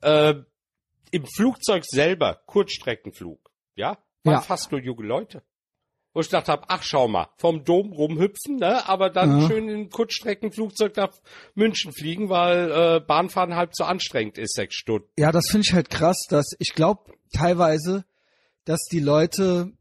[SPEAKER 2] äh, im Flugzeug selber, Kurzstreckenflug, ja, waren
[SPEAKER 1] Ja.
[SPEAKER 2] fast nur junge Leute. Wo ich gedacht habe, ach schau mal, vom Dom rumhüpfen, ne? aber dann
[SPEAKER 1] Ja.
[SPEAKER 2] schön in einem Kurzstreckenflugzeug nach München fliegen, weil äh, Bahnfahren halb so anstrengend ist, sechs Stunden.
[SPEAKER 1] Ja, das finde ich halt krass, dass ich glaube teilweise, dass die Leute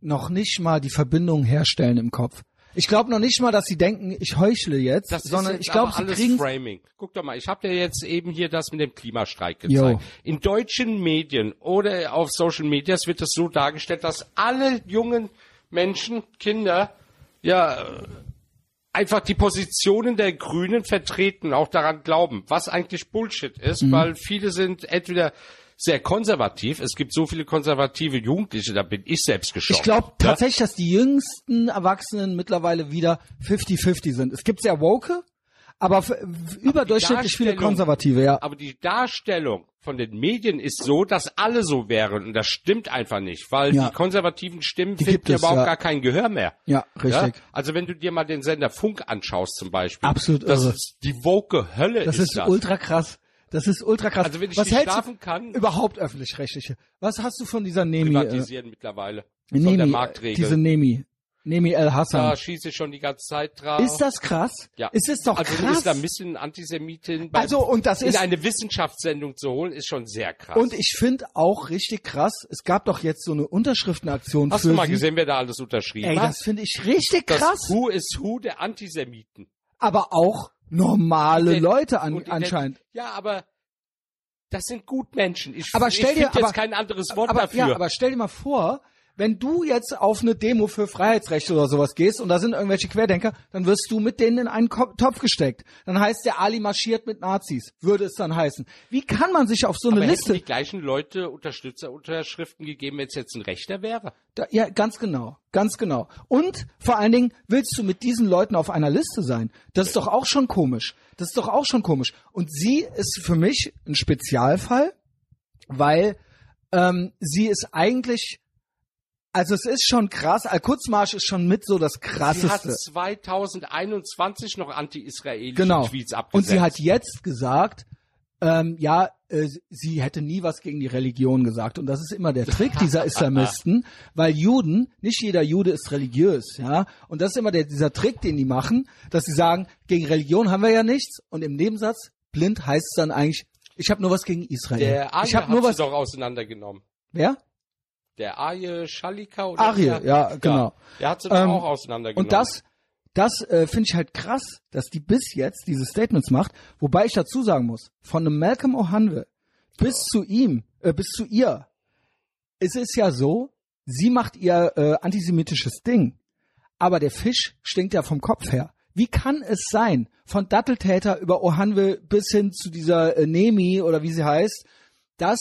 [SPEAKER 1] noch nicht mal die Verbindung herstellen im Kopf. Ich glaube noch nicht mal, dass sie denken, ich heuchle jetzt,
[SPEAKER 2] Das
[SPEAKER 1] sondern
[SPEAKER 2] ist jetzt
[SPEAKER 1] ich glaube,
[SPEAKER 2] aber
[SPEAKER 1] sie
[SPEAKER 2] alles
[SPEAKER 1] kriegen
[SPEAKER 2] Framing. Guck doch mal, ich habe dir jetzt eben hier das mit dem Klimastreik gezeigt. In deutschen Medien oder auf Social Medias wird es so dargestellt, dass alle jungen Menschen, Kinder, ja äh, einfach die Positionen der Grünen vertreten, auch daran glauben, was eigentlich Bullshit ist,
[SPEAKER 1] Mhm.
[SPEAKER 2] weil viele sind entweder sehr konservativ. Es gibt so viele konservative Jugendliche, da bin ich selbst geschockt.
[SPEAKER 1] Ich glaube
[SPEAKER 2] ne?
[SPEAKER 1] tatsächlich, dass die jüngsten Erwachsenen mittlerweile wieder 50-50 sind. Es gibt sehr woke, aber f- überdurchschnittlich viele
[SPEAKER 2] Darstellung-
[SPEAKER 1] Konservative, ja.
[SPEAKER 2] Aber die Darstellung von den Medien ist so, dass alle so wären. Und das stimmt einfach nicht, weil
[SPEAKER 1] Ja.
[SPEAKER 2] die konservativen Stimmen
[SPEAKER 1] Die gibt
[SPEAKER 2] finden
[SPEAKER 1] es,
[SPEAKER 2] überhaupt
[SPEAKER 1] ja.
[SPEAKER 2] gar kein Gehör mehr.
[SPEAKER 1] Ja, richtig.
[SPEAKER 2] Also wenn du dir mal den Sender Funk anschaust zum Beispiel.
[SPEAKER 1] Absolut
[SPEAKER 2] das
[SPEAKER 1] irre.
[SPEAKER 2] Ist die woke Hölle
[SPEAKER 1] Das ist,
[SPEAKER 2] ist das.
[SPEAKER 1] ultra krass. Das ist ultra krass.
[SPEAKER 2] Also wenn ich
[SPEAKER 1] Was
[SPEAKER 2] nicht
[SPEAKER 1] hältst du
[SPEAKER 2] schlafen kann-
[SPEAKER 1] überhaupt öffentlich-rechtliche? Was hast du von dieser Nemi? äh,
[SPEAKER 2] Privatisieren mittlerweile. Von der
[SPEAKER 1] Nemi, äh,
[SPEAKER 2] Marktregel.
[SPEAKER 1] diese Nemi, Nemi El Hassan.
[SPEAKER 2] da schieße ich schon die ganze Zeit drauf.
[SPEAKER 1] Ist das krass?
[SPEAKER 2] Ja.
[SPEAKER 1] Ist es doch
[SPEAKER 2] also
[SPEAKER 1] krass?
[SPEAKER 2] ist da ein bisschen Antisemitin bei
[SPEAKER 1] also und das
[SPEAKER 2] in
[SPEAKER 1] ist
[SPEAKER 2] eine Wissenschaftssendung zu holen, ist schon sehr krass.
[SPEAKER 1] und ich finde auch richtig krass. Es gab doch jetzt so eine Unterschriftenaktion
[SPEAKER 2] Hast
[SPEAKER 1] für
[SPEAKER 2] du mal
[SPEAKER 1] sie.
[SPEAKER 2] gesehen, wer da alles unterschrieben
[SPEAKER 1] Ey,
[SPEAKER 2] hat?
[SPEAKER 1] das finde ich richtig
[SPEAKER 2] Das
[SPEAKER 1] krass.
[SPEAKER 2] Who is Who der Antisemiten.
[SPEAKER 1] Aber auch normale
[SPEAKER 2] Der-
[SPEAKER 1] Leute an,
[SPEAKER 2] Und die-
[SPEAKER 1] anscheinend.
[SPEAKER 2] Ja, aber das sind Gutmenschen. Ich,
[SPEAKER 1] Aber
[SPEAKER 2] ich
[SPEAKER 1] stell dir-
[SPEAKER 2] find jetzt
[SPEAKER 1] aber-
[SPEAKER 2] kein anderes Wort
[SPEAKER 1] Aber
[SPEAKER 2] dafür.
[SPEAKER 1] ja, aber stell dir mal vor, wenn du jetzt auf eine Demo für Freiheitsrechte oder sowas gehst und da sind irgendwelche Querdenker, dann wirst du mit denen in einen Ko Topf gesteckt. Dann heißt der Ali marschiert mit Nazis, würde es dann heißen. Wie kann man sich auf so eine
[SPEAKER 2] Aber hätten
[SPEAKER 1] Liste
[SPEAKER 2] die gleichen Leute Unterstützerunterschriften gegeben, wenn es jetzt ein Rechter wäre.
[SPEAKER 1] Da, ja, ganz genau, ganz genau. Und vor allen Dingen willst du mit diesen Leuten auf einer Liste sein. Das ist doch auch schon komisch. Das ist doch auch schon komisch. Und sie ist für mich ein Spezialfall, weil ähm, sie ist eigentlich, also es ist schon krass. Al Kurzmarsch ist schon mit so das äh,
[SPEAKER 2] Sie hat
[SPEAKER 1] krasseste.
[SPEAKER 2] 2021 noch anti-israelische
[SPEAKER 1] genau.
[SPEAKER 2] Tweets
[SPEAKER 1] Und
[SPEAKER 2] abgesetzt.
[SPEAKER 1] sie hat jetzt gesagt, ähm, ja, äh, sie hätte nie was gegen die Religion gesagt. Und das ist immer der Trick dieser Islamisten, weil Juden, nicht jeder Jude ist religiös, ja. Und das ist immer der, dieser Trick, den die machen, dass sie sagen, gegen Religion haben wir ja nichts. Und im Nebensatz, blind heißt es dann eigentlich, ich habe nur was gegen Israel.
[SPEAKER 2] der Ali
[SPEAKER 1] ich habe nur
[SPEAKER 2] hat
[SPEAKER 1] was.
[SPEAKER 2] sie doch auseinandergenommen.
[SPEAKER 1] Wer?
[SPEAKER 2] Der Aje Schalika oder
[SPEAKER 1] Ariel,
[SPEAKER 2] der,
[SPEAKER 1] ja, genau.
[SPEAKER 2] Der hat sie dann
[SPEAKER 1] Ähm,
[SPEAKER 2] auch auseinandergenommen.
[SPEAKER 1] Und das, das äh, finde ich halt krass, dass die bis jetzt diese Statements macht. Wobei ich dazu sagen muss, von einem Malcolm O'Hanwe bis zu ihm, äh, bis zu ihr, es ist ja so, sie macht ihr äh, antisemitisches Ding. Aber der Fisch stinkt ja vom Kopf her. Wie kann es sein, von Datteltäter über Ohanwe bis hin zu dieser äh, Nemi oder wie sie heißt, dass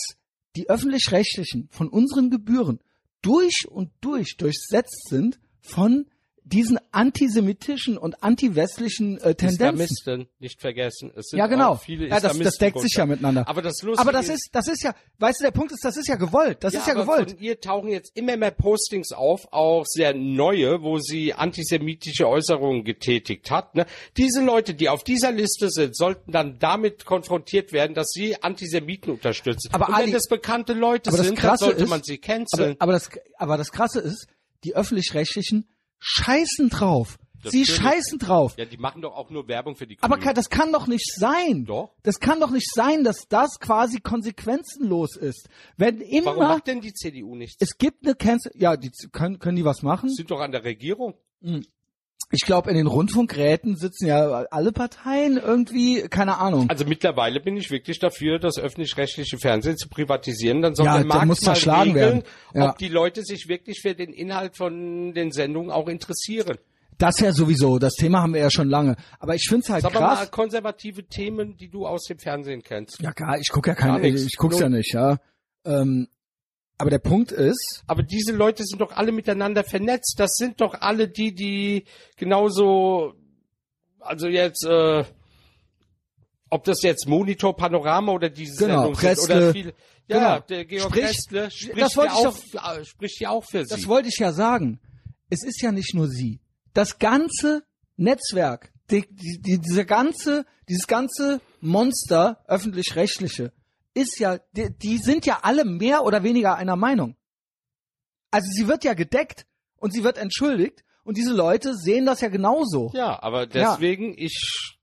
[SPEAKER 1] die öffentlich-rechtlichen von unseren Gebühren durch und durch durchsetzt sind von diesen antisemitischen und antiwestlichen äh, Tendenzen?
[SPEAKER 2] Islamisten, nicht vergessen. Es sind
[SPEAKER 1] Ja, genau.
[SPEAKER 2] Auch viele
[SPEAKER 1] ja, das, das
[SPEAKER 2] Islamisten
[SPEAKER 1] deckt sich ja miteinander.
[SPEAKER 2] Aber das Lustige
[SPEAKER 1] Aber das ist, das ist ja, weißt du, der Punkt ist, das ist ja gewollt. Das ist ja
[SPEAKER 2] aber
[SPEAKER 1] gewollt.
[SPEAKER 2] Von ihr tauchen jetzt immer mehr Postings auf, auch sehr neue, wo sie antisemitische Äußerungen getätigt hat. Ne? Diese Leute, die auf dieser Liste sind, sollten dann damit konfrontiert werden, dass sie Antisemiten unterstützen.
[SPEAKER 1] Aber
[SPEAKER 2] Und
[SPEAKER 1] Ali-
[SPEAKER 2] wenn das bekannte Leute
[SPEAKER 1] aber das
[SPEAKER 2] sind, dann
[SPEAKER 1] Krasse
[SPEAKER 2] sollte
[SPEAKER 1] ist-
[SPEAKER 2] man
[SPEAKER 1] Aber,
[SPEAKER 2] sie canceln.
[SPEAKER 1] aber, das, aber das Krasse ist, die Öffentlich-Rechtlichen scheißen drauf. Sie
[SPEAKER 2] Natürlich.
[SPEAKER 1] scheißen drauf.
[SPEAKER 2] ja, die machen doch auch nur Werbung für die
[SPEAKER 1] Aber
[SPEAKER 2] Grünen.
[SPEAKER 1] kann, das kann doch nicht sein.
[SPEAKER 2] Doch.
[SPEAKER 1] Das kann doch nicht sein, dass das quasi konsequenzenlos ist. Wenn
[SPEAKER 2] Warum
[SPEAKER 1] immer,
[SPEAKER 2] macht denn die CDU nichts?
[SPEAKER 1] es gibt eine Cancel, ja, die können, können die was machen?
[SPEAKER 2] Sie sind doch an der Regierung.
[SPEAKER 1] Ich glaube, in den Rundfunkräten sitzen ja alle Parteien irgendwie, keine Ahnung.
[SPEAKER 2] Also mittlerweile bin ich wirklich dafür, das öffentlich-rechtliche Fernsehen zu privatisieren. Dann soll
[SPEAKER 1] Ja,
[SPEAKER 2] der
[SPEAKER 1] der
[SPEAKER 2] Markt
[SPEAKER 1] muss
[SPEAKER 2] mal
[SPEAKER 1] zerschlagen
[SPEAKER 2] regeln,
[SPEAKER 1] werden. Ja.
[SPEAKER 2] ob die Leute sich wirklich für den Inhalt von den Sendungen auch interessieren.
[SPEAKER 1] Das ja sowieso, das Thema haben wir ja schon lange. Aber ich find's halt
[SPEAKER 2] Sag
[SPEAKER 1] krass.
[SPEAKER 2] mal konservative Themen, die du aus dem Fernsehen kennst.
[SPEAKER 1] Ja, klar, ich guck ja
[SPEAKER 2] Gar
[SPEAKER 1] kein,
[SPEAKER 2] nichts.
[SPEAKER 1] ich guck's ja nicht, ja. Ähm, aber der Punkt ist,
[SPEAKER 2] Aber diese Leute sind doch alle miteinander vernetzt. Das sind doch alle die, die genauso, also jetzt, äh, ob das jetzt Monitor, Panorama oder diese
[SPEAKER 1] Genau,
[SPEAKER 2] Sendung sind oder
[SPEAKER 1] Prestle.
[SPEAKER 2] viele. Ja,
[SPEAKER 1] Genau.
[SPEAKER 2] der Georg
[SPEAKER 1] Sprich-
[SPEAKER 2] Prestle spricht,
[SPEAKER 1] das wollte
[SPEAKER 2] ja auch,
[SPEAKER 1] ich
[SPEAKER 2] äh, spricht ja auch für sie.
[SPEAKER 1] das wollte ich ja sagen. Es ist ja nicht nur sie. Das ganze Netzwerk, die, die, die, diese ganze, dieses ganze Monster öffentlich-rechtliche, ist ja, die, die sind ja alle mehr oder weniger einer Meinung. Also sie wird ja gedeckt und sie wird entschuldigt und diese Leute sehen das ja genauso.
[SPEAKER 2] Ja, aber deswegen, ich,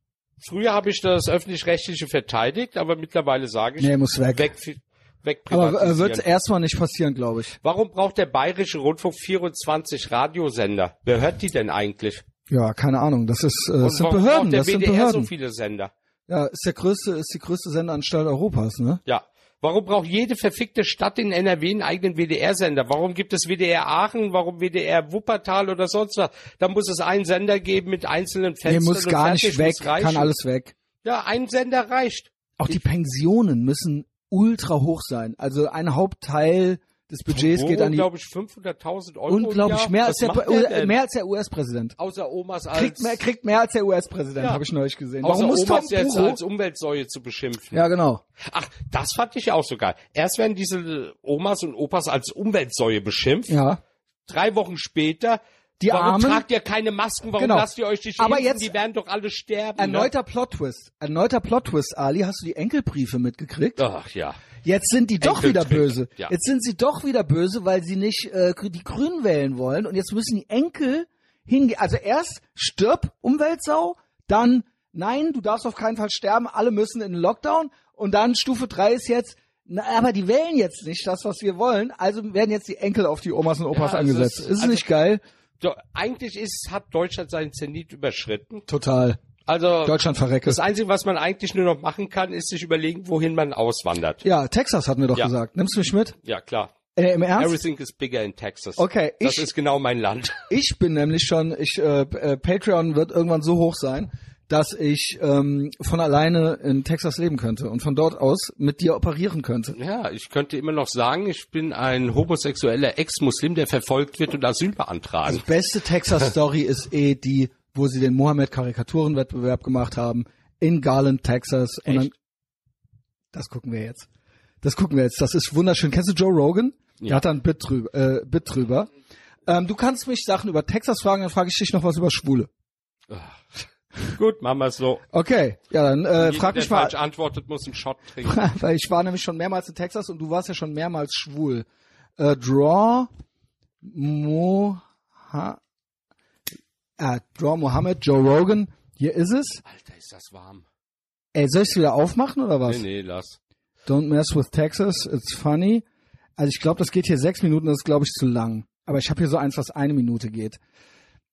[SPEAKER 2] früher habe ich das Öffentlich-Rechtliche verteidigt, aber mittlerweile sage ich,
[SPEAKER 1] Nee, muss weg.
[SPEAKER 2] weg, weg
[SPEAKER 1] aber äh, wird
[SPEAKER 2] privatisieren.
[SPEAKER 1] erstmal nicht passieren, glaube ich.
[SPEAKER 2] Warum braucht der Bayerische Rundfunk 24 Radiosender? Wer hört die denn eigentlich?
[SPEAKER 1] Ja, keine Ahnung. Das ist äh, das sind
[SPEAKER 2] warum
[SPEAKER 1] Behörden.
[SPEAKER 2] braucht der
[SPEAKER 1] Das sind
[SPEAKER 2] WDR
[SPEAKER 1] Behörden.
[SPEAKER 2] so viele Sender?
[SPEAKER 1] ja, ist der größte, ist die größte Sendeanstalt Europas, ne?
[SPEAKER 2] Ja. Warum braucht jede verfickte Stadt in NRW einen eigenen WDR-Sender? Warum gibt es WDR Aachen? Warum WDR Wuppertal oder sonst was? Da muss es einen Sender geben mit einzelnen
[SPEAKER 1] Nee,
[SPEAKER 2] Fenstern.
[SPEAKER 1] muss
[SPEAKER 2] und
[SPEAKER 1] gar
[SPEAKER 2] fertig,
[SPEAKER 1] nicht weg.
[SPEAKER 2] muss reichen.
[SPEAKER 1] Kann alles weg.
[SPEAKER 2] Ja, ein Sender reicht.
[SPEAKER 1] Auch die Pensionen müssen ultra hoch sein. Also ein Hauptteil des Budgets
[SPEAKER 2] Wo
[SPEAKER 1] geht an die
[SPEAKER 2] unglaublich 500.000 Euro. im
[SPEAKER 1] unglaublich
[SPEAKER 2] Jahr?
[SPEAKER 1] mehr als
[SPEAKER 2] Was
[SPEAKER 1] der,
[SPEAKER 2] macht der
[SPEAKER 1] äh,
[SPEAKER 2] denn?
[SPEAKER 1] mehr als der US-Präsident.
[SPEAKER 2] Außer Omas als,
[SPEAKER 1] Kriegt mehr, kriegt mehr als der US-Präsident,
[SPEAKER 2] Ja.
[SPEAKER 1] habe ich neulich gesehen.
[SPEAKER 2] außer
[SPEAKER 1] Warum muss Tom
[SPEAKER 2] Omas jetzt
[SPEAKER 1] Buro?
[SPEAKER 2] als Umweltsäue zu beschimpfen.
[SPEAKER 1] Ja, genau.
[SPEAKER 2] Ach, das fand ich ja auch so geil. Erst werden diese Omas und Opas als Umweltsäue beschimpft.
[SPEAKER 1] Ja.
[SPEAKER 2] Drei Wochen später.
[SPEAKER 1] Die
[SPEAKER 2] warum
[SPEAKER 1] Armen-
[SPEAKER 2] tragt ihr keine Masken? Warum
[SPEAKER 1] Genau.
[SPEAKER 2] lasst ihr euch nicht
[SPEAKER 1] Aber
[SPEAKER 2] impfen?
[SPEAKER 1] jetzt-
[SPEAKER 2] Die werden doch alle sterben. ne?
[SPEAKER 1] Erneuter Plot-Twist. Erneuter Plot-Twist, Ali. Hast du die Enkelbriefe mitgekriegt?
[SPEAKER 2] Ne? Ach ja.
[SPEAKER 1] Jetzt sind die doch wieder
[SPEAKER 2] Enkeltrick,
[SPEAKER 1] böse.
[SPEAKER 2] ja.
[SPEAKER 1] Jetzt sind sie doch wieder böse, weil sie nicht äh, die Grünen wählen wollen. Und jetzt müssen die Enkel hingehen. Also erst stirb, Umweltsau, dann nein, du darfst auf keinen Fall sterben, alle müssen in den Lockdown. Und dann Stufe 3 ist jetzt, na, aber die wählen jetzt nicht das, was wir wollen. Also werden jetzt die Enkel auf die Omas und Opas
[SPEAKER 2] Ja, es ist-
[SPEAKER 1] angesetzt. Ist,
[SPEAKER 2] also-
[SPEAKER 1] nicht geil?
[SPEAKER 2] Doch, eigentlich ist, hat Deutschland seinen Zenit überschritten.
[SPEAKER 1] Total.
[SPEAKER 2] Also.
[SPEAKER 1] Deutschland verreckt.
[SPEAKER 2] Das Einzige, was man eigentlich nur noch machen kann, ist sich überlegen, wohin man auswandert.
[SPEAKER 1] Ja, Texas hatten wir doch
[SPEAKER 2] Ja.
[SPEAKER 1] gesagt. Nimmst du mich mit?
[SPEAKER 2] Ja, klar.
[SPEAKER 1] Äh, Im Ernst?
[SPEAKER 2] Everything is bigger in Texas.
[SPEAKER 1] Okay,
[SPEAKER 2] Das
[SPEAKER 1] ich-
[SPEAKER 2] ist genau mein Land.
[SPEAKER 1] Ich bin nämlich schon, ich äh, äh, Patreon wird irgendwann so hoch sein, dass ich ähm, von alleine in Texas leben könnte und von dort aus mit dir operieren könnte.
[SPEAKER 2] Ja, ich könnte immer noch sagen, ich bin ein homosexueller Ex-Muslim, der verfolgt wird und Asyl beantragen.
[SPEAKER 1] Die beste Texas Story ist eh die, wo sie den Mohammed Karikaturenwettbewerb gemacht haben in Garland, Texas. Und dann,
[SPEAKER 2] Echt?
[SPEAKER 1] das gucken wir jetzt. Das gucken wir jetzt. Das ist wunderschön. Kennst du Joe Rogan? Der
[SPEAKER 2] Ja.
[SPEAKER 1] hat da ein Bit drüber. Äh, Bit drüber. Ähm, du kannst mich Sachen über Texas fragen, dann frage ich dich noch was über Schwule.
[SPEAKER 2] Gut, machen wir es so.
[SPEAKER 1] Okay, ja dann Also, äh,
[SPEAKER 2] Jeder,
[SPEAKER 1] frag
[SPEAKER 2] der
[SPEAKER 1] mich mal.
[SPEAKER 2] falsch antwortet, muss einen Shot trinken.
[SPEAKER 1] Weil ich war nämlich schon mehrmals in Texas und du warst ja schon mehrmals schwul. Äh, Draw Mo ha, äh, Draw Mohammed, Joe Rogan, hier ist es.
[SPEAKER 2] Alter, ist das warm.
[SPEAKER 1] Ey, soll ich wieder aufmachen oder was?
[SPEAKER 2] Nee, nee, lass.
[SPEAKER 1] Don't mess with Texas, it's funny. Also ich glaube, das geht hier sechs Minuten, das ist, glaube ich, zu lang. Aber ich habe hier so eins, was eine Minute geht.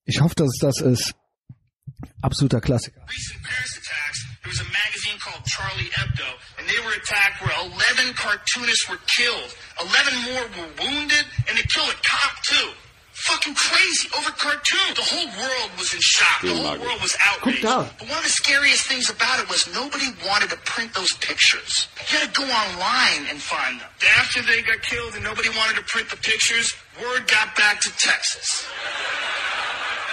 [SPEAKER 1] Ich hoffe, dass es das ist. Absoluter Klassiker.
[SPEAKER 3] recent Paris attacks, there was a magazine called Charlie Hebdo, and they were attacked where 11 cartoonists were killed, 11 more were wounded, and they killed a cop too. Fucking crazy over cartoons. The whole world was in shock. The whole world was outraged.
[SPEAKER 4] out.
[SPEAKER 3] But one of the scariest things about it was nobody wanted to print those pictures. You had to go online and find them. After they got killed and nobody wanted to print the pictures, word got back to Texas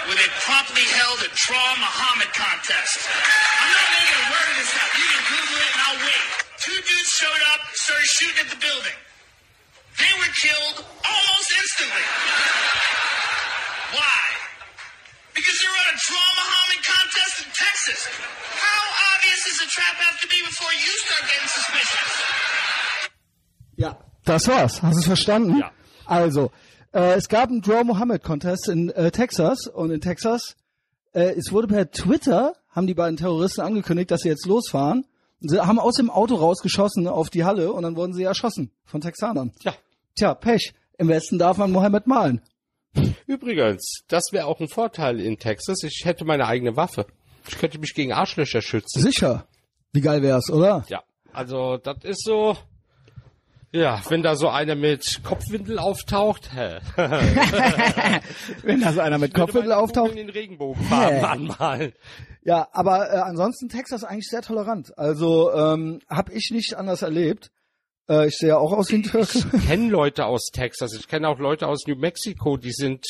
[SPEAKER 3] where they promptly held a Draw Muhammad contest. I'm not making a word of this up. You can Google it and I'll wait. Two dudes showed up, started shooting at the building. They were killed almost instantly. Why? Because they were on a Draw Muhammad contest in Texas. How obvious does a trap have to be before you start getting suspicious?
[SPEAKER 1] Ja, das war's. Hast du es verstanden?
[SPEAKER 2] Ja.
[SPEAKER 1] Also, äh, es gab einen Draw Mohammed Contest in äh, Texas und in Texas, äh, es wurde per Twitter, haben die beiden Terroristen angekündigt, dass sie jetzt losfahren. Und Sie haben aus dem Auto rausgeschossen auf die Halle und dann wurden sie erschossen von Texanern.
[SPEAKER 2] Ja.
[SPEAKER 1] Tja, Pech. Im Westen darf man Mohammed malen.
[SPEAKER 2] Übrigens, das wäre auch ein Vorteil in Texas. Ich hätte meine eigene Waffe. Ich könnte mich gegen Arschlöcher schützen.
[SPEAKER 1] Sicher. Wie geil wär's, oder?
[SPEAKER 2] Ja, also das ist so. Ja, wenn da so einer mit Kopfwindel auftaucht, hä?
[SPEAKER 1] Wenn da so einer mit Kopfhüttel auftaucht.
[SPEAKER 2] in den Regenbogenfarben
[SPEAKER 1] Hä?
[SPEAKER 2] anmalen.
[SPEAKER 1] Ja, aber äh, ansonsten Texas eigentlich sehr tolerant. Also ähm, habe ich nicht anders erlebt. Äh, ich sehe ja auch aus wie ein Türke.
[SPEAKER 2] kenne Leute aus Texas. Ich kenne auch Leute aus New Mexico, die sind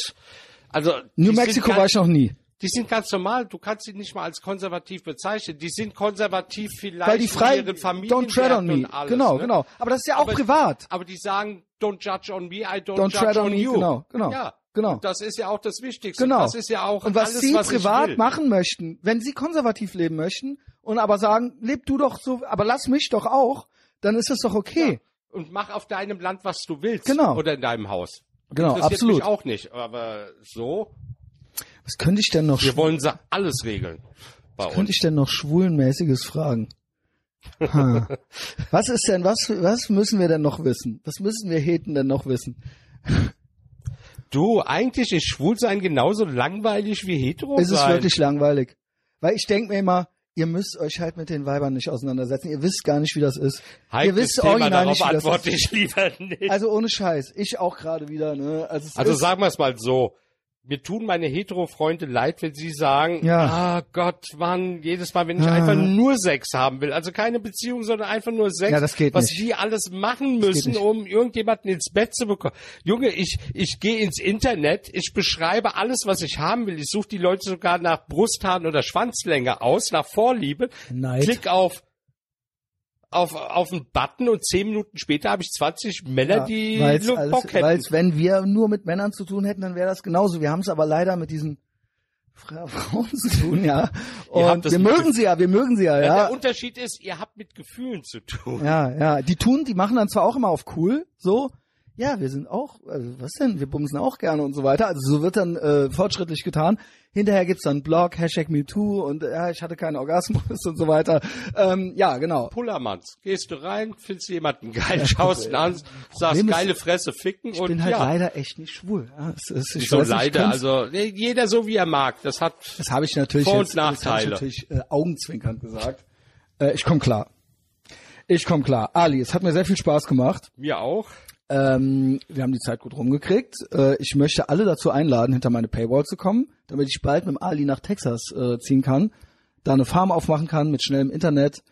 [SPEAKER 2] also
[SPEAKER 1] New
[SPEAKER 2] die
[SPEAKER 1] Mexico
[SPEAKER 2] sind
[SPEAKER 1] war ich noch nie.
[SPEAKER 2] Die sind ganz normal. Du kannst sie nicht mal als konservativ bezeichnen. Die sind konservativ vielleicht
[SPEAKER 1] Weil die frei,
[SPEAKER 2] in ihren Familien
[SPEAKER 1] don't tread on
[SPEAKER 2] und
[SPEAKER 1] me.
[SPEAKER 2] alles.
[SPEAKER 1] genau,
[SPEAKER 2] ne?
[SPEAKER 1] genau. Aber das ist ja auch
[SPEAKER 2] Aber-
[SPEAKER 1] privat.
[SPEAKER 2] Aber die sagen, don't judge on me, I don't,
[SPEAKER 1] Don't
[SPEAKER 2] judge
[SPEAKER 1] tread on
[SPEAKER 2] on
[SPEAKER 1] me.
[SPEAKER 2] you.
[SPEAKER 1] Genau, genau,
[SPEAKER 2] Ja.
[SPEAKER 1] genau.
[SPEAKER 2] Und das ist ja auch das Wichtigste.
[SPEAKER 1] Genau.
[SPEAKER 2] Das ist ja auch
[SPEAKER 1] und was
[SPEAKER 2] alles,
[SPEAKER 1] sie
[SPEAKER 2] was ich
[SPEAKER 1] privat
[SPEAKER 2] will.
[SPEAKER 1] machen möchten, wenn sie konservativ leben möchten und aber sagen, leb du doch so, aber lass mich doch auch, dann ist das doch okay.
[SPEAKER 2] Und mach auf deinem Land, was du willst.
[SPEAKER 1] Genau.
[SPEAKER 2] Oder in deinem Haus.
[SPEAKER 1] Genau,
[SPEAKER 2] Interessiert
[SPEAKER 1] absolut.
[SPEAKER 2] Mich auch nicht. Aber so,
[SPEAKER 1] Was könnte ich denn noch,
[SPEAKER 2] wir wollen sa- alles regeln.
[SPEAKER 1] was
[SPEAKER 2] Bei uns.
[SPEAKER 1] könnte ich denn noch schwulenmäßiges fragen? Ha. was ist denn, was, was müssen wir denn noch wissen? Was müssen wir Heten denn noch wissen?
[SPEAKER 2] Du, eigentlich ist Schwulsein genauso langweilig wie Hetero
[SPEAKER 1] Ist es
[SPEAKER 2] sein.
[SPEAKER 1] wirklich langweilig? Weil ich denke mir immer, ihr müsst euch halt mit den Weibern nicht auseinandersetzen. Ihr wisst gar nicht, wie das ist.
[SPEAKER 2] Heikles
[SPEAKER 1] ihr wisst
[SPEAKER 2] Thema,
[SPEAKER 1] original
[SPEAKER 2] darauf
[SPEAKER 1] nicht, wie das
[SPEAKER 2] antworte
[SPEAKER 1] ist.
[SPEAKER 2] ich lieber nicht.
[SPEAKER 1] Also ohne Scheiß. Ich auch gerade wieder, ne? Also, es
[SPEAKER 2] Also
[SPEAKER 1] ist,
[SPEAKER 2] sagen wir es mal so. Mir tun meine Hetero-Freunde leid, wenn sie sagen,
[SPEAKER 1] Ja.
[SPEAKER 2] ah Gott, Mann, jedes Mal, wenn ich
[SPEAKER 1] Ah.
[SPEAKER 2] einfach nur Sex haben will, also keine Beziehung, sondern einfach nur Sex,
[SPEAKER 1] Ja, das geht
[SPEAKER 2] was
[SPEAKER 1] nicht.
[SPEAKER 2] die alles
[SPEAKER 1] geht
[SPEAKER 2] machen müssen,
[SPEAKER 1] nicht.
[SPEAKER 2] um irgendjemanden ins Bett zu bekommen. Junge, ich, ich gehe ins Internet, ich beschreibe alles, was ich haben will. Ich suche die Leute sogar nach Brusthaaren oder Schwanzlänge aus, nach Vorliebe,
[SPEAKER 1] Neid.
[SPEAKER 2] klick auf auf, auf einen Button und zehn Minuten später habe ich 20 Männer, die
[SPEAKER 1] weil's
[SPEAKER 2] nur
[SPEAKER 1] alles-
[SPEAKER 2] Bock hätten.
[SPEAKER 1] weil's, wenn wir nur mit Männern zu tun hätten, dann wäre das genauso. Wir haben es aber leider mit diesen Fra- Frauen zu tun, ja.
[SPEAKER 2] habt
[SPEAKER 1] Und
[SPEAKER 2] das
[SPEAKER 1] wir
[SPEAKER 2] mit-
[SPEAKER 1] mögen sie ja, wir mögen sie ja,
[SPEAKER 2] Ja,
[SPEAKER 1] ja.
[SPEAKER 2] Der Unterschied ist, ihr habt mit Gefühlen zu tun.
[SPEAKER 1] Ja, ja. Die tun, die machen dann zwar auch immer auf cool, so, ja, wir sind auch, also was denn, wir bumsen auch gerne und so weiter. Also so wird dann äh, fortschrittlich getan. Hinterher gibt's dann Blog, Hashtag MeToo und ja, ich hatte keinen Orgasmus und so weiter. Ähm, ja, genau.
[SPEAKER 2] Pullermanns. Gehst du rein, findest jemanden geil, schaust ihn an, sagst
[SPEAKER 1] Problem ist,
[SPEAKER 2] geile Fresse, ficken
[SPEAKER 1] Ich
[SPEAKER 2] und
[SPEAKER 1] bin halt
[SPEAKER 2] ja.
[SPEAKER 1] leider echt nicht schwul. Ja, es ist, ich
[SPEAKER 2] so
[SPEAKER 1] weiß nicht,
[SPEAKER 2] leider,
[SPEAKER 1] ich
[SPEAKER 2] also nee, jeder so wie er mag. Das hat
[SPEAKER 1] Das habe ich natürlich
[SPEAKER 2] Vor- und
[SPEAKER 1] jetzt, das habe ich
[SPEAKER 2] Nachteile.
[SPEAKER 1] natürlich äh, augenzwinkernd gesagt. Äh, ich komme klar. Ich komme klar. Ali, es hat mir sehr viel Spaß gemacht.
[SPEAKER 2] mir auch.
[SPEAKER 1] Ähm, wir haben die Zeit gut rumgekriegt. Äh, ich möchte alle dazu einladen, hinter meine Paywall zu kommen, damit ich bald mit dem Ali nach Texas äh, ziehen kann, da eine Farm aufmachen kann mit schnellem Internet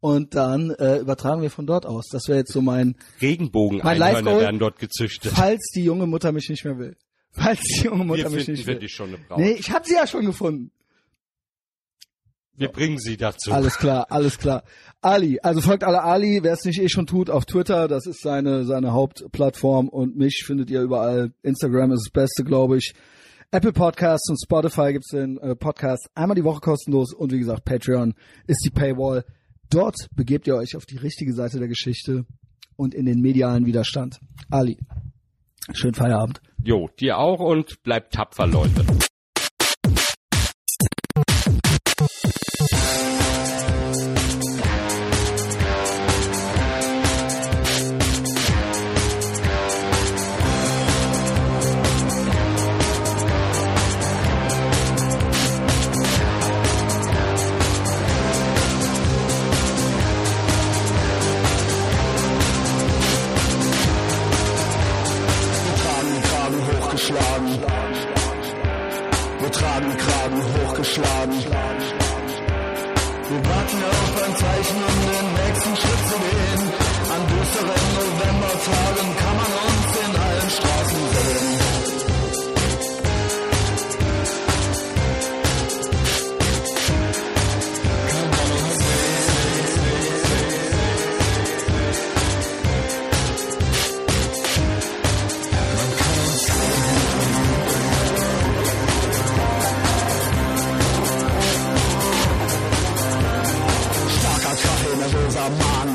[SPEAKER 1] und dann äh, übertragen wir von dort aus. Das wäre jetzt so mein,
[SPEAKER 2] Regenbogen
[SPEAKER 1] Mein Life Goal-
[SPEAKER 2] werden dort gezüchtet.
[SPEAKER 1] falls die junge Mutter mich nicht mehr will. Falls die junge Mutter
[SPEAKER 2] Wir
[SPEAKER 1] mich
[SPEAKER 2] finden
[SPEAKER 1] nicht
[SPEAKER 2] für
[SPEAKER 1] will.
[SPEAKER 2] dich schon eine Braut.
[SPEAKER 1] Nee, ich habe sie ja schon gefunden.
[SPEAKER 2] Wir bringen sie dazu.
[SPEAKER 1] Alles klar, alles klar. Ali, also folgt alle Ali, wer es nicht eh schon tut, auf Twitter, das ist seine, seine Hauptplattform und mich findet ihr überall. Instagram ist das Beste, glaube ich. Apple Podcasts und Spotify gibt's den äh, Podcast einmal die Woche kostenlos und wie gesagt, Patreon ist die Paywall. Dort begebt ihr euch auf die richtige Seite der Geschichte und in den medialen Widerstand. Ali, schönen Feierabend.
[SPEAKER 2] Jo, dir auch und bleibt tapfer, Leute.
[SPEAKER 4] Wir tragen die Kragen hochgeschlagen. Wir warten auf ein Zeichen, um den nächsten Schritt zu gehen. An düsteren Novembertagen kann man uns in allen Straßen sehen. Starker Kaffee, nervöser Mann.